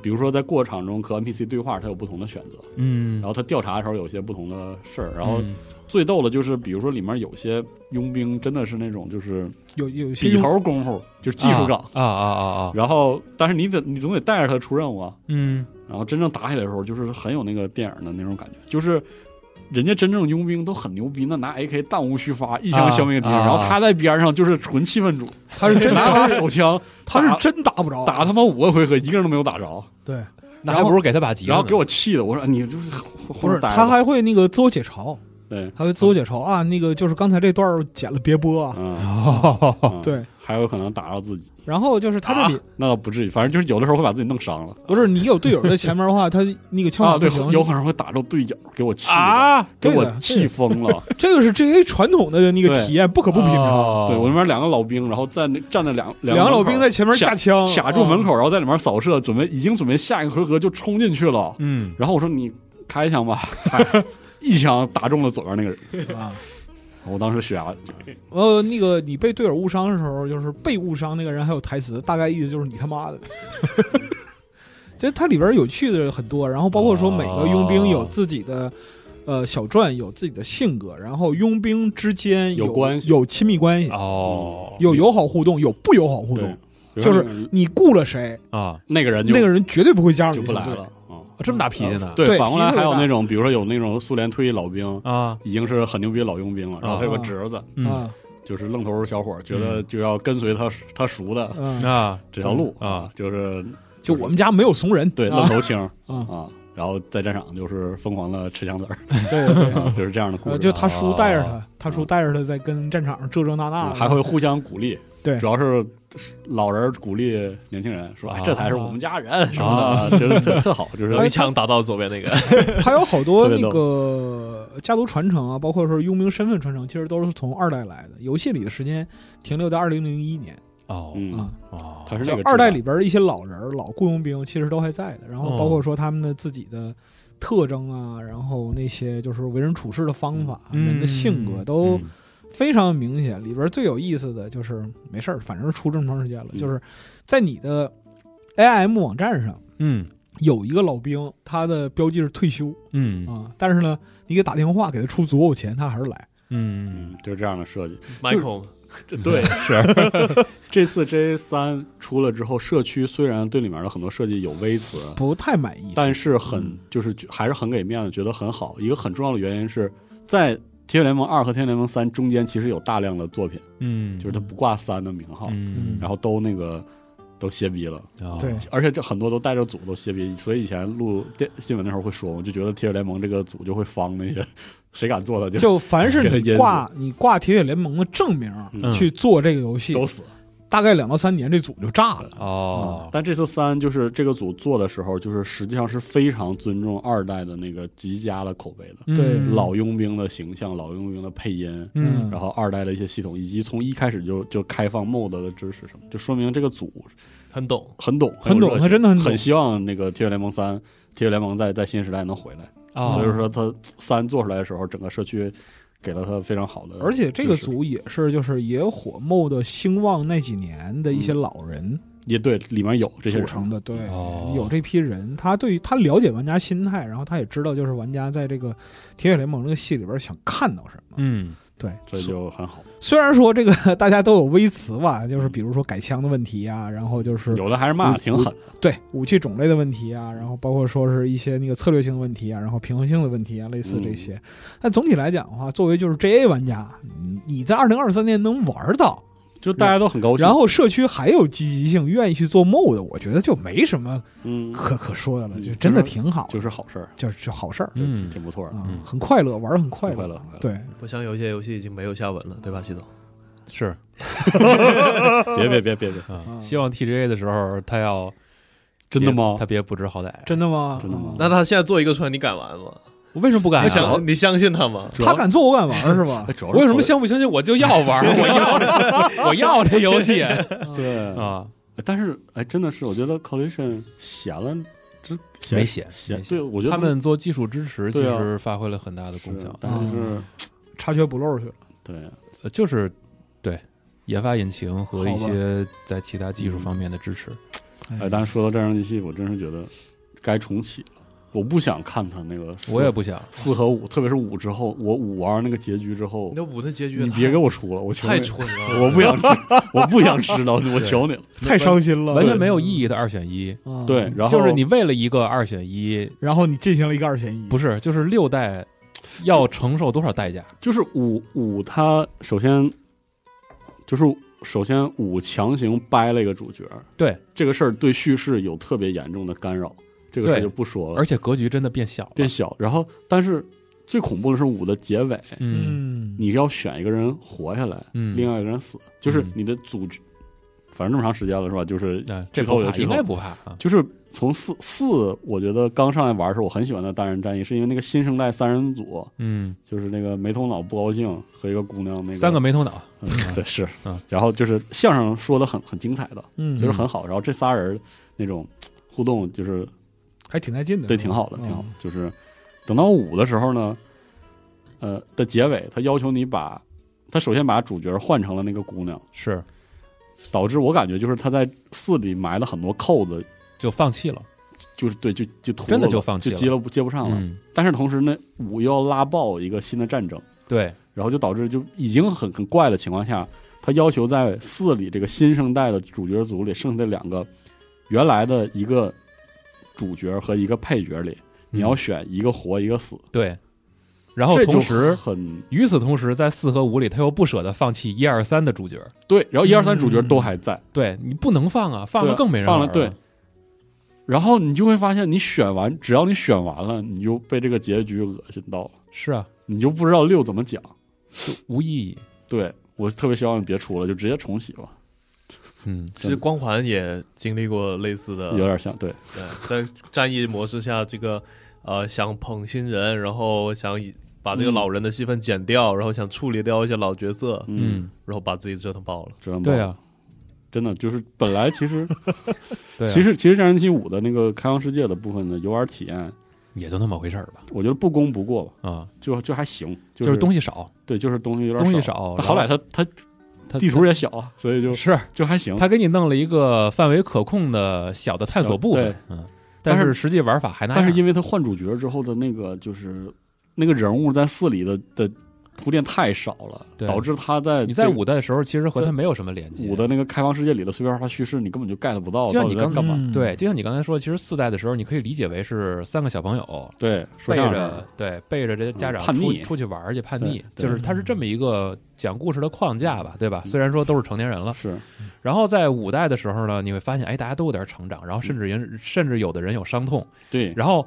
Speaker 2: 比如说在过场中和 NPC 对话，他有不同的选择，
Speaker 1: 嗯，
Speaker 2: 然后他调查的时候有一些不同的事儿，然后
Speaker 1: 嗯
Speaker 2: 最逗的就是比如说里面有些佣兵真的是那种就是
Speaker 3: 有有些
Speaker 2: 笔头功夫，就是技术岗，
Speaker 1: 啊啊啊啊，
Speaker 2: 然后但是你得你总得带着他出任务啊，
Speaker 1: 嗯
Speaker 2: 然后真正打起来的时候，就是很有那个电影的那种感觉，就是人家真正佣兵都很牛逼，那拿 AK 弹无虚发，一枪消灭敌人，
Speaker 1: 啊啊
Speaker 2: 然后他在边上就是纯气氛主，
Speaker 3: 他是 真
Speaker 2: 拿把
Speaker 3: 打，
Speaker 2: 手枪
Speaker 3: 他是真打不着，
Speaker 2: 打他妈五个回合，一个人都没有打着，
Speaker 3: 对，
Speaker 1: 那还不如给他把急，
Speaker 2: 然后给我气的，我说哎你就是
Speaker 3: 不是
Speaker 2: 呆
Speaker 3: 他还会那个自我解嘲，
Speaker 2: 对，
Speaker 3: 还会自我解嘲啊，那个就是刚才这段儿剪了别播啊，
Speaker 2: 嗯，
Speaker 1: 哦，
Speaker 2: 嗯，啊
Speaker 3: 对，
Speaker 2: 还有可能打到自己，
Speaker 3: 然后就是他这里
Speaker 2: 那倒不至于，反正就是有的时候会把自己弄伤了。
Speaker 3: 不是你有队友在前面的话，他那个枪
Speaker 2: 啊，
Speaker 3: 法不
Speaker 2: 对，
Speaker 3: 行，
Speaker 2: 有可能会打着队友，给我气的，
Speaker 1: 啊，
Speaker 2: 给我
Speaker 3: 对的
Speaker 2: 气 疯了。
Speaker 3: 这个是 G A 传统的那个
Speaker 2: 对
Speaker 3: 体验，不可
Speaker 1: 可
Speaker 3: 不品尝。
Speaker 2: 啊
Speaker 1: 哦
Speaker 2: 对我那边两个老兵，然后站那站在两
Speaker 3: 两个
Speaker 2: 个
Speaker 3: 老
Speaker 2: 门口
Speaker 3: 兵在前面架枪，
Speaker 2: 卡住门口，然后在里面扫射，准备已经准备下一个回合就冲进去了。
Speaker 1: 嗯
Speaker 2: 然后我说你开一枪吧， 嗨一枪打中了左边那个人，
Speaker 3: 啊。
Speaker 2: 我当时血压
Speaker 3: 呃，那个你被队友误伤的时候，就是被误伤那个人还有台词，大概意思就是你他妈的。 这它里边有趣的很多，然后包括说每个佣兵有自己的、呃小传，有自己的性格，然后佣兵之间有
Speaker 2: 有关系啊
Speaker 3: 有亲密关系，
Speaker 1: 哦
Speaker 3: 有友好互动，有不友好互
Speaker 2: 对
Speaker 3: 动。，
Speaker 2: 比如
Speaker 3: 就
Speaker 2: 说
Speaker 3: 是你雇了谁，
Speaker 1: 啊，
Speaker 2: 那个人就
Speaker 3: 那个人绝对不会加入
Speaker 2: 就
Speaker 3: 你
Speaker 2: 不
Speaker 3: 的小
Speaker 2: 来
Speaker 3: 队。
Speaker 2: 了啊。
Speaker 1: 这么大脾气呢？
Speaker 3: 对
Speaker 2: 反过来
Speaker 3: 脾气
Speaker 2: 还有
Speaker 3: 特别大
Speaker 2: 那种，比如说有那种苏联退役老兵，
Speaker 1: 啊，
Speaker 2: 已经是很牛逼的老佣兵了，然后他有个
Speaker 3: 啊
Speaker 2: 侄子，
Speaker 1: 嗯
Speaker 3: 啊
Speaker 2: 就是愣头小伙，觉得就要跟随他他叔的
Speaker 3: 嗯、
Speaker 1: 啊，
Speaker 2: 这条路
Speaker 1: 啊，
Speaker 2: 就是
Speaker 3: 就我们家没有怂人，
Speaker 2: 对愣
Speaker 3: 啊
Speaker 2: 头青
Speaker 3: 啊，
Speaker 2: 啊。然后在战场就是疯狂的吃枪子儿，
Speaker 3: 对 对
Speaker 2: 啊就是这样的故
Speaker 3: 呃，
Speaker 2: 事。
Speaker 3: 就他叔带着他
Speaker 1: 哦，
Speaker 3: 他叔带着他在跟战场上这这那那
Speaker 2: 啊嗯
Speaker 3: 的，
Speaker 2: 还会互相鼓励。
Speaker 3: 啊对
Speaker 2: 主要是老人鼓励年轻人说：“哎
Speaker 1: 啊，
Speaker 2: 这才是我们家人什么的，就是特特好，就是
Speaker 3: 哎
Speaker 4: 然后一枪打到左边那个，
Speaker 3: 他有好多
Speaker 2: 特别
Speaker 3: 那
Speaker 2: 逗
Speaker 3: 个家族传承啊，包括说佣兵身份传承，其实都是从二代来的。游戏里的时间停留在二零零一年
Speaker 1: 哦
Speaker 2: 嗯，
Speaker 3: 啊，
Speaker 1: 哦，
Speaker 2: 他是
Speaker 3: 就
Speaker 2: 那个
Speaker 3: 二代
Speaker 2: 质
Speaker 3: 里边儿一些老人儿、老雇佣兵其实都还在的。然
Speaker 2: 哦
Speaker 3: 后包括说他们的自己的特征啊，然后那些就是为人处事的方法、
Speaker 2: 嗯
Speaker 1: 嗯
Speaker 3: 人的性格都非常明显。里边儿最有意思的就是没事儿，反正出这么长时间了，
Speaker 2: 嗯
Speaker 3: 就是在你的 AIM 网站上
Speaker 1: 嗯
Speaker 3: 有一个老兵，他的标记是退休。
Speaker 1: 嗯
Speaker 3: 啊，但是呢，你给打电话给他出足够钱，他还是来。
Speaker 1: 嗯
Speaker 2: 量，嗯，就是这样的设计。
Speaker 4: Michael
Speaker 2: 这 对是。 这次 J 三出了之后，社区虽然对里面的很多设计有微词，啊
Speaker 3: 不太满意。
Speaker 2: 但是很、就是还是很给面子，觉得很好。一个很重要的原因是在《铁血联盟二》和《铁血联盟三》中间，其实有大量的作品，
Speaker 1: 嗯，
Speaker 2: 就是它不挂三的名号，
Speaker 1: 嗯，
Speaker 2: 然后都那个都歇逼了。
Speaker 1: 啊
Speaker 3: 对，
Speaker 2: 而且这很多都带着组都歇逼，所以以前录电新闻的时候会说，我就觉得《铁血联盟》这个组就会方那些 谁敢做的就
Speaker 3: 就凡是
Speaker 2: 给它淹
Speaker 3: 你
Speaker 2: 死
Speaker 3: 挂你挂铁血联盟的正名儿
Speaker 2: 嗯
Speaker 3: 去做这个游戏，
Speaker 2: 都死。
Speaker 3: 大概两到三年这组就炸了。
Speaker 1: 哦，
Speaker 2: 但这次三就是这个组做的时候，就是实际上是非常尊重二代的那个极佳的口碑的，
Speaker 3: 对
Speaker 1: 嗯
Speaker 2: 老佣兵的形象、老佣兵的配音，
Speaker 1: 嗯
Speaker 2: 然后二代的一些系统，以及从一开始就就开放 MOD 的支持什么，就说明这个组
Speaker 4: 很懂。
Speaker 2: 很懂，
Speaker 3: 很
Speaker 2: 有
Speaker 3: 懂
Speaker 2: 热
Speaker 3: 他
Speaker 2: 情
Speaker 3: 真的很
Speaker 2: 很
Speaker 3: 懂
Speaker 2: 希望那个《铁血联盟三》《铁血联盟在》在新时代能回来。
Speaker 1: 哦
Speaker 2: 啊所以说他三做出来的时候，整个社区给了他非常好的支持，
Speaker 3: 而且这个组也是，就是也火 MOD 兴旺那几年的一些老人
Speaker 2: 也对里面有这些
Speaker 3: 组
Speaker 2: 人，
Speaker 3: 成的，对，
Speaker 1: 哦
Speaker 3: 有这批人，他对于他了解玩家心态，然后他也知道就是玩家在这个《铁血联盟》这个戏里边想看到什么。
Speaker 1: 嗯
Speaker 3: 对，
Speaker 2: 所以就很好。
Speaker 3: 虽然说这个 大家都有微词吧，就是比如说改枪的问题啊，然后就是
Speaker 2: 嗯有的还是骂
Speaker 3: 我
Speaker 2: 的挺狠的，
Speaker 3: 对武器种类的问题啊，然后包括说是一些那个策略性的问题啊，然后平衡性的问题啊，类似这些。
Speaker 2: 嗯
Speaker 3: 但总体来讲的话，作为就是 JA 玩家，你你在二零二三年能玩到，
Speaker 2: 就大家都很高兴。
Speaker 3: 然后社区还有积极性，愿意去做 MOD，我觉得就没什么
Speaker 2: 嗯，
Speaker 3: 可可说的了，
Speaker 2: 嗯
Speaker 3: 就真的挺好，
Speaker 2: 就是好事儿，
Speaker 3: 就是就好事儿
Speaker 2: 嗯，
Speaker 1: 嗯
Speaker 2: 挺不错的，
Speaker 3: 啊
Speaker 1: 嗯，
Speaker 3: 很快乐，玩的很快
Speaker 2: 快
Speaker 3: 乐。
Speaker 2: 乐，很快乐。
Speaker 3: 对，
Speaker 4: 不像有一些游戏已经没有下文了，对吧，系总？
Speaker 1: 是
Speaker 2: 别别别别别，
Speaker 1: 啊
Speaker 3: 嗯，
Speaker 1: 希望 TGA 的时候他要
Speaker 2: 真的吗
Speaker 1: 别他？别不知好歹，
Speaker 3: 真的吗？
Speaker 2: 真的吗
Speaker 3: 嗯
Speaker 4: 那他现在做一个出来，你敢玩吗？
Speaker 1: 我为什么不敢
Speaker 4: 你
Speaker 1: 啊？
Speaker 4: 想，你相信他吗？
Speaker 2: 主要
Speaker 3: 他敢做，我敢玩是吧
Speaker 2: 哎？主要
Speaker 1: 我有什么
Speaker 2: 想
Speaker 1: 相不相信？我就要玩， 我要 我要这游戏啊！
Speaker 2: 对？但是哎，真的是，我觉得 Collision 写了，这
Speaker 1: 没写
Speaker 2: 写
Speaker 1: 没写
Speaker 2: 对，我觉得
Speaker 1: 他们做技术支持其
Speaker 2: 对啊
Speaker 1: 实发挥了很大的
Speaker 2: 是啊
Speaker 1: 功效，
Speaker 2: 但是
Speaker 3: 查缺补漏去了。
Speaker 2: 对，哎
Speaker 1: 呃就是对研发引擎和一
Speaker 3: 好吧
Speaker 1: 些在其他技术方面的支持。嗯
Speaker 2: 哎，但是说到战争机器，我真是觉得该重启了。我不想看他那个四，
Speaker 1: 我也不想，
Speaker 2: 四和五，特别是五之后，我五玩那个结局之后
Speaker 4: 你，那五的结局，
Speaker 2: 你别给我出了，我求
Speaker 4: 太
Speaker 2: 你
Speaker 4: 太
Speaker 2: 了，
Speaker 4: 蠢了，
Speaker 2: 我不 想知，我不想知道，我求你了。
Speaker 3: 太伤心了，
Speaker 1: 完全没有意义的二选一。
Speaker 3: 嗯。
Speaker 2: 对，然后
Speaker 1: 就是你为了一个二选一，
Speaker 3: 然后你进行了一个二选一，
Speaker 1: 不是就是六代要承受多少代价？
Speaker 2: 就是五五，他首先就是首先五强行掰了一个主角，
Speaker 1: 对
Speaker 2: 这个事儿对叙事有特别严重的干扰，这个事儿
Speaker 1: 对
Speaker 2: 就不说了，
Speaker 1: 而且格局真的变小了。
Speaker 2: 变小。然后，但是最恐怖的是五的结尾，
Speaker 1: 嗯
Speaker 3: 嗯，
Speaker 2: 你要选一个人活下来，
Speaker 1: 嗯，
Speaker 2: 另外一个人死，就是
Speaker 1: 嗯
Speaker 2: 你的组织，反正这么长时间了是吧？就是
Speaker 1: 啊
Speaker 2: 剧
Speaker 1: 这
Speaker 2: 透
Speaker 1: 不
Speaker 2: 有
Speaker 1: 怕，
Speaker 2: 剧
Speaker 1: 应
Speaker 2: 透
Speaker 1: 该不怕啊。
Speaker 2: 就是从四四，我觉得刚上来玩的时候，我很喜欢的单人战役，是因为那个新生代三人组，
Speaker 1: 嗯，
Speaker 2: 就是那个没头脑不高兴和一个姑娘那个
Speaker 1: 三个没头脑，
Speaker 2: 嗯，对，是
Speaker 1: 嗯，
Speaker 2: 然后就是相声说的很很精彩的，
Speaker 3: 嗯
Speaker 2: 就是很好。然后这仨人那种互动，就是
Speaker 3: 还挺带劲的，
Speaker 2: 对，
Speaker 3: 是吧
Speaker 2: 挺好的，挺好的
Speaker 3: 嗯。
Speaker 2: 就是等到五的时候呢，呃的结尾，他要求你把，他首先把主角换成了那个姑娘，
Speaker 1: 是
Speaker 2: 导致我感觉就是他在四里埋了很多扣子，
Speaker 1: 就放弃了。
Speaker 2: 就是对，就就秃噜了
Speaker 1: 真的就放弃
Speaker 2: 就
Speaker 1: 了
Speaker 2: 接了不接不上了。
Speaker 1: 嗯，
Speaker 2: 但是同时呢，五又要拉爆一个新的战争，
Speaker 1: 对，
Speaker 2: 然后就导致就已经很很怪的情况下，他要求在四里这个新生代的主角组里剩下的两个原来的一个主角和一个配角里，你要
Speaker 1: 嗯
Speaker 2: 选一个活一个死，
Speaker 1: 对，然后
Speaker 2: 这就
Speaker 1: 同时。
Speaker 2: 很
Speaker 1: 与此同时，在四和五里，他又不舍得放弃一二三的主角，
Speaker 2: 对，然后一二三
Speaker 3: 嗯
Speaker 2: 主角都还在，
Speaker 1: 对你不能放啊，放
Speaker 2: 对
Speaker 1: 了
Speaker 2: 啊
Speaker 1: 更没人
Speaker 2: 放了
Speaker 1: 玩
Speaker 2: 对，然后你就会发现你选完，只要你选完了，你就被这个结局恶心到了，
Speaker 1: 是啊，
Speaker 2: 你就不知道六怎么讲，
Speaker 1: 无意义。
Speaker 2: 对。我特别希望你别出了，就直接重启吧，
Speaker 1: 嗯，
Speaker 4: 其实光环也经历过类似的
Speaker 2: 有点像对，
Speaker 4: 对，在战役模式下，这个呃想捧新人，然后想以把这个
Speaker 2: 嗯
Speaker 4: 老人的戏份减掉，然后想处理掉一些老角色，
Speaker 1: 嗯，
Speaker 4: 然后把自己折腾爆了。
Speaker 2: 知道吗？
Speaker 1: 对啊，
Speaker 2: 真的就是本来其实
Speaker 1: 对啊，
Speaker 2: 其实其实《战争机五》的那个开放世界的部分的游玩体验，
Speaker 1: 也就那么回事儿吧。
Speaker 2: 我觉得不攻不过吧，
Speaker 1: 啊，
Speaker 2: 就就还行，就
Speaker 1: 就是
Speaker 2: 是
Speaker 1: 东西少，
Speaker 2: 对，就是东西有点
Speaker 1: 东西
Speaker 2: 少。
Speaker 1: 少，
Speaker 2: 但好歹
Speaker 1: 然后
Speaker 2: 它它
Speaker 1: 它
Speaker 2: 地图也小啊，所以就
Speaker 1: 就是
Speaker 2: 就还行。
Speaker 1: 他给你弄了一个范围可控的小的探索部
Speaker 2: 小
Speaker 1: 分
Speaker 2: 对，
Speaker 1: 嗯，
Speaker 2: 但
Speaker 1: 但
Speaker 2: 是
Speaker 1: 是实际玩法还那
Speaker 2: 但
Speaker 1: 样。
Speaker 2: 是因为它换主角之后的那个就是那个人物在四里的的铺垫太少了，
Speaker 1: 对
Speaker 2: 导致他在
Speaker 1: 你在
Speaker 2: 这个
Speaker 1: 五代的时候，其实和
Speaker 2: 在
Speaker 1: 它没有什么联系。
Speaker 2: 五的那个开放世界里的碎片化叙事，你根本就 get 不到
Speaker 1: 就像
Speaker 2: 到
Speaker 1: 你
Speaker 2: 底在
Speaker 1: 刚
Speaker 2: 干嘛。
Speaker 3: 嗯
Speaker 1: 对，就像你刚才说，其实四代的时候，你可以理解为是三个小朋友
Speaker 2: 对，说
Speaker 1: 背
Speaker 2: 相
Speaker 1: 着
Speaker 2: 声，
Speaker 1: 对背着这些家长
Speaker 2: 嗯
Speaker 1: 出、
Speaker 2: 叛逆
Speaker 1: 出去玩儿去叛
Speaker 2: 对
Speaker 1: 逆，
Speaker 2: 对嗯
Speaker 1: 就是它是这么一个讲故事的框架吧，对吧？虽然说都是成年人了，
Speaker 2: 是
Speaker 1: 然后在五代的时候呢，你会发现，哎，大家都有点成长，然后甚至人、甚至有的人有伤痛，
Speaker 2: 对，
Speaker 1: 然后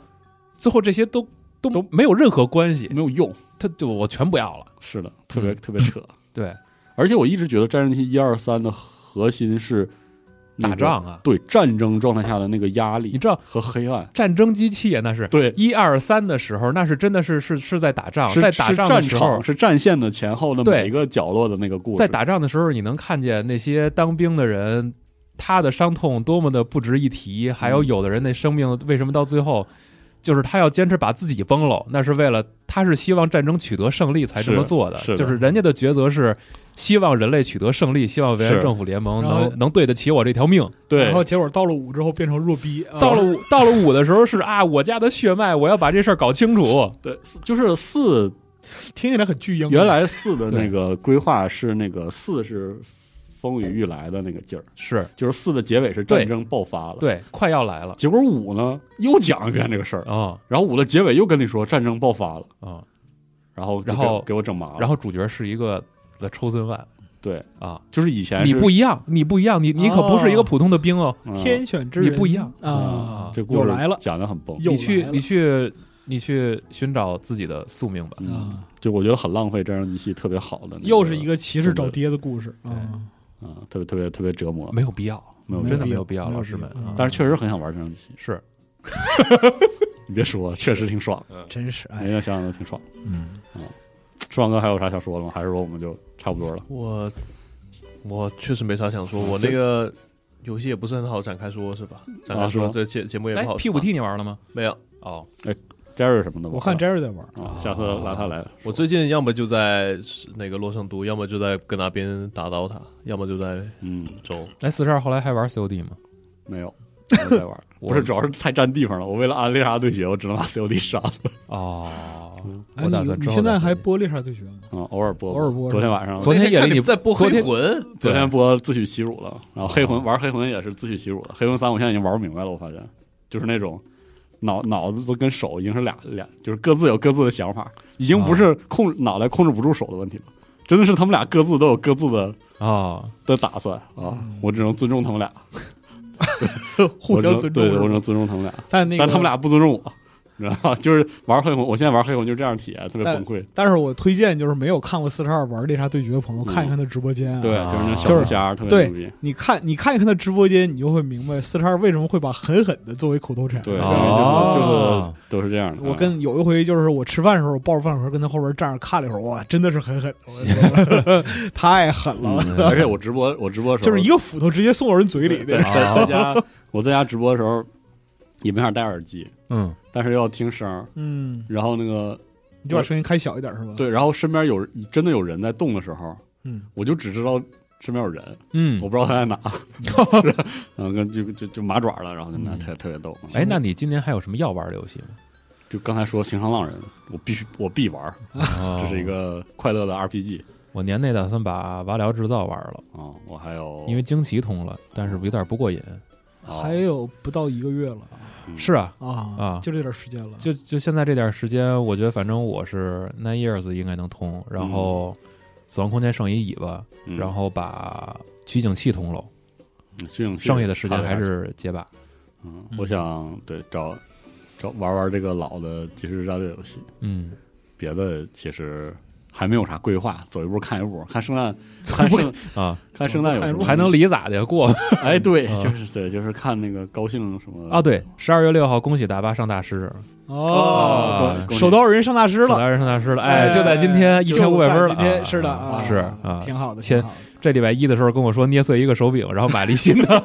Speaker 1: 最后这些都都
Speaker 2: 都
Speaker 1: 没有任何关系，
Speaker 2: 没有用，
Speaker 1: 他就我全不要了。
Speaker 2: 是的，
Speaker 1: 嗯
Speaker 2: 特别特别扯。
Speaker 1: 对，
Speaker 2: 而且我一直觉得《战争期一二三》的核心是那
Speaker 1: 打
Speaker 2: 个，
Speaker 1: 仗啊，
Speaker 2: 对战争状态下的那个压
Speaker 1: 你
Speaker 2: 力
Speaker 1: 知道
Speaker 2: 和黑暗。
Speaker 1: 战争机器啊，那是
Speaker 2: 对，
Speaker 1: 一二三的时候，那是真的是是是在打仗，
Speaker 2: 是
Speaker 1: 在打
Speaker 2: 是
Speaker 1: 仗的
Speaker 2: 战
Speaker 1: 时候
Speaker 2: 场，，是战线的前后的
Speaker 1: 对
Speaker 2: 每一个角落的那个故事。
Speaker 1: 在打仗的时候，你能看见那些当兵的人。他的伤痛多么的不值一提，还有
Speaker 2: 嗯
Speaker 1: 有的人那生命为什么到最后，就是他要坚持把自己崩了，那是为了他是希望战争取得胜利才这么
Speaker 2: 是
Speaker 1: 做的，
Speaker 2: 是的
Speaker 1: 就是人家的抉择是希望人类取得胜利，希望维安
Speaker 2: 是
Speaker 1: 政府联盟
Speaker 3: 然后
Speaker 1: 能能对得起我这条命，
Speaker 2: 对
Speaker 3: 然，后结果到了五之后变成弱逼，啊
Speaker 1: 到了五到了五的时候是啊，我家的血脉，我要把这事儿搞清楚。
Speaker 2: 对，就是四
Speaker 3: 听起来很巨婴。啊
Speaker 2: 原来四的那个规划是那个四是风雨欲来的那个劲儿，
Speaker 1: 是
Speaker 2: 就是四的结尾是战争爆发了。，
Speaker 1: 对，快要来了
Speaker 2: 结果五呢又讲一遍这个事儿，
Speaker 1: 啊
Speaker 2: 然后五的结尾又跟你说战争爆发了，
Speaker 1: 啊！
Speaker 2: 然后就
Speaker 1: 然后
Speaker 2: 给给我整麻了。
Speaker 1: 然后主角是一个的抽森万
Speaker 2: 对，
Speaker 1: 啊，
Speaker 2: 就是以前
Speaker 1: 你
Speaker 2: 是
Speaker 1: 不一样，你不一样，你你可不是一个普通的兵哦，
Speaker 2: 嗯
Speaker 3: 天选之
Speaker 1: 你
Speaker 3: 人
Speaker 1: 不一样
Speaker 3: 啊，
Speaker 2: 这故
Speaker 3: 又
Speaker 2: 事
Speaker 3: 来了
Speaker 2: 讲的很崩，
Speaker 3: 又
Speaker 1: 你去
Speaker 3: 来了
Speaker 1: 你去你去寻找自己的宿命吧。
Speaker 2: 嗯，
Speaker 3: 啊，
Speaker 2: 就我觉得很浪费战争机器特别好的那，
Speaker 3: 又是一个骑士
Speaker 2: 真的
Speaker 3: 找爹的故事
Speaker 1: 对
Speaker 3: 啊。
Speaker 2: 啊，特别特别特别折磨，
Speaker 1: 没有必要，
Speaker 2: 没有必
Speaker 3: 没
Speaker 1: 真
Speaker 2: 要
Speaker 1: 的
Speaker 3: 必
Speaker 1: 没
Speaker 3: 要
Speaker 1: 有必要，
Speaker 3: 没有
Speaker 1: 老师
Speaker 3: 必
Speaker 1: 们
Speaker 3: 要
Speaker 1: 啊
Speaker 3: 嗯
Speaker 2: 但是确实很想玩战争机器，
Speaker 1: 是
Speaker 2: 你别说，确实挺爽，
Speaker 3: 真是
Speaker 2: 每
Speaker 3: 哎，
Speaker 2: 天想想都挺爽。
Speaker 3: 嗯，
Speaker 2: 舒爽哥还有啥想说的吗？还是说我们就差不多了？
Speaker 4: 我我确实没啥想
Speaker 2: 啊
Speaker 4: 说，我那个游戏也不是很好展开说，是吧？展开
Speaker 2: 啊
Speaker 4: 说
Speaker 2: 说
Speaker 4: 这节节目也
Speaker 1: 哎
Speaker 4: 不好。
Speaker 1: ，P 五 T 你玩了吗？
Speaker 4: 没有，
Speaker 1: 哦，
Speaker 2: Jerry 什么的吧，
Speaker 3: 我看 Jerry 在玩，
Speaker 2: 啊，下次拉他来。
Speaker 4: 我最近要么就在那个洛圣都，要么就在跟那边打刀塔，要么就在
Speaker 2: 嗯，
Speaker 4: 州。
Speaker 1: 哎，四十二后来还玩 COD 吗？
Speaker 2: 没 有，没有在玩。
Speaker 1: 我
Speaker 2: 不是，主要是太占地方了。我为了安利啥对决，我只能把 COD 杀了。
Speaker 1: 哦，
Speaker 3: 哎
Speaker 1: 我打
Speaker 3: 你
Speaker 1: 算之
Speaker 3: 你
Speaker 1: 后
Speaker 3: 现
Speaker 1: 再
Speaker 3: 在还
Speaker 1: 回去
Speaker 3: 播《猎杀对决》吗？
Speaker 2: 嗯，偶尔播，
Speaker 3: 偶尔播
Speaker 2: 昨天晚上，
Speaker 1: 昨天夜里
Speaker 4: 看
Speaker 1: 你
Speaker 4: 在播
Speaker 1: 昨
Speaker 4: 黑
Speaker 1: 天
Speaker 4: 魂，
Speaker 2: 昨天播自取其辱了。然后黑魂玩黑魂也是自取其辱了。黑魂三我现在已经玩不明白了，我发现就是那种。脑脑子都跟手已经是俩俩，就是各自有各自的想法，已经不是控、脑袋控制不住手的问题了，真的是他们俩各自都有各自的
Speaker 1: 哦，
Speaker 2: 的打算啊，我只能尊重他们俩，
Speaker 3: 互相
Speaker 2: 我只能
Speaker 3: 尊重
Speaker 2: 对，
Speaker 3: 是吧。
Speaker 2: 我只能尊重他们俩。
Speaker 3: 但那个
Speaker 2: 但他们俩不尊重我，你知道吗？ 就是玩黑魂，我现在玩黑魂就这样体验，特别崩溃。
Speaker 3: 但是我推荐就是没有看过四十二玩猎杀对决的朋友，看一看他直播间
Speaker 2: 嗯
Speaker 3: 啊。
Speaker 2: 对，
Speaker 1: 啊
Speaker 2: 就是那小龙虾特别牛逼。
Speaker 3: 你看，你看一看他直播间，你就会明白四十二为什么会把狠狠的作为口头禅。
Speaker 2: 对，然后就是
Speaker 1: 哦
Speaker 2: 就是都是这样的。
Speaker 3: 我
Speaker 1: 嗯
Speaker 3: 跟有一回就是我吃饭的时候，我抱着饭盒跟他后边站着看了一会儿，哇，真的是狠狠，我 说 太狠了，
Speaker 2: 嗯而且我直播，我直播的时
Speaker 3: 就
Speaker 2: 候
Speaker 3: 是一啊个斧头直接送到人嘴里
Speaker 2: 在
Speaker 3: 那种。
Speaker 2: 在在家，我在家直播的时候也没法戴耳机，
Speaker 1: 嗯，
Speaker 2: 但是要听声儿。
Speaker 3: 嗯，
Speaker 2: 然后那个
Speaker 3: 你就把声音开小一点是吧？，
Speaker 2: 对，然后身边有真的有人在动的时候，
Speaker 3: 嗯，
Speaker 2: 我就只知道身边有人，
Speaker 1: 嗯
Speaker 2: 我，不知道他在哪， 然后跟就就就麻爪了，然后就那
Speaker 1: 嗯
Speaker 2: 特特别逗。
Speaker 1: 哎，那你今年还有什么要玩的游戏 吗？
Speaker 2: 就刚才说《行商浪人》，我必须我必玩，
Speaker 1: 哦
Speaker 2: 这是一个快乐的 RPG
Speaker 1: 我年内打算把《瓦辽制造》玩了，
Speaker 2: 啊、我还有
Speaker 1: 因为惊奇通了，但是有点不过瘾。
Speaker 2: 哦
Speaker 3: 还有不到一个月了
Speaker 2: 嗯
Speaker 1: 是啊，
Speaker 3: 啊
Speaker 1: 啊
Speaker 3: 就这点时间了。
Speaker 1: 就就现在这点时间，我觉得反正我是 Nine Years 应该能通，然后《
Speaker 3: 嗯
Speaker 1: 死亡空间》剩一尾巴，
Speaker 2: 嗯
Speaker 1: 然后把取景器通了，
Speaker 2: 嗯这种
Speaker 1: 剩下的时间还
Speaker 2: 差不多
Speaker 1: 是结巴。
Speaker 2: 嗯
Speaker 3: 嗯，
Speaker 2: 我想对找找玩玩这个老的即时战略游戏，
Speaker 1: 嗯，
Speaker 2: 别的其实还没有啥规划，走一步看一步，看圣诞 看圣
Speaker 1: 啊，
Speaker 2: 看圣诞有什么
Speaker 1: 还能离咋的过
Speaker 2: 哎对，
Speaker 1: 嗯
Speaker 2: 就是对，就是看那个高兴什么
Speaker 1: 啊？对，十二月六号，恭喜大巴上大师，
Speaker 3: 哦，
Speaker 1: 啊
Speaker 2: 恭喜
Speaker 3: 手刀人上大师
Speaker 1: 上
Speaker 3: 了，
Speaker 1: 大师上大师了，
Speaker 3: 哎
Speaker 1: 就在今天一
Speaker 3: 就
Speaker 1: 千五百分了
Speaker 3: 在今天
Speaker 1: 啊，
Speaker 3: 是的
Speaker 1: 啊
Speaker 3: 啊，
Speaker 1: 是啊，
Speaker 3: 挺好的，
Speaker 1: 切
Speaker 3: 挺好的。
Speaker 1: 这礼拜一的时候跟我说捏碎一个手柄， 然后买了一新的。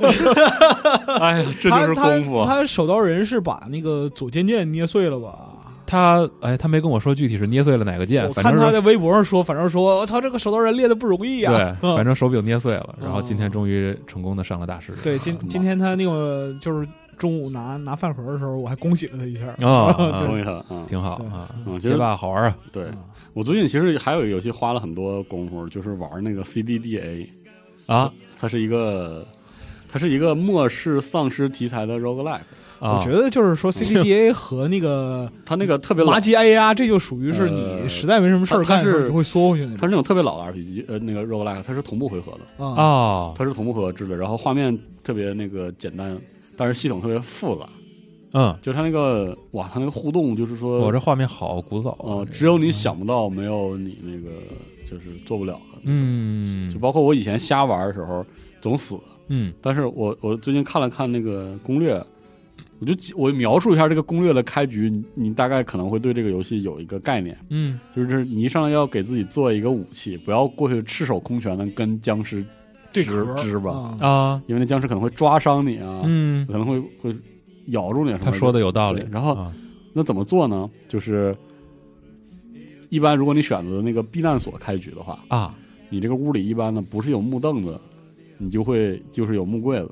Speaker 2: 哎呀，这就是
Speaker 3: 他
Speaker 2: 功夫啊，
Speaker 3: 他他手刀人是把那个左肩键捏碎了吧？
Speaker 1: 他哎，他没跟我说具体是捏碎了哪个键，
Speaker 3: 我
Speaker 1: 反
Speaker 3: 看
Speaker 1: 正
Speaker 3: 他
Speaker 1: 是
Speaker 3: 在微博上说，反正说我操，这个手刀人练的不容易呀、
Speaker 1: 对，
Speaker 3: 嗯
Speaker 1: 反正手柄捏碎了。然后今
Speaker 3: 哦
Speaker 1: 天终于成功的上了大师。
Speaker 3: 对，今今天他那个就是中午拿拿饭盒的时候，我还恭喜了他一下。
Speaker 1: 啊
Speaker 3: 对
Speaker 2: 同意他啊。
Speaker 1: 挺好啊，
Speaker 2: 嗯，其
Speaker 1: 街
Speaker 2: 实
Speaker 1: 霸好玩啊，
Speaker 2: 对
Speaker 3: 啊
Speaker 2: 我最近其实还有一个游戏花了很多功夫，就是玩那个 CDDA，
Speaker 1: 啊
Speaker 2: 它是一个它是一个末世丧尸题材的 roguelike，
Speaker 1: 啊！
Speaker 3: 我觉得就是 说 CDDA 和那个
Speaker 2: 它那个特别老
Speaker 3: 麻，吉 A R，这就属于是
Speaker 2: 呃
Speaker 3: 你实在没什么事儿
Speaker 2: 它它
Speaker 3: 干的时候，
Speaker 2: 是
Speaker 3: 你会缩回去那
Speaker 2: 它是那
Speaker 3: 种。
Speaker 2: 种特别老的 RPG，呃，那个 roguelike 它是同步回合的，
Speaker 3: 啊
Speaker 1: 哦，
Speaker 2: 它是同步回合制的，然后画面特别那个简单，但是系统特别复杂，
Speaker 1: 嗯，
Speaker 2: 就是它那个哇，它那个互动就是说，
Speaker 1: 我这画面好古早
Speaker 2: 呃
Speaker 1: 啊，，
Speaker 2: 只有你想不到，没有你那个就是做不了的，
Speaker 1: 嗯
Speaker 2: 就包括我以前瞎玩的时候总死，
Speaker 1: 嗯
Speaker 2: 但是我我最近看了看那个攻略，我就记我描述一下这个攻略的开局，你你大概可能会对这个游戏有一个概念，
Speaker 1: 嗯
Speaker 2: 就是你一上来要给自己做一个武器，不要过去赤手空拳的跟僵尸
Speaker 3: 对
Speaker 2: 直
Speaker 3: 壳
Speaker 2: 直吧，
Speaker 3: 啊
Speaker 1: 啊
Speaker 2: 因为那僵尸可能会抓伤你啊，
Speaker 1: 嗯，
Speaker 2: 可能会会咬住你啊什么。
Speaker 1: 他说的有道理
Speaker 2: 对。然后
Speaker 1: 啊
Speaker 2: 那怎么做呢？就是一般如果你选择那个避难所开局的话，
Speaker 1: 啊
Speaker 2: 你这个屋里一般呢不是有木凳子，你就会就是有木柜子。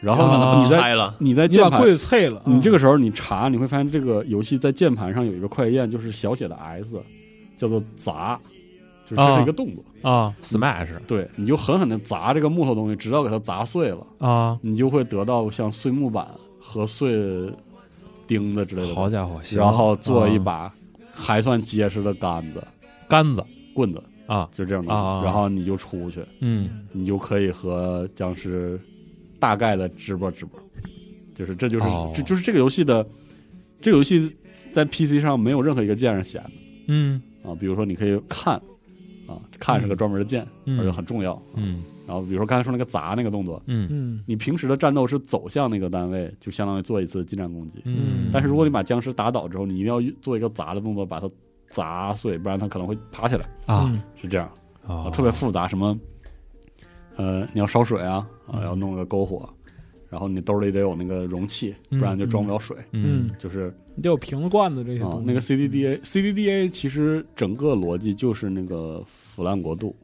Speaker 2: 然后呢，
Speaker 1: 啊
Speaker 2: 你在
Speaker 4: 开了，
Speaker 2: 你在
Speaker 3: 你
Speaker 2: 哎键
Speaker 3: 把
Speaker 2: 盘，
Speaker 3: 柜子碎了，啊
Speaker 2: 你这
Speaker 1: 嗯
Speaker 3: 个
Speaker 2: 个时候你查，你会发现这个游戏在键盘上有一个快捷键，就是小写的 S，叫做砸，就是这
Speaker 1: 啊
Speaker 2: 是一个动作。
Speaker 1: 啊，smash
Speaker 2: 对，你就狠狠的砸这个木头东西，直到给它砸碎了，
Speaker 1: 啊，
Speaker 2: 你就会得到像碎木板和碎钉子之类的东西。
Speaker 1: 好家伙，行
Speaker 2: 然后做一
Speaker 1: 啊
Speaker 2: 把还算结实的杆子、
Speaker 1: 杆子
Speaker 2: 棍子，
Speaker 1: 啊，
Speaker 2: 就这样的
Speaker 1: 啊啊啊
Speaker 2: 然后你就出去，
Speaker 1: 嗯
Speaker 2: 你就可以和僵尸大概的直播直播，就是这就是、
Speaker 1: 哦
Speaker 2: 这就是这个游戏的这个游戏在 PC 上没有任何一个键是显
Speaker 1: 嗯
Speaker 2: 的啊，比如说你可以看啊，看是个专门的键，而且
Speaker 1: 嗯
Speaker 2: 很重要。
Speaker 1: 嗯
Speaker 2: 然后比如说刚才说那个砸那个动作，
Speaker 1: 嗯
Speaker 3: 嗯
Speaker 2: 你平时的战斗是走向那个单位，就相当于做一次近战攻击。
Speaker 1: 嗯，
Speaker 2: 但是如果你把僵尸打倒之后，你一定要做一个砸的动作，把它砸碎，不然它可能会爬起来。
Speaker 1: 啊
Speaker 3: 嗯
Speaker 2: 是这样，
Speaker 1: 啊
Speaker 2: 啊特别复杂，什么呃，你要烧水啊，啊，要弄个篝火，然后你兜里得有那个容器，不
Speaker 1: 嗯
Speaker 2: 然就装不了水。
Speaker 1: 嗯
Speaker 3: 嗯，
Speaker 2: 就是
Speaker 3: 你得有瓶子罐子这些
Speaker 2: 啊
Speaker 3: 东，西。
Speaker 2: 那个 CDDA，CDDA 其实整个逻辑就是那个腐烂国度，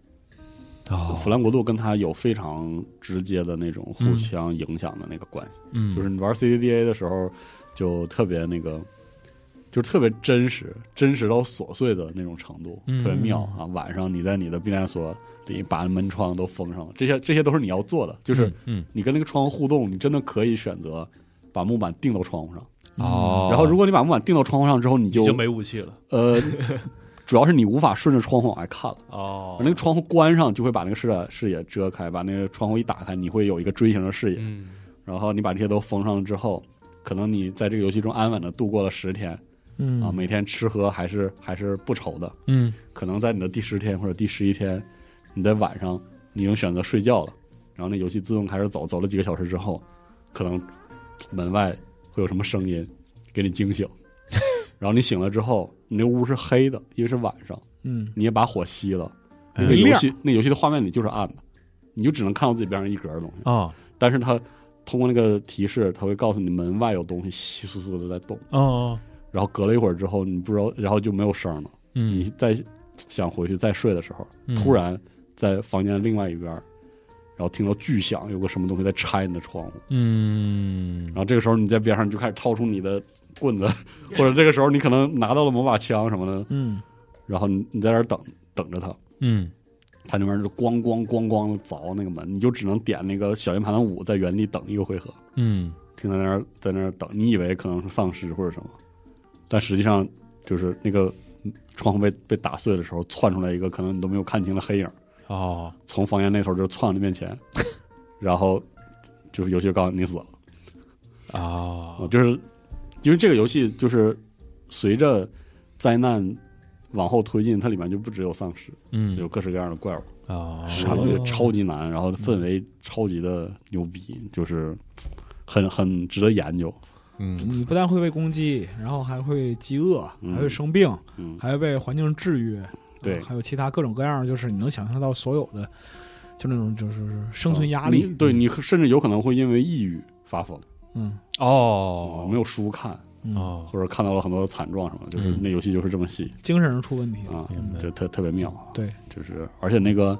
Speaker 1: 啊
Speaker 2: 腐烂国度跟它有非常直接的那种互
Speaker 1: 嗯
Speaker 2: 相影响的那个关系。
Speaker 1: 嗯
Speaker 2: 就是你玩 CDDA 的时候，就特别那个，就特别真实，真实到琐碎的那种程度，
Speaker 1: 嗯
Speaker 2: 特别妙啊！晚上你在你的避难所里把门窗都封上了，这些这些都是你要做的，就是
Speaker 1: 嗯
Speaker 2: 你跟那个窗户互动，你真的可以选择把木板钉到窗户上。
Speaker 1: 嗯哦，
Speaker 2: 啊然后如果你把木板钉到窗户上之后，你
Speaker 4: 你
Speaker 2: 就
Speaker 4: 就没武器了。
Speaker 2: 呃，主要是你无法顺着窗户往外看了。
Speaker 4: 哦，
Speaker 2: 那个窗户关上，就会把那个视野视野遮开；把那个窗户一打开，你会有一个锥形的视野。
Speaker 4: 嗯，
Speaker 2: 然后你把这些都封上了之后，可能你在这个游戏中安稳的度过了十天
Speaker 3: 嗯
Speaker 2: 啊，每天吃喝还是还是不愁的。
Speaker 1: 嗯
Speaker 2: 可能在你的第十天或者第十一天，你在晚上你已经选择睡觉了，然后那游戏自动开始走，走了几个小时之后，可能门外会有什么声音给你惊醒， 然后你醒了之后，你那屋是黑的，因为是晚上，
Speaker 3: 嗯
Speaker 2: 你也把火熄了，那
Speaker 1: 哎
Speaker 2: 个游
Speaker 3: 亮
Speaker 2: 戏那游戏的画面里就是暗的，你就只能看到自己边上一格的东西。
Speaker 1: 啊
Speaker 2: 但是它通过那个提示，它会告诉你门外有东西稀疏疏的在动。
Speaker 1: 哦
Speaker 2: 然后隔了一会儿之后，你不知道，然后就没有声了。
Speaker 1: 嗯
Speaker 2: 你再想回去再睡的时候，
Speaker 1: 嗯
Speaker 2: 突然在房间另外一边儿，然后听到巨响，有个什么东西在拆你的窗户。
Speaker 1: 嗯
Speaker 2: 然后这个时候你在边上就开始掏出你的棍子， 或者这个时候你可能拿到了某把枪什么的，
Speaker 3: 嗯
Speaker 2: 然后你你在那儿等等着他。
Speaker 1: 嗯
Speaker 2: 他那边就咣咣咣咣的凿那个门，你就只能点那个小键盘的五，在原地等一个回合。
Speaker 1: 嗯
Speaker 2: 停在那儿，在那儿等。你以为可能是丧尸或者什么，但实际上就是那个嗯窗户被被打碎的时候，窜出来一个可能你都没有看清的黑影，
Speaker 1: 哦
Speaker 2: 从房间那头就窜到你面前，然后就是游戏就告诉你死了。
Speaker 1: 啊
Speaker 2: 啊就是因为这个游戏就是随着灾难往后推进，它里面就不只有丧尸，
Speaker 1: 嗯
Speaker 2: 有各式各样的怪物，
Speaker 1: 啊
Speaker 2: 我就觉得超级难，然后氛围超级的牛逼，就是很很值得研究。
Speaker 1: 嗯
Speaker 3: 你不但会被攻击，然后还会饥饿，
Speaker 2: 嗯
Speaker 3: 还会生病，
Speaker 2: 嗯，
Speaker 3: 还会被环境制约，
Speaker 2: 对。
Speaker 3: 还有其他各种各样，就是你能想象到所有的，就那种就是生存压
Speaker 2: 啊嗯你
Speaker 3: 力。
Speaker 2: 对
Speaker 1: 嗯
Speaker 2: 你甚至有可能会因为抑郁发疯，
Speaker 3: 嗯
Speaker 1: 哦
Speaker 2: 没有书看，
Speaker 3: 嗯，
Speaker 1: 哦
Speaker 2: 或者看到了很多惨状什么的，就是
Speaker 1: 嗯
Speaker 2: 那游戏就是这么细
Speaker 3: 精神上出问题了。
Speaker 2: 啊
Speaker 1: 明白，
Speaker 2: 就特特别妙。啊
Speaker 3: 对，
Speaker 2: 就是而且那个，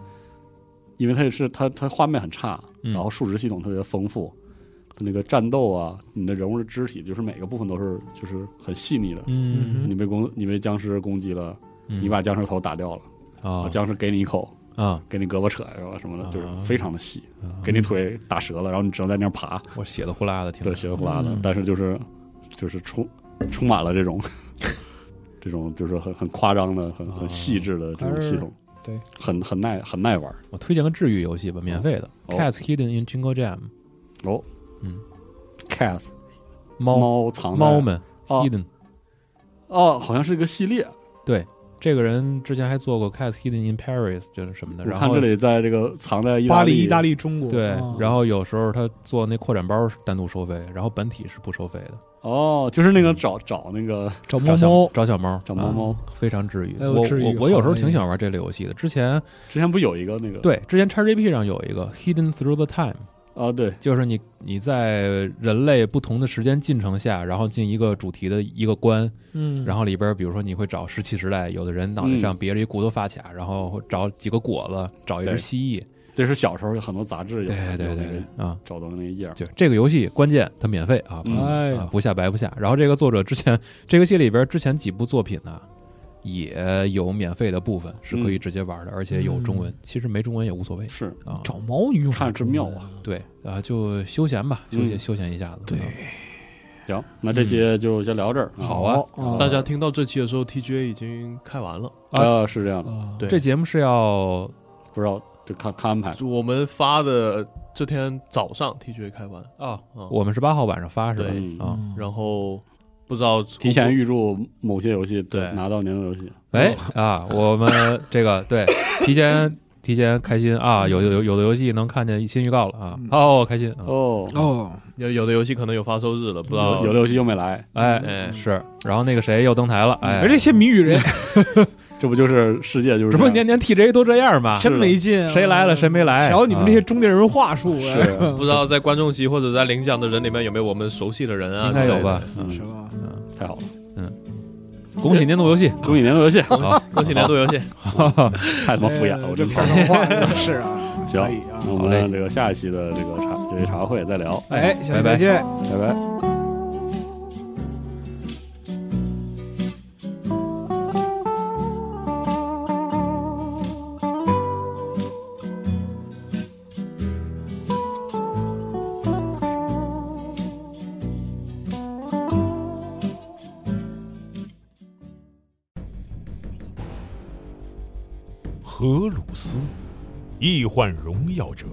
Speaker 2: 因为它也是它它画面很差，
Speaker 1: 嗯
Speaker 2: 然后数值系统特别丰富，它那个战斗啊，你的人物的肢体，就是每个部分都是就是很细腻的。
Speaker 1: 嗯
Speaker 2: 你被攻，你被僵尸攻击了，
Speaker 1: 嗯，
Speaker 2: 你把僵尸头打掉了，
Speaker 1: 啊
Speaker 2: 僵尸给你一口，
Speaker 1: 啊，
Speaker 2: 给你胳膊扯下了什么的，就是
Speaker 1: 啊
Speaker 2: 非常的细，
Speaker 1: 啊
Speaker 2: 给你腿打折了，然后你只能在那儿爬，
Speaker 1: 我血的呼啦的，听
Speaker 2: 对，
Speaker 1: 着
Speaker 2: 稀里呼啦的
Speaker 3: 嗯。
Speaker 2: 但是就是就是充充满了 这种这种就是很很夸张的、很
Speaker 1: 哦
Speaker 2: 很细致的这种
Speaker 3: 还是
Speaker 2: 系统，
Speaker 3: 对，
Speaker 2: 很很耐很耐玩儿。
Speaker 1: 我推荐个治愈游戏吧，免费的
Speaker 2: 哦
Speaker 1: ，Cats Hidden in Jingle Jam，
Speaker 2: 哦，
Speaker 1: 嗯
Speaker 2: ，Cats
Speaker 1: 猫
Speaker 2: 藏在
Speaker 1: 猫们
Speaker 2: 哦
Speaker 1: Hidden，
Speaker 2: 哦，好像是一个系列。
Speaker 1: 这个人之前还做过 Cats Hidden in Paris，就是什么的。
Speaker 2: 我
Speaker 1: 然
Speaker 2: 看
Speaker 1: 后
Speaker 2: 这里在这个藏在意
Speaker 3: 巴黎、
Speaker 2: 黎
Speaker 3: 意大
Speaker 2: 利
Speaker 3: 利、中国，
Speaker 1: 对
Speaker 3: 啊，
Speaker 1: 然后有时候他做那扩展包是单独收费，然后本体是不收费的。
Speaker 2: 哦，就是那个找找那个
Speaker 3: 找
Speaker 1: 找
Speaker 3: 猫
Speaker 1: 小
Speaker 3: 猫，
Speaker 1: 找小猫，
Speaker 2: 找猫
Speaker 1: 嗯啊
Speaker 2: 猫。
Speaker 1: 非常治愈。
Speaker 3: 哎呦
Speaker 1: 我
Speaker 3: 治愈
Speaker 1: 我
Speaker 3: 好
Speaker 1: 我有时候
Speaker 3: 那
Speaker 1: 挺
Speaker 3: 个
Speaker 1: 想玩这类游戏的。之前
Speaker 2: 之前不有一个那个
Speaker 1: 对，之前 XGP 上有一个 Hidden Through the Time，
Speaker 2: 啊，对，
Speaker 1: 就是你你在人类不同的时间进程下，然后进一个主题的一个关，
Speaker 3: 嗯，
Speaker 1: 然后里边比如说你会找石器时代，有的人脑
Speaker 2: 嗯
Speaker 1: 袋上别着一骨头发卡，然后找几个果子，找一只
Speaker 2: 对
Speaker 1: 蜥蜴。
Speaker 2: 这是小时候有很多杂志有
Speaker 1: 对对对
Speaker 2: 有那
Speaker 1: 对
Speaker 2: 个
Speaker 1: 啊。
Speaker 2: 找到的那个页儿。
Speaker 1: 就这个游戏，关键它免费啊，
Speaker 2: 嗯
Speaker 3: 哎
Speaker 1: 啊
Speaker 3: 呀，
Speaker 1: 不下白不下。然后这个作者之前这个系列里边之前几部作品呢，也有免费的部分是
Speaker 2: 嗯
Speaker 1: 可以直接玩的，而且有中
Speaker 3: 嗯
Speaker 1: 文。其实没中文也无所谓
Speaker 2: 是
Speaker 1: 啊。
Speaker 3: 找猫女用
Speaker 2: 看着真妙啊！
Speaker 1: 对啊，就休闲吧，休闲、
Speaker 2: 嗯
Speaker 1: 休闲一下子。
Speaker 3: 对
Speaker 1: 啊，
Speaker 2: 行，那这些就先聊这儿。
Speaker 1: 好啊
Speaker 3: 啊，
Speaker 4: 大家听到这期的时候，TGA 已经开完了。
Speaker 2: 呃，是这样的，
Speaker 3: 啊，
Speaker 4: 对，
Speaker 1: 这节目是要
Speaker 2: 哦不知道就看看安排。
Speaker 4: 就我们发的这天早上 TGA 开完，
Speaker 1: 哦，
Speaker 4: 啊
Speaker 2: 嗯
Speaker 1: 我们是八号晚上发是吧
Speaker 4: 对？
Speaker 1: 啊，
Speaker 3: 嗯
Speaker 4: 然后不知道
Speaker 2: 提前预祝某些游戏
Speaker 4: 对
Speaker 2: 拿到年度游戏，
Speaker 1: 哎
Speaker 2: 哦
Speaker 1: 啊，我 们这个对提前提前开心啊，有有有有的游戏能看见新预告了啊
Speaker 3: 嗯，
Speaker 1: 哦，开心啊，
Speaker 2: 哦，
Speaker 3: 哦，
Speaker 4: 有有的游戏可能有发售日了，不知道
Speaker 2: 有有的游戏又没来，
Speaker 1: 哎
Speaker 2: 嗯
Speaker 4: 哎
Speaker 1: 是，然后那个谁又登台了，哎
Speaker 3: 嗯而，这些谜语人
Speaker 2: 这不就是世界就
Speaker 1: 这
Speaker 2: 是这
Speaker 1: 不
Speaker 2: 样
Speaker 1: 年年 TJ 都这样吗？
Speaker 3: 真没劲啊，
Speaker 1: 谁来了谁没来啊
Speaker 3: 瞧你们这些中年人话术，
Speaker 2: 是
Speaker 3: 哎
Speaker 4: 不知道在观众席或者在领奖的人里面有没有我们熟悉的人啊？
Speaker 1: 应该有吧
Speaker 4: 之类的？
Speaker 3: 是
Speaker 2: 嗯，
Speaker 3: 吧？
Speaker 2: 太好了，
Speaker 1: 恭喜年度游戏，
Speaker 2: 恭喜年度游戏，
Speaker 1: 好，
Speaker 4: 恭喜年度游戏，
Speaker 2: 太他妈敷衍啊了，我
Speaker 3: 哎这
Speaker 2: 真
Speaker 3: 漂亮 话真是啊，
Speaker 2: 行
Speaker 3: 可以啊
Speaker 2: 那，我
Speaker 1: 好嘞
Speaker 2: 们这个下一期的这个茶这个茶会再聊，
Speaker 3: 哎，下
Speaker 1: 拜拜
Speaker 3: 次再见。
Speaker 2: 拜拜。
Speaker 5: 荷鲁斯，易患荣耀者，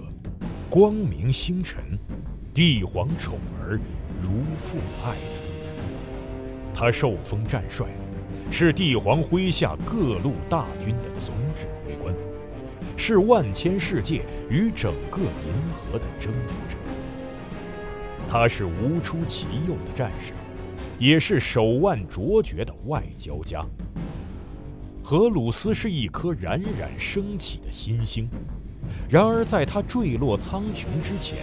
Speaker 5: 光明星辰，帝皇宠儿，如父爱子。他受封战帅，是帝皇麾下各路大军的总指挥官，是万千世界与整个银河的征服者。他是无出其右的战士，也是手腕卓绝的外交家。荷鲁斯是一颗冉冉升起的新星，然而在它坠落苍穹之前，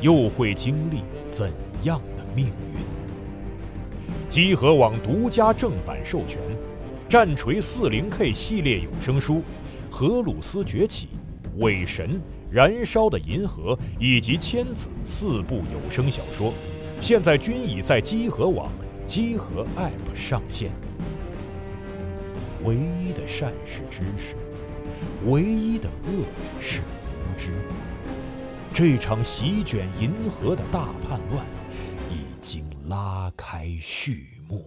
Speaker 5: 又会经历怎样的命运？积禾网独家正版授权，《战锤 40K 系列有声书》《荷鲁斯崛起》《伪神》《燃烧的银河》以及《千子》四部有声小说，现在均已在积禾网、积禾 App 上线。唯一的善是知识，唯一的恶是无知。这场席卷银河的大叛乱已经拉开序幕。